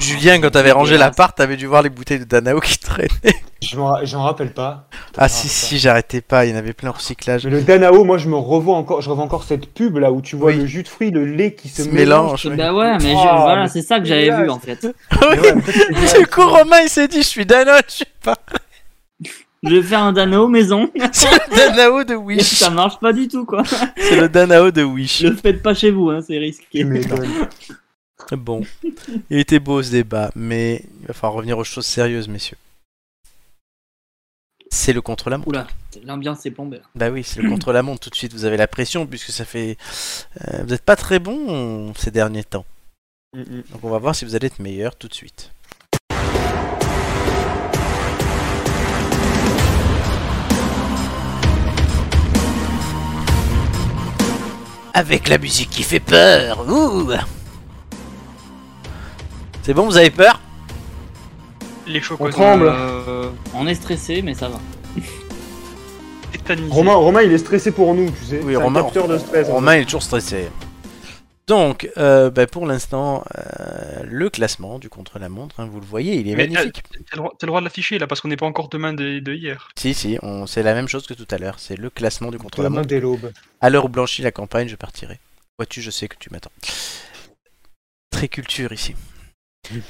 A: Julien, quand t'avais rangé l'appart, t'avais dû voir les bouteilles de Danao qui traînaient.
B: Je m'en ra- j'en rappelle pas.
A: Ah si, si, j'arrêtais pas, il y en avait plein au recyclage.
B: Mais le Danao, moi, je me revois encore. Je revois encore cette pub là où tu vois
A: Oui.
B: le jus de fruits, le lait qui se
A: Ce
B: mélange.
A: mélange. ouais. Ah
C: Bah ouais, mais je-
B: Oh,
C: voilà,
B: mais
C: c'est ça que j'avais vu, en fait.
A: Oui.
B: Ouais, peut-être que-
A: Du coup, Romain, il s'est dit, je suis Danone, je sais pas.
C: Je vais faire un Danao maison.
A: C'est le Danao de
C: Et
A: Wish.
C: ça marche pas du tout, quoi.
A: C'est le Danao de Wish.
C: Le faites pas chez vous, hein, c'est risqué.
B: Tu m'étonnes.
A: Bon, il était beau ce débat, mais il va falloir revenir aux choses sérieuses, messieurs. C'est le contre-la-montre.
C: Oula, l'ambiance est plombée. hein. là.
A: Bah oui, c'est le contre-la-montre. Tout de suite, vous avez la pression, puisque ça fait. euh, vous n'êtes pas très bon ces derniers temps.
B: Mm, mm.
A: Donc on va voir si vous allez être meilleur tout de suite. Avec la musique qui fait peur. Ouh C'est bon, vous avez peur
D: Les
B: On
D: chocolats.
B: tremble.
D: euh,
C: On est stressé, mais ça va.
D: tétanisés.
B: Romain, Romain, il est stressé pour nous, tu sais.
A: Oui,
B: C'est
A: Romain-
B: un capteur de stress. en
A: Romain est toujours stressé. Donc, euh, bah, pour l'instant, euh, le classement du contre-la-montre, hein, vous le voyez, il est
D: Mais, euh,
A: magnifique.
D: T'as le droit- t'as le droit de l'afficher là parce qu'on n'est pas encore demain de, de hier.
A: Si, si, on... c'est la même chose que tout à l'heure. C'est le classement du
B: fait. Romain
A: contre-la-montre.
B: dès l'aube.
A: À l'heure où blanchit la campagne, je partirai. Vois-tu, je sais que tu m'attends. Très culture ici.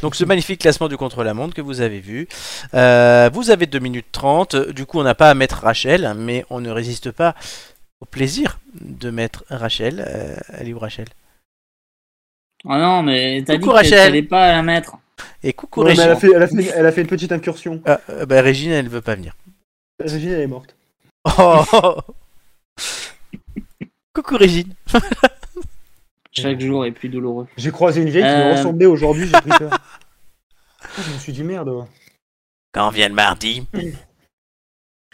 A: Donc ce magnifique classement du contre-la-montre que vous avez vu. Euh, vous avez 2 minutes 30. Du coup, on n'a pas à mettre Rachel, mais on ne résiste pas au plaisir de mettre Rachel. Euh, elle est où Rachel
C: Ah non, mais t'as dit
A: Coucou,
C: que
A: Rachel.
C: t'allais pas la mettre.
A: Et coucou
B: Non, mais
A: Régine.
B: elle, a fait, elle, a fait, elle a fait une petite incursion.
A: Ah, euh, bah, Régine, elle veut pas venir.
B: Régine, elle est morte.
A: Oh Coucou Régine.
C: Chaque jour est plus douloureux.
B: J'ai croisé une vieille qui
C: Euh.
B: me ressemblait aujourd'hui, j'ai pris peur. Ah, Je me suis dit merde. ouais.
A: Quand vient le mardi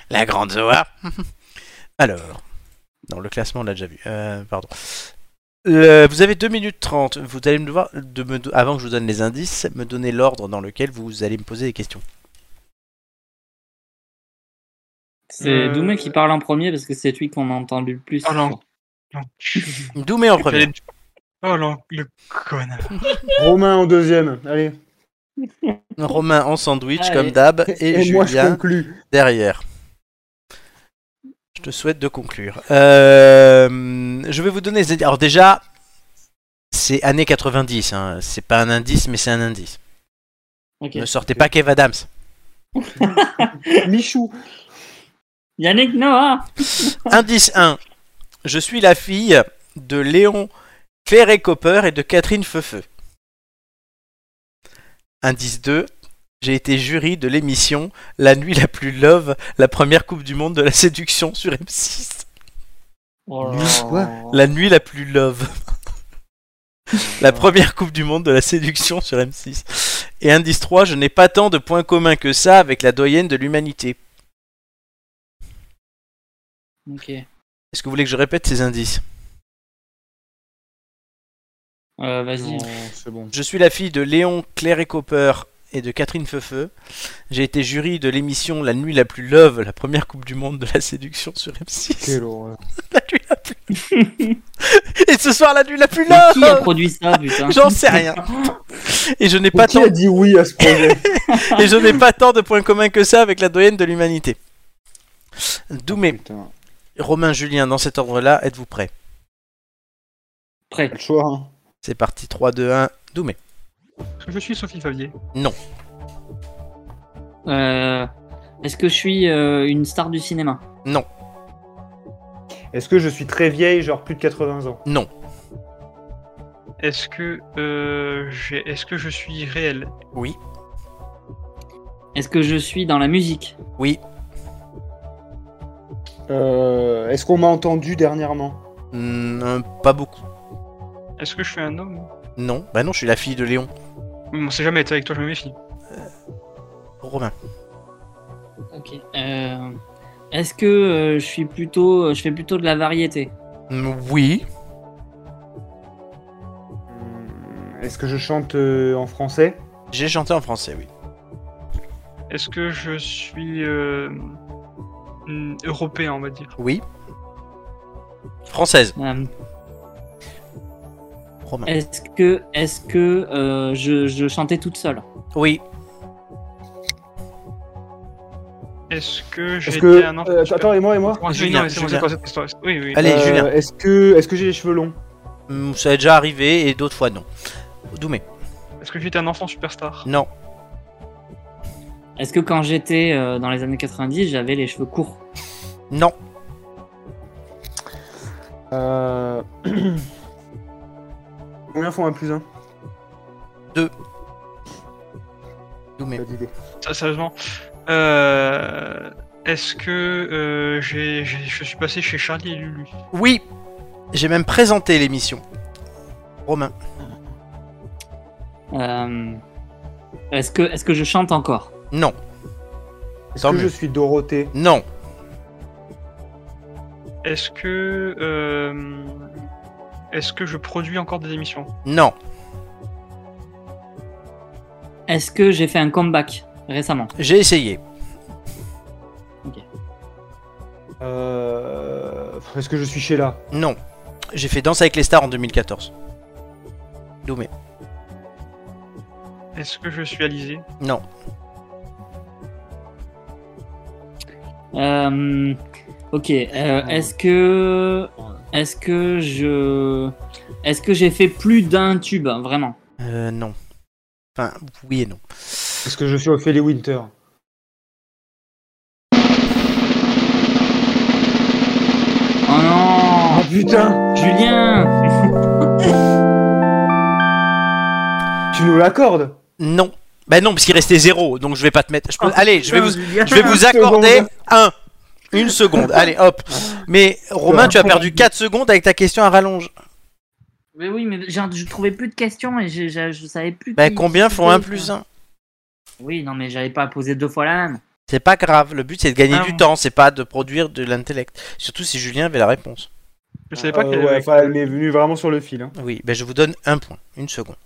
A: La grande Zoa Alors. Non, le classement, on l'a déjà vu. Euh, pardon. Le- vous avez 2 minutes 30. Vous allez me devoir, de me do- avant que je vous donne les indices, me donner l'ordre dans lequel vous allez me poser des questions.
C: C'est
D: Euh,
C: Doumé qui parle en premier parce que c'est lui qu'on a entendu le plus.
D: Ah non. Non.
A: Doumé en premier.
D: Oh non, le connard.
B: Romain en deuxième, allez.
A: Romain en sandwich,
C: Allez.
A: comme d'hab. Et,
B: moi, je
A: Julien
B: conclus.
A: derrière. Je te souhaite de conclure. Euh, je vais vous donner. les indi- Alors déjà, c'est années 90. hein. C'est pas un indice, mais c'est un indice.
C: Ok.
A: Ne sortez pas Kev Adams.
B: Michou.
C: Yannick Noah
A: Indice 1. Je suis la fille de Léon Ferré-Copper et de Catherine Feufeu. Indice 2. J'ai été jury de l'émission La nuit la plus love, la première Coupe du Monde de la séduction sur M6.
C: oh,
B: Lui, quoi
A: La nuit la plus love. la première Coupe du Monde de la séduction sur M6. Et indice 3, je n'ai pas tant de points communs que ça avec la doyenne de l'humanité.
C: Ok.
A: Est-ce que vous voulez que je répète ces indices
C: Euh, Vas-y.
B: c'est bon.
A: Je suis la fille de Léon Claire et Copper et de Catherine Feufeu. J'ai été jury de l'émission La nuit la plus love, la première Coupe du Monde de la séduction sur M6.
B: Quelle horreur.
A: La nuit la plus... et ce soir, la nuit la plus
C: Mais qui a
A: love
C: produit ça, putain
A: J'en sais rien. Et je n'ai
B: Mais
A: pas
B: qui
A: tant
B: a dit oui à ce projet
A: Et je n'ai pas tant de points communs que ça avec la doyenne de l'humanité. Doumé,
B: Putain,
A: Romain, Julien, dans cet ordre-là, êtes-vous prêts
C: Prêt.
B: pas le choix. hein.
A: C'est parti, 3, 2, 1. Doumé,
D: Je suis Sophie Favier.
C: Euh, Est-ce que je suis euh, une star du cinéma
B: Est-ce que je suis très vieille, genre plus de 80 ans
A: non.
D: Est-ce que euh, j'ai- est-ce que je suis réel
A: Oui,
C: Est-ce que je suis dans la musique
A: oui,
B: Euh, Est-ce qu'on m'a entendu dernièrement
A: Hmm, euh, pas beaucoup.
D: Est-ce que je suis un homme
A: Non, bah non, je suis la fille de Léon.
D: Mais On sait jamais, t'es avec toi, je me méfie.
A: Romain,
C: Ok. Euh, Est-ce que euh, je suis plutôt, euh, je fais plutôt de la variété
A: Hmm, oui,
B: Hmm, Est-ce que je chante euh, en français
A: j'ai chanté en français, oui.
D: Est-ce que je suis euh, hmm, européen, on va dire
A: Oui. Française,
C: Euh,
A: Romain.
C: Est-ce que, est-ce que euh, je, je chantais toute seule
A: Oui,
D: Est-ce que j'ai
B: Est-ce
D: été
B: que
D: un enfant
B: euh,
D: super-
B: attends et moi et moi
D: Oui,
A: Julien,
D: non, mais c'est bon, c'est
A: Julien.
D: quoi cette histoire Oui, oui.
A: Allez,
B: Euh,
A: Julien.
B: Est-ce que est-ce que j'ai les cheveux longs
A: Hmm, ça est déjà arrivé et d'autres fois non. Doumé,
D: Est-ce que j'étais un enfant superstar
A: non.
C: Est-ce que quand j'étais euh, dans les années 90, j'avais les cheveux courts
A: Non.
B: Euh... Combien font un plus un
A: Doumé.
B: Pas d'idée.
D: Ça, Sérieusement. Euh, Est-ce que euh, j'ai- j'ai- je suis passé chez Charlie et Lulu
A: Oui, j'ai même présenté l'émission. Romain.
C: Euh, Est-ce que, est que je chante encore
A: Non.
B: Est-ce
A: Tant
B: que
A: mieux.
B: je suis Dorothée
A: Non.
D: Est-ce que. euh, Est-ce que je produis encore des émissions
A: Non.
C: Est-ce que j'ai fait un comeback récemment
A: J'ai essayé.
B: Euh, Est-ce que je suis chez là
A: Non. J'ai fait Danse avec les stars en 2014. Doumé.
D: Est-ce que je suis Alizé
A: Non.
C: Euh, Ok. euh, Est-ce que. Est-ce que je. Est-ce que j'ai fait plus d'un tube, vraiment
A: Euh, non. Enfin, oui et non.
B: Est-ce que je suis Ophélie Winter
C: Oh non
B: Oh putain
C: Julien
B: Tu nous l'accordes
A: Non. Bah non, parce qu'il restait zéro, donc je vais pas te mettre. Je peux-
D: Ah.
A: Allez, je vais vous, je vais vous
B: Une
A: accorder
B: seconde.
A: un. Une seconde. Allez, hop. Mais Romain, tu as perdu 4 secondes avec ta question à rallonge.
C: Mais oui, mais genre, je trouvais plus de questions et je, je, je savais plus.
A: Bah
C: qui-
A: combien
C: qui hein.
A: font
C: était,
A: 1 plus
C: quoi.
A: 1
C: Oui, non, mais j'avais pas posé deux fois la même.
A: C'est pas grave, le but c'est de gagner
D: Ah.
A: du temps, c'est pas de produire de l'intellect. Surtout si Julien avait la réponse.
D: Je savais pas
B: Euh,
D: qu'elle
B: ouais,
D: avait-
B: enfin, elle m'est venue vraiment sur le fil. hein.
A: Oui, ben je vous donne un point, une seconde.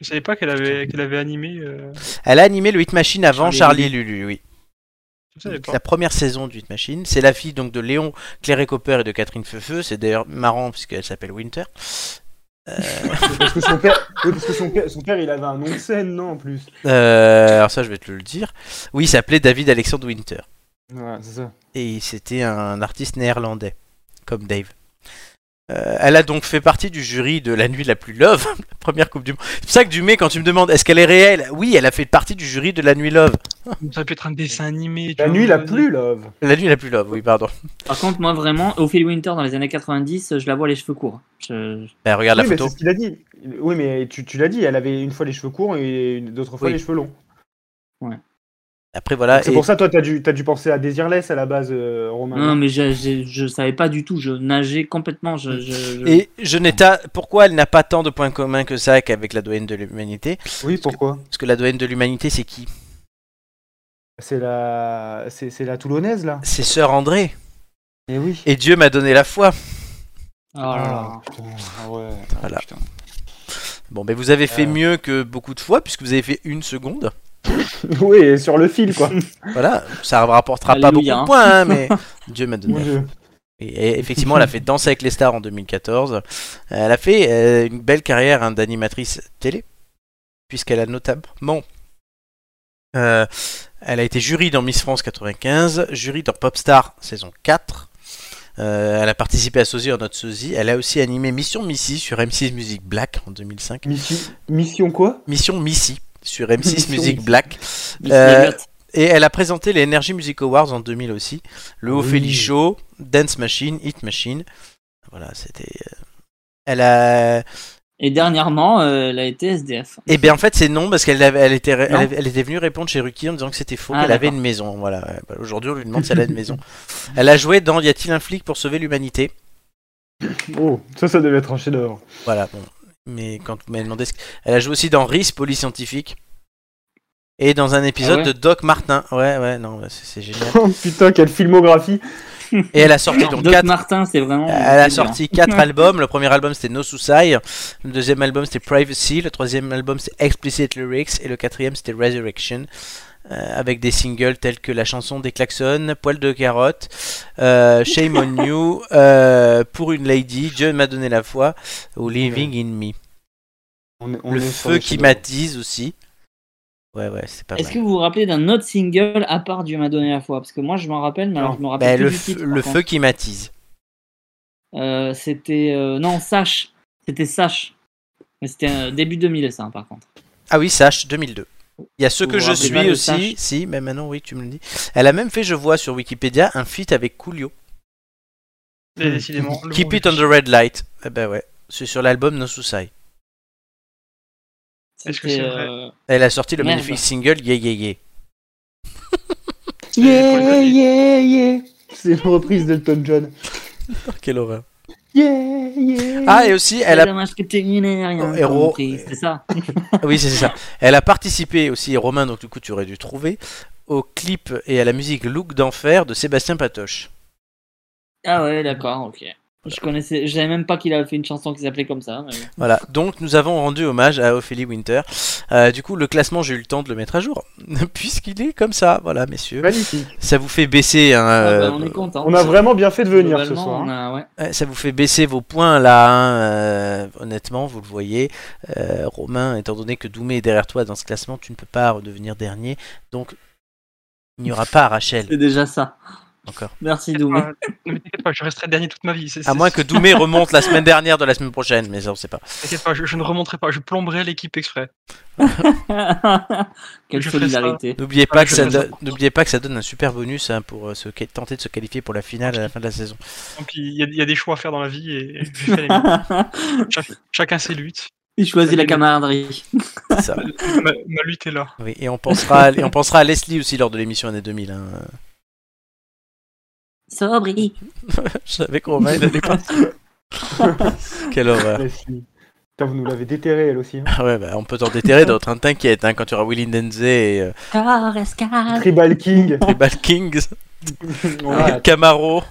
D: je savais pas qu'elle avait, qu'elle avait animé. euh,
A: Elle a animé le Hit Machine avant Charlie,
C: Charlie
A: et Lulu, oui.
D: Je savais pas.
A: La première saison du Hit Machine. C'est la fille donc de Léon Claire Copper et de Catherine Feufeu. C'est d'ailleurs marrant puisqu'elle s'appelle Winter.
B: parce que, son père... oui, parce que son, père, son père, il avait un nom de scène, non, en plus
A: Euh, alors ça, je vais te le dire. Oui, il s'appelait David Alexandre Winter.
B: Ouais, c'est ça.
A: Et c'était un artiste néerlandais, comme Dave. Euh, elle a donc fait partie du jury de La Nuit la plus love, la première Coupe du Monde. C'est pour ça que Dumais, quand tu me demandes est-ce qu'elle est réelle, oui, elle a fait partie du jury de La Nuit love.
D: Ça peut être un dessin animé. tu
B: La
D: vois.
B: nuit, il a plu, love
A: La Nuit la plus love, oui, pardon.
C: Par contre, moi, vraiment, Ophélie Winter dans les années 90, je la vois les cheveux courts. Je-
A: Ben, regarde
B: oui,
A: la
B: mais
A: photo.
B: c'est ce qu'il a dit. Oui, mais tu, tu l'as dit, elle avait une fois les cheveux courts et une- d'autres fois
A: Oui.
B: les cheveux longs.
A: Après voilà.
B: C'est
A: et-
B: pour ça, toi, t'as dû, t'as dû penser à Désirless à la base, euh, Romain.
C: Non, mais je, je, je savais pas du tout. Je nageais complètement. Je, je, je-
A: Et Genetta, pourquoi elle n'a pas tant de points communs que ça qu'avec la doyenne de l'humanité
B: Oui, pourquoi
A: Parce que la doyenne de l'humanité, c'est qui
B: C'est la... c'est c'est la Toulonnaise, là
A: C'est Sœur André.
B: Eh oui.
A: Et Dieu m'a donné la foi.
C: Oh là là.
B: putain, ah ouais.
A: Voilà. Bon, ben vous avez fait
B: Euh.
A: mieux que beaucoup de fois, puisque vous avez fait une seconde.
B: oui, et sur le fil, quoi.
A: Voilà, ça ne rapportera pas beaucoup
C: Alléluia,
A: de
C: hein.
A: points, hein, mais Dieu m'a
B: Mon
A: donné. la foi.
B: Dieu.
A: Et, et effectivement, elle a fait Danse avec les stars en 2014. Elle a fait euh, une belle carrière hein, d'animatrice télé, puisqu'elle a notamment. euh, elle a été jury dans Miss France 95, jury dans Popstar saison 4. Euh, elle a participé à Sosie en notre Sosie. Elle a aussi animé Mission Missy sur M6 Music Black en 2005.
B: Mission, mission quoi
A: Mission Missy sur M6
B: Mission
A: Music
B: Missy.
A: Black. Euh, Et elle a présenté les Energy Music Awards en 2000 aussi. Le
B: Oui.
A: Ophélie Show, Dance Machine, Hit Machine. Voilà, c'était. euh, Elle a.
C: Et dernièrement, euh, elle a été SDF.
A: Eh bien, en fait, c'est non, parce qu'elle avait- elle était, elle,
C: Non.
A: avait- elle était venue répondre chez Ruki en disant que c'était faux,
C: Ah,
A: qu'elle avait
C: d'accord.
A: une maison. Voilà. Ouais, bah, Aujourd'hui, on lui demande si elle a une maison. Elle a joué dans Y a-t-il un flic pour sauver l'humanité
B: Oh, ça, ça devait être un chef-d'œuvre.
A: Voilà, bon. Mais quand vous m'avez demandé. ce que- Elle a joué aussi dans RIS, Police Scientifique. Et dans un épisode
C: Ah
A: de
C: ouais
A: Doc Martin. Ouais, ouais, non, bah, c'est c'est génial.
B: Oh, Putain, quelle filmographie
A: Et elle a sorti
C: Non,
A: donc
C: Doc
A: 4
C: Martin, c'est vraiment.
B: euh,
A: Elle a
C: c'est dur.
A: sorti quatre albums. Le premier album c'était No Suicide, le deuxième album c'était Privacy, le troisième album c'était Explicit Lyrics et le quatrième c'était Resurrection, euh, avec des singles tels que la chanson des klaxons, Poil de carotte, euh, Shame on You, euh, Pour une Lady, Dieu m'a donné la foi ou Living in Me.
B: on, est- on
A: Le
B: est sur
A: feu
B: les
A: qui
B: chefs-d'œuvre.
A: m'attise aussi. Ouais ouais c'est pas
C: Est-ce
A: mal.
C: que vous vous rappelez d'un autre single à part Dieu m'a donné la foi Parce que moi, je m'en rappelle, mais alors
B: Non.
C: je me rappelle
A: Ben,
C: plus
A: le
C: du
A: f-
C: titre,
A: le
C: par
A: feu qui m'attise.
C: Euh, c'était euh, non Sache, c'était Sache. Mais c'était euh, début 2000 ça hein, par contre.
A: Ah oui, Sache 2002. Il y a ce que
C: Ou
A: je
C: un débat
A: suis
C: de
A: aussi.
C: singe.
A: Si, mais maintenant, oui, tu me le dis. Elle a même fait, je vois sur Wikipédia, un feat avec Coolio.
D: Et décidément. le
A: Keep
D: bon
A: it on
D: vieux.
A: the red light. Eh ben ouais. C'est sur l'album No Suicide.
D: Est-ce que
C: C'était,
D: c'est vrai
C: euh,
A: Elle a sorti le
C: Merde.
A: magnifique single Yeah Yeah Yeah.
F: Yeah, yeah, yeah. C'est une reprise d'Elton John.
A: Oh,
C: Ah,
A: quelle horreur.
F: Yeah, yeah.
A: Ah, et aussi, elle
C: c'est
A: a...
C: dommage que t'aies rien
A: Oh, héros.
C: compris, c'est ça.
A: Oui, c'est ça. Elle a participé aussi, Romain, donc du coup, tu aurais dû trouver, au clip et à la musique Look d'enfer de Sébastien Patoche.
C: Ah ouais, d'accord, ok. Je connaissais, je savais même pas qu'il avait fait une chanson qui s'appelait comme ça. mais-
A: Voilà, donc nous avons rendu hommage à Ophélie Winter. Euh, du coup, le classement, j'ai eu le temps de le mettre à jour, puisqu'il est comme ça, voilà, messieurs.
B: Magnifique.
A: Ça vous fait baisser, hein,
C: Ah bah,
A: euh,
C: on est content.
B: On a vraiment bien fait de venir ce
C: Globalement,
B: soir.
C: on
B: hein.
C: a- ouais.
A: euh, ça vous fait baisser vos points là, hein, euh, honnêtement, vous le voyez. Euh, Romain, étant donné que Doumé est derrière toi dans ce classement, tu ne peux pas redevenir dernier, donc il n'y aura pas Rachel
C: C'est déjà ça.
A: encore.
C: Merci
D: T'inquiète
C: Doumé.
D: pas, ne me t'inquiète pas, je resterai dernier toute ma vie. c'est-
A: À
D: c'est-
A: moins que Doumé remonte la semaine dernière de la semaine prochaine, mais ça, on ne sait pas.
D: T'inquiète pas, je, je ne remonterai pas, je plomberai l'équipe exprès.
C: Quelle
D: Je ferai ça.
C: solidarité.
A: N'oubliez
D: Ah,
A: pas,
D: je
A: que ça
D: vais faire
A: donne-
D: ça.
A: n'oubliez pas que ça donne un super bonus hein, pour euh, se quai- tenter de se qualifier pour la finale à la fin de la saison.
D: Donc il y, a- il y a des choix à faire dans la vie et et j'ai fait les miens. Chac- chacun ses luttes.
C: Il choisit la camaraderie.
A: C'est ça.
D: Ma, ma lutte est là.
A: Oui, et on pensera, à- et on pensera à Leslie aussi lors de l'émission année 2000. hein.
C: Sobri.
A: Je savais qu'on va aller pas. Quelle horreur.
B: Mais si. Putain, vous nous l'avez déterré elle aussi. hein.
A: Ah ouais, bah, on peut t'en déterrer d'autres, hein, t'inquiète, hein, quand tu auras Willy Denze et euh,
C: Corps escale.
B: Tribal King.
A: Tribal Kings,
B: On a-
A: Camaro.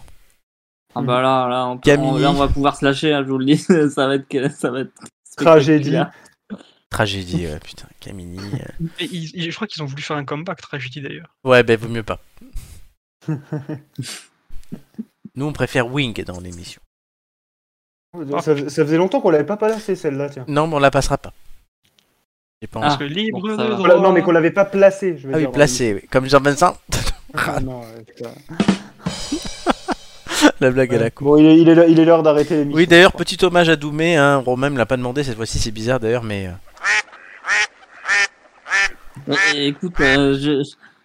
C: Ah bah là, là, on, peut-
A: Camille.
C: on- là, on va pouvoir se lâcher, hein, je vous le dis. ça va être, que- ça va être
B: Tragédie.
C: spectaculaire.
A: Tragédie, ouais, putain, Camini. euh.
D: Et ils- ils- je crois qu'ils ont voulu faire un comeback, tragédie d'ailleurs.
A: Ouais, ben vaut mieux pas. Nous, on préfère Wing dans l'émission.
B: Ça, ça faisait longtemps qu'on l'avait pas placée celle-là, tiens.
A: Non, mais on la passera pas. J'ai pas envie.
D: Parce que libre
C: Ah, bon,
D: de
C: ça va.
D: droit.
B: Voilà, non, mais qu'on l'avait pas placée. Je veux
A: Oh. Ah oui,
B: dire,
A: placé, oui. Comme Jean-Vincent,
B: Ah, non, ouais, putain.
A: la blague à la con.
B: Bon, il est- il est l'heure- il est l'heure d'arrêter l'émission.
A: Oui, d'ailleurs, petit hommage à Doumé, hein. Romain me l'a pas demandé cette fois-ci, c'est bizarre d'ailleurs, mais. euh,
C: Ouais, Écoute, euh,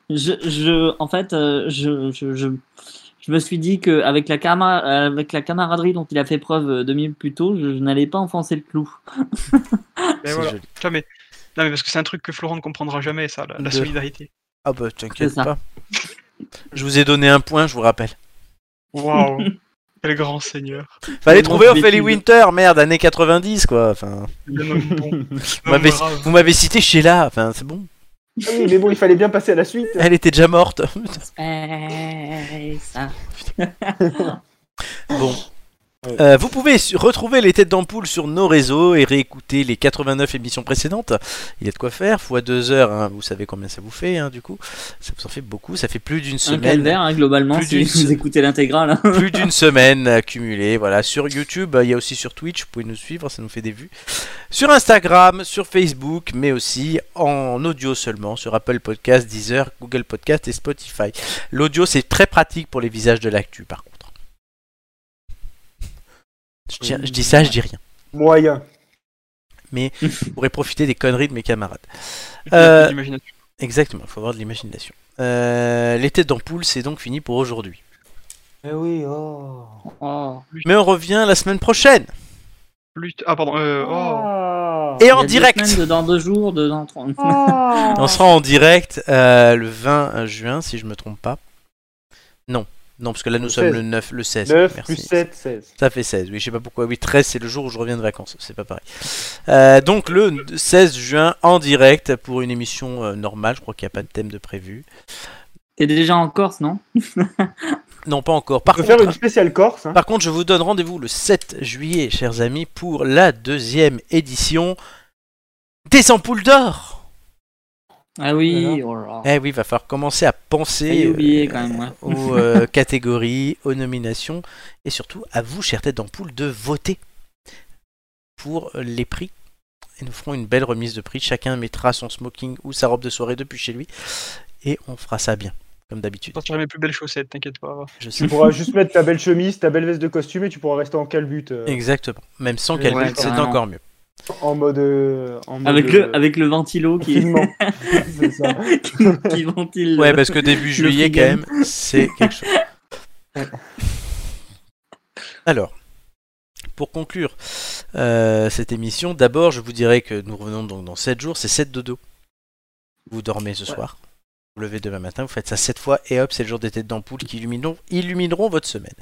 C: je, je, je, en fait, euh, je, je, je, je me suis dit qu'avec la, cama- avec la camaraderie dont il a fait preuve euh, deux minutes plus tôt, je, je n'allais pas enfoncer le clou.
D: Mais
A: c'est
D: voilà.
A: joli.
D: Putain, mais- Non, mais parce que c'est un truc que Florent ne comprendra jamais, ça, la,
A: De-
D: la solidarité.
A: Ah bah, t'inquiète
C: C'est ça.
A: pas. Je vous ai donné un point, je vous rappelle.
D: Waouh Quel grand seigneur.
A: Fallait
C: Le
A: trouver
C: manque
A: Ophélie
C: d'études.
A: Winter, merde, années 90, quoi. Enfin,
D: Un homme bon, un
A: vous
D: homme
A: m'avez-
D: brave.
A: vous m'avez cité Sheila, enfin, c'est bon.
B: Ah oui, mais bon, il fallait bien passer à la suite.
A: Elle était déjà morte.
C: Space.
A: Bon. Euh, vous pouvez su- retrouver les têtes d'ampoule sur nos réseaux et réécouter les 89 émissions précédentes. Il y a de quoi faire, fois 2 heures, hein, vous savez combien ça vous fait, hein, du coup. Ça vous en fait beaucoup, ça fait plus d'une
C: Un
A: semaine.
C: calvaire, hein, globalement,
A: Plus
C: si
A: d'une
C: vous
A: se-
C: écoutez l'intégrale. hein.
A: plus d'une semaine euh, cumulée. Voilà, sur YouTube, euh, il y a aussi sur Twitch, vous pouvez nous suivre, ça nous fait des vues. Sur Instagram, sur Facebook, mais aussi en audio seulement, sur Apple Podcast, Deezer, Google Podcast et Spotify. L'audio, c'est très pratique pour les visages de l'actu, par contre. Je, tiens- je dis ça, je dis rien.
B: Moyen.
A: Vous pourrez profiter des conneries de mes camarades. Euh,
D: L'imagination.
A: Exactement, il faut avoir de l'imagination. Euh, L'été d'ampoule, c'est donc fini pour aujourd'hui.
F: Eh oui, oh.
C: Oh.
A: Mais on revient la semaine prochaine
D: Lutte. Ah, pardon. euh, oh.
B: Ah.
A: et
C: Il y a
A: en
C: deux
A: direct.
C: semaines de dans deux jours, de dans trois.
B: Ah.
A: On sera en direct euh, le 20 juin, si je me trompe pas. Non, non, parce que là nous
B: Le
A: sommes
B: 16.
A: le 9, le 16.
B: 9
A: Merci.
B: plus 7, 16.
A: Ça fait 16, oui, je sais pas pourquoi. Oui, 13, c'est le jour où je reviens de vacances, c'est pas pareil. Euh, donc le 16 juin en direct pour une émission euh, normale, je crois qu'il n'y a pas de thème de prévu.
C: T'es déjà en Corse, non
A: Non, pas encore. Par
B: On peut
A: contre,
B: faire une spéciale Corse. hein.
A: par contre, je vous donne rendez-vous le 7 juillet, chers amis, pour la deuxième édition des ampoules d'or.
C: Ah oui, oh là.
A: Eh oui, va falloir commencer à penser
C: J'ai
A: euh,
C: oublié quand même, ouais.
A: aux euh, catégories, aux nominations et surtout à vous, chère tête d'ampoule, de voter pour les prix. Et nous ferons une belle remise de prix. Chacun mettra son smoking ou sa robe de soirée depuis chez lui et on fera ça bien, comme
D: Je
A: d'habitude.
D: sortirai mes plus belles chaussettes, t'inquiète pas.
A: Je sais.
B: Tu pourras juste mettre ta belle chemise, ta belle veste de costume et tu pourras rester en calbute. euh.
A: Exactement. Même sans
B: Ouais,
A: calcul, c'est
C: carrément.
A: encore mieux.
B: En mode. euh, en mode,
C: Avec
B: euh,
C: le, avec le ventilo qui,
B: confinement. C'est ça.
C: qui ventile. euh,
A: Ouais, parce que début juillet, quand
C: freegan.
A: même, c'est quelque chose. Alors, pour conclure euh, cette émission, d'abord, je vous dirais que nous revenons donc dans 7 jours, c'est 7 dodo. Vous dormez ce soir, vous levez demain matin, vous faites ça 7 fois, et hop, c'est le jour des têtes d'ampoule qui illumineront, illumineront votre semaine.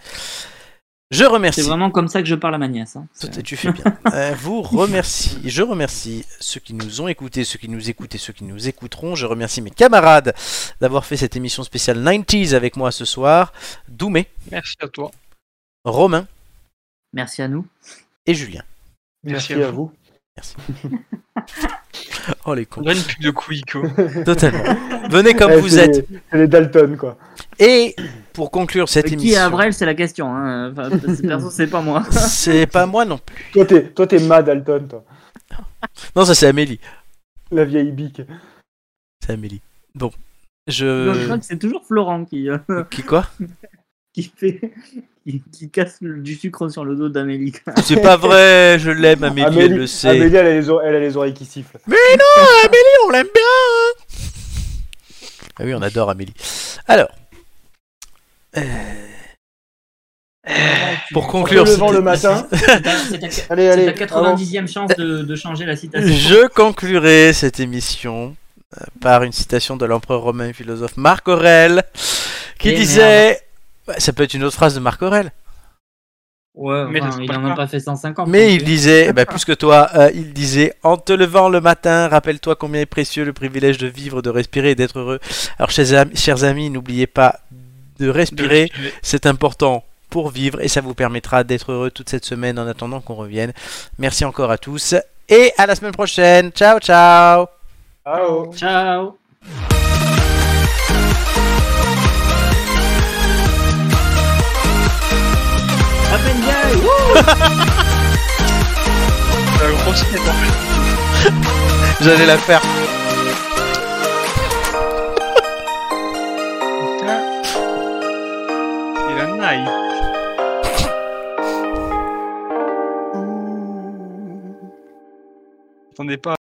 A: Je remercie.
C: C'est vraiment comme ça que je parle à ma nièce. hein.
A: Tout
C: C'est-
A: est- tu fais bien. Euh, vous remercie, je remercie ceux qui nous ont écoutés, ceux qui nous écoutent et ceux qui nous écouteront. Je remercie mes camarades d'avoir fait cette émission spéciale 90s avec moi ce soir. Doumé,
D: Merci à toi.
A: Romain
C: Merci à nous.
A: et Julien.
D: Merci,
B: Merci
D: à
B: à vous.
A: Oh les cons,
D: On a une pub de Quico.
A: totalement. Venez comme
B: Ouais,
A: vous
B: Eh, c'est
A: êtes.
B: les- C'est les Dalton, quoi.
A: Et pour conclure cette
C: Euh, Qui est
A: émission,
C: Avrel, c'est la question. hein. Enfin, c'est- perso, c'est pas moi.
A: c'est pas moi non plus.
B: Toi, t'es toi, t'es Ma Dalton, toi.
A: Non, ça c'est Amélie.
B: La vieille bique.
A: C'est Amélie. Bon,
C: Non, je
A: je.
C: crois que c'est toujours Florent qui, euh,
A: Qui quoi
C: qui fait. Qui, qui casse le- du sucre sur le dos d'Amélie.
A: C'est pas vrai, je l'aime Amélie, elle le sait.
B: Amélie, elle a les, oreilles, elle a les oreilles qui sifflent.
A: on l'aime bien Ah oui, on adore Amélie. Alors, pour conclure,
B: le vent
A: c'était-
B: le matin.
C: C'est ta- c'est ta- c'est
B: Allez,
C: ta
B: allez.
C: 90e chance de, de changer la citation.
A: je conclurai cette émission euh, par une citation de l'empereur romain et philosophe Marc Aurèle, qui
C: Eh
A: disait... Ouais, Ça peut être une autre phrase de Marc Aurèle.
C: Ouais,
D: Mais
C: enfin,
D: c'est
C: il
D: pas
C: en
D: grave.
C: a pas fait 150.
A: Mais
C: donc,
A: il disait, bah, plus que toi, euh, il disait, en te levant le matin, rappelle-toi combien est précieux le privilège de vivre, de respirer et d'être heureux. Alors, chers am- chers amis, n'oubliez pas de respirer, C'est important pour vivre et ça vous permettra d'être heureux toute cette semaine en attendant qu'on revienne. Merci encore à tous et à la semaine prochaine. Ciao ciao
B: Ah oh.
C: euh, Ciao Up and down.
D: La grosse tête, en fait.
A: J'allais la faire.
D: Il a naïf. Attendez pas.